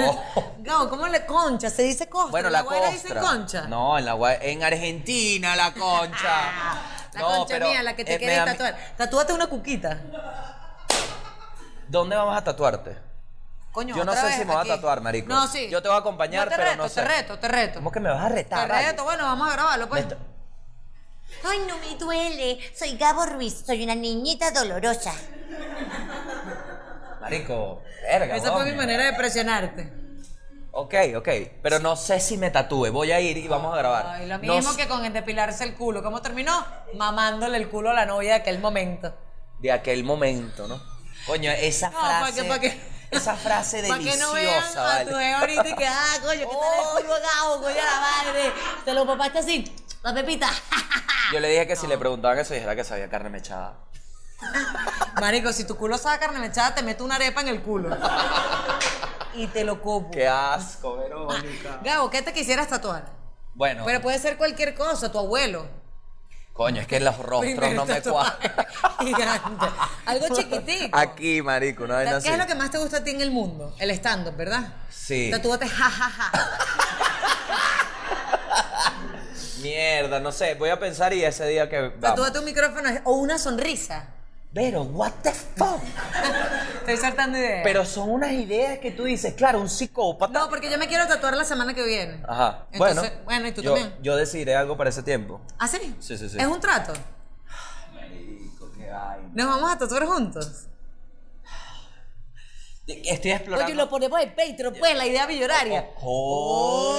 S2: Oh.
S1: No, ¿cómo le concha? Se dice costra.
S2: Bueno,
S1: ¿En
S2: la
S1: Guaira
S2: costra.
S1: dicen concha.
S2: No, en la Guaira- en Argentina la concha.
S1: Ah, La
S2: No,
S1: concha
S2: pero,
S1: mía, la que te
S2: eh, me
S1: quieres
S2: da mi-
S1: tatuar. Tatúate una cuquita.
S2: ¿Dónde vamos a tatuarte?
S1: Coño,
S2: Yo no
S1: otra
S2: sé
S1: vez
S2: si me voy a
S1: aquí.
S2: tatuar, marico.
S1: No, sí.
S2: Yo te voy a acompañar,
S1: No, te
S2: pero
S1: reto,
S2: no sé.
S1: Te reto, te reto.
S2: ¿Cómo que me vas a
S1: Te
S2: retar? vale?
S1: reto, bueno, vamos a grabarlo, pues.
S2: Esto-
S4: Ay, no me duele. Soy Gabo Ruiz. Soy una niñita dolorosa.
S2: Marico, verga.
S1: Esa fue
S2: coño.
S1: mi manera de presionarte.
S2: Ok, ok. Pero no sé si me tatúe. Voy a ir y vamos a grabar.
S1: Ay, lo
S2: No
S1: mismo
S2: sé-
S1: que con el depilarse el culo. ¿Cómo terminó? Mamándole el culo a la novia de aquel momento.
S2: De aquel momento, ¿no? Coño, esa
S1: No,
S2: frase.
S1: pa' que- pa' que-
S2: Esa frase
S1: Para que
S2: deliciosa,
S1: no vean a
S2: ¿vale? Oh.
S1: tu jefe ahorita y que, ah, coño, ¿qué tal el culo, Gabo? Coño, la madre. Te lo papaste así, la pepita.
S2: Yo le dije que si le preguntaban eso, dijera que sabía carne mechada.
S1: Marico, si tu culo sabe carne mechada, te meto una arepa en el culo. Y te lo copo.
S2: Qué asco, Verónica.
S1: Gabo, ¿qué te quisieras tatuar?
S2: Bueno,
S1: Pero puede ser cualquier cosa, tu abuelo.
S2: coño, es que los rostros
S1: Primer
S2: no me
S1: tatuaje
S2: cuadran.
S1: Gigante. Algo chiquitico.
S2: Aquí, marico, una vez
S1: ¿Qué
S2: así.
S1: es lo que más te gusta a ti en el mundo? El stand-up, ¿verdad?
S2: Sí.
S1: Tatúate jajaja.
S2: Mierda, no sé, voy a pensar y ese día que vamos.
S1: Tatúate un micrófono o una sonrisa.
S2: Pero, what the fuck?
S1: Estoy saltando ideas.
S2: Pero son unas ideas que tú dices, claro, un psicópata.
S1: no, porque yo me quiero tatuar la semana que viene.
S2: Ajá.
S1: Entonces,
S2: bueno,
S1: bueno, y tú
S2: yo,
S1: también.
S2: Yo decidiré algo para ese tiempo.
S1: ¿Ah, sí?
S2: Sí, sí, sí.
S1: ¿Es un trato?
S2: Marico, qué vaina.
S1: ¿Nos vamos a tatuar juntos?
S2: Estoy explorando.
S1: Oye, lo ponemos en Patreon, pues, la idea millonaria.
S2: Oh,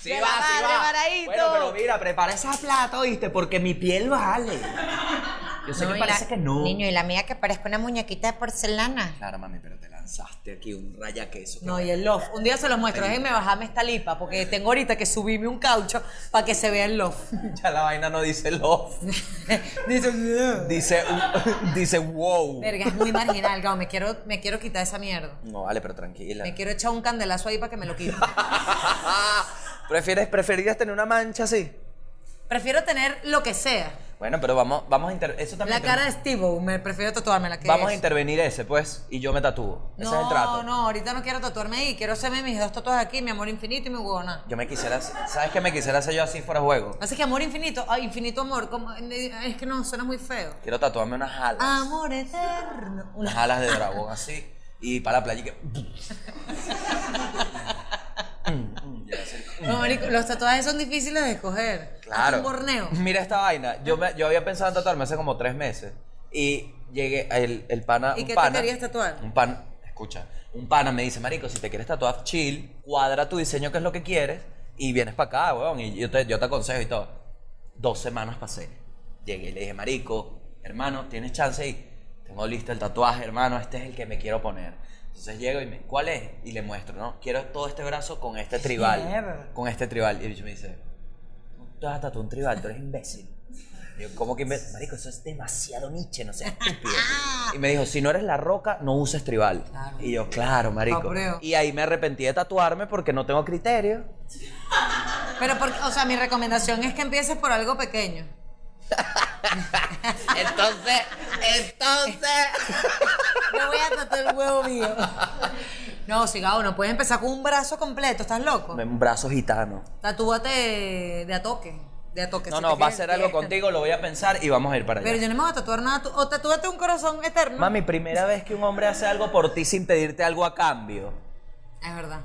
S2: Sí
S1: De
S2: va,
S1: la
S2: sí
S1: madre,
S2: va.
S1: Maraíto.
S2: Bueno, pero mira, prepara esa plata, ¿oíste? Porque mi piel vale. Yo sé que
S4: y
S2: parece
S4: la-
S2: que no.
S4: Niño, y la mía que parezco una muñequita de porcelana.
S2: Claro, mami, pero te lanzaste aquí un raya queso.
S1: No, y el love. Un día se los muestro. Déjenme bajarme esta lipa porque tengo ahorita que subirme un caucho para que se vea el love.
S2: Ya la vaina no dice love.
S1: Dice, "Ugh".
S2: Dice, uh, dice wow.
S1: verga, es muy marginal, Gao. Me quiero, me quiero quitar esa mierda.
S2: No, vale, pero tranquila.
S1: Me quiero echar un candelazo ahí para que me lo quite.
S2: ¿Prefieres, ¿Preferirías tener una mancha así?
S1: Prefiero tener lo que sea.
S2: Bueno, pero vamos, vamos a inter- eso también
S1: La cara de Steve, me prefiero tatuarme la que
S2: Vamos
S1: es.
S2: a intervenir ese, pues, y yo me tatúo. Ese
S1: no,
S2: es el trato.
S1: no, ahorita no quiero tatuarme ahí. Quiero hacerme mis dos tatuajes aquí, mi amor infinito y mi huevona.
S2: Yo me quisiera, hacer- ¿sabes qué me quisiera hacer yo así fuera de juego?
S1: Así que amor infinito, ay, infinito amor, como- eh, es que no, suena muy feo.
S2: Quiero tatuarme unas alas,
S1: Amor eterno. Una-
S2: unas alas de dragón así, y para la playa y que... Mm,
S1: No, marico, los tatuajes son difíciles de escoger. Hazte
S2: Claro.
S1: Un borneo.
S2: Mira esta vaina. Yo, me- yo había pensado en tatuarme hace como tres meses. Y llegué, el, el pana.
S1: ¿Y
S2: un
S1: qué te
S2: pana,
S1: querías tatuar?
S2: Un pana, escucha. Un pana me dice, Marico, si te quieres tatuar chill, cuadra tu diseño, que es lo que quieres, y vienes para acá, weón. Y yo te, yo te aconsejo y todo. Dos semanas pasé. Llegué y le dije, Marico, hermano, tienes chance y tengo listo el tatuaje, hermano, este es el que me quiero poner. Entonces llego y me, ¿cuál es? Y le muestro, ¿no? Quiero todo este brazo con este tribal.
S1: Mierda.
S2: Con este tribal. Y el bicho me dice, tú vas a tatuar un tribal, tú eres imbécil. Digo, ¿cómo que imbécil? Marico, eso es demasiado niche, no seas estúpido. Y me dijo, si no eres la roca, no uses tribal.
S1: Claro.
S2: Y yo, claro, marico.
S1: Papureo.
S2: Y ahí me arrepentí de tatuarme porque no tengo criterio.
S1: Pero, porque, o sea, mi recomendación es que empieces por algo pequeño.
S2: Entonces, entonces.
S1: Me voy a tatuar el huevo mío. No, siga uno, puedes empezar con un brazo completo, ¿estás loco?
S2: Un brazo gitano.
S1: Tatúate de a toque. De a toque.
S2: No,
S1: si
S2: no,
S1: te
S2: va a
S1: quieres-
S2: ser algo contigo, lo voy a pensar y vamos a ir para allá.
S1: Pero yo no me voy a tatuar nada. tú- O tatúate un corazón eterno.
S2: Mami, primera vez que un hombre hace algo por ti sin pedirte algo a cambio.
S1: Es verdad.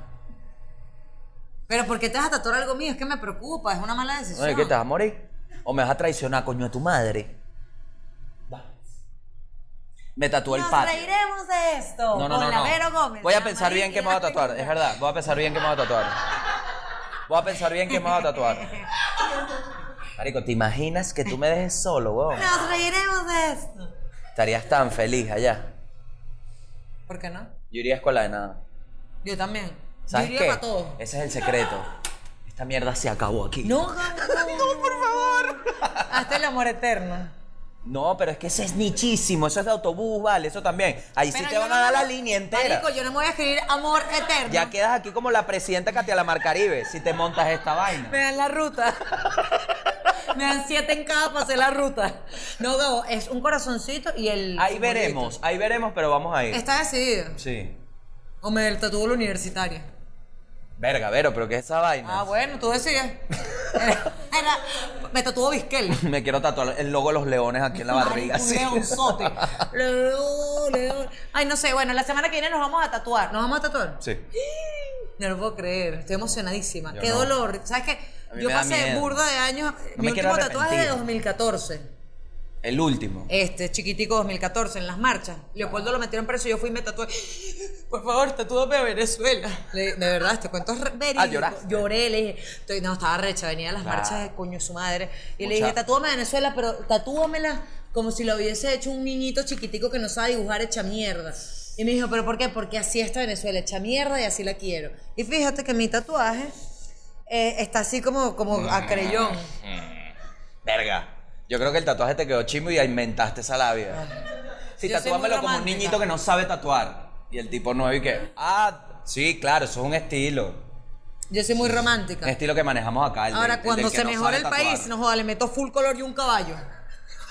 S1: Pero ¿por qué te vas a tatuar algo mío? Es que me preocupa, es una mala decisión.
S2: Oye, ¿qué te vas a morir? O me vas a traicionar, coño, de tu madre. Va. Me tatuó el
S1: Nos
S2: patio.
S1: reiremos de esto.
S2: No, no,
S1: con
S2: no,
S1: la
S2: no.
S1: Vero Gómez.
S2: Voy a
S1: la
S2: pensar bien qué me voy a
S1: Mariquita.
S2: tatuar. Es verdad, voy a pensar bien qué me voy a tatuar. Voy a pensar bien qué me voy a tatuar. Marico, ¿te imaginas que tú me dejes solo, weón?
S1: Nos reiremos de esto.
S2: Estarías tan feliz allá.
S1: ¿Por qué no?
S2: Yo iría a escuela de nada.
S1: Yo también.
S2: ¿Sabes
S1: Yo iría
S2: qué?
S1: para todo.
S2: Ese es el secreto. Esta mierda se acabó aquí.
S1: No, no, por favor. Hasta el amor eterno.
S2: No, pero es que ese es nichísimo. Eso es de autobús, vale. Eso también. Ahí sí
S1: Pero
S2: te
S1: yo
S2: van
S1: no
S2: a dar
S1: me-
S2: la línea entera.
S1: Marico, yo no me voy a escribir amor eterno.
S2: ya quedas aquí como la presidenta Katia Lamar Caribe si te montas esta vaina.
S1: Me dan la ruta. Me dan siete en cada para hacer la ruta. No, Gabo, es un corazoncito y el.
S2: Ahí
S1: simbolito.
S2: veremos, ahí veremos, pero vamos a ir.
S1: Está decidido.
S2: Sí.
S1: O me tatuó la universitaria.
S2: Verga, Vero, pero ¿qué es esa vaina?
S1: Ah, bueno, tú decides. Era- era- me tatuó Bisquel.
S2: Me quiero tatuar el logo de los leones aquí en la
S1: Marico,
S2: barriga. sí.
S1: Un leonzote. León, león. Ay, no sé. Bueno, la semana que viene nos vamos a tatuar. ¿Nos vamos a tatuar?
S2: Sí.
S1: No lo puedo creer. Estoy emocionadísima.
S2: Yo
S1: Qué
S2: no.
S1: dolor. ¿Sabes qué?
S2: A mí
S1: Yo
S2: me da
S1: pasé
S2: miedo.
S1: burda de años.
S2: No
S1: mi
S2: me quiero
S1: último tatuaje es de
S2: arrepentir.
S1: 2014.
S2: El último.
S1: Este, chiquitico 2014, en las marchas. Leopoldo lo metieron preso y yo fui y me tatué. Por favor, tatúame a Venezuela. Le- de verdad, este cuento es re- verídico.
S2: Ah, ¿lloraste?
S1: Lloré, le dije. estoy- no, estaba recha, venía a las
S2: Claro.
S1: marchas de coño su madre. Y le
S2: Mucha-
S1: dije, tatúame a Venezuela, pero tatúamela como si lo hubiese hecho un niñito chiquitico que no sabe dibujar hecha mierda. Y me dijo, ¿pero por qué? Porque así está Venezuela, hecha mierda y así la quiero. Y fíjate que mi tatuaje eh, está así como, como a creyón.
S2: Verga. Yo creo que el tatuaje te quedó chimbo y inventaste esa labia. Sí,
S1: Ah. Yo soy muy
S2: tatúamelo como un
S1: romántica.
S2: niñito que no sabe tatuar. Y el tipo nuevo y que. Ah, sí, claro, eso es un estilo.
S1: Yo soy muy
S2: Un
S1: romántica.
S2: estilo que manejamos acá. el de- el
S1: Ahora,
S2: del
S1: cuando
S2: que
S1: se
S2: no
S1: mejore
S2: sabe
S1: el
S2: tatuar.
S1: país, no joda, le meto full color y un caballo.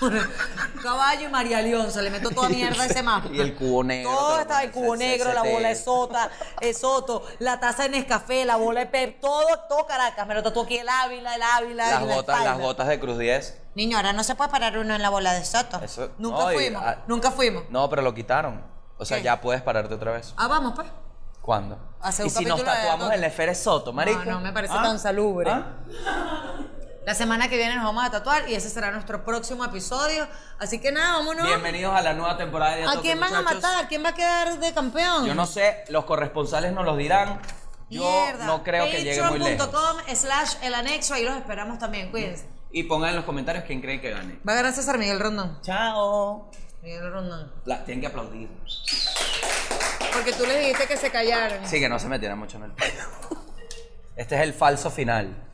S1: un caballo y María Leonza, le meto toda mierda a ese mapa.
S2: Y el cubo negro, te
S1: Todo
S2: lo
S1: está, el
S2: pones,
S1: cubo
S2: el
S1: negro, la
S2: CCT.
S1: bola de sota, el soto, la taza de Nescafé, la bola de Pep, todo, todo Caracas. Me lo tatuó aquí el Ávila, el Ávila,
S2: Las
S1: y la
S2: botas,
S1: espalda.
S2: las botas de Cruz 10.
S1: Niño, ahora no se puede parar uno en la bola de soto.
S2: Eso-
S1: nunca
S2: no, y-
S1: fuimos,
S2: ah-
S1: nunca fuimos.
S2: No, pero lo quitaron. O sea,
S1: ¿Qué?
S2: ya puedes pararte otra vez.
S1: Ah, vamos pues.
S2: ¿Cuándo?
S1: Hace
S2: y
S1: un
S2: si nos
S1: capítulo de
S2: tatuamos
S1: Adonde.
S2: en Lefere Soto, marico. ¿Ah?
S1: no me parece tan salubre. La semana que viene nos vamos a tatuar y ese será nuestro próximo episodio. Así que nada, vámonos.
S2: Bienvenidos a la nueva temporada de
S1: ¿A
S2: Toque,
S1: quién van a
S2: muchachos.
S1: matar? ¿Quién va a quedar de campeón?
S2: Yo no sé, los corresponsales nos los dirán. Yo
S1: Mierda.
S2: no creo que llegue muy lejos.
S1: Patreon.com slash el anexo, ahí los esperamos también, cuídense.
S2: Y pongan en los comentarios quién cree que gane.
S1: Va a ganar César Miguel Rondón.
S2: Chao.
S1: Miguel Rondón.
S2: La, tienen que aplaudir.
S1: Porque tú les dijiste que se callaran.
S2: Sí, que no se metieran mucho en el pelo. Este es el falso final.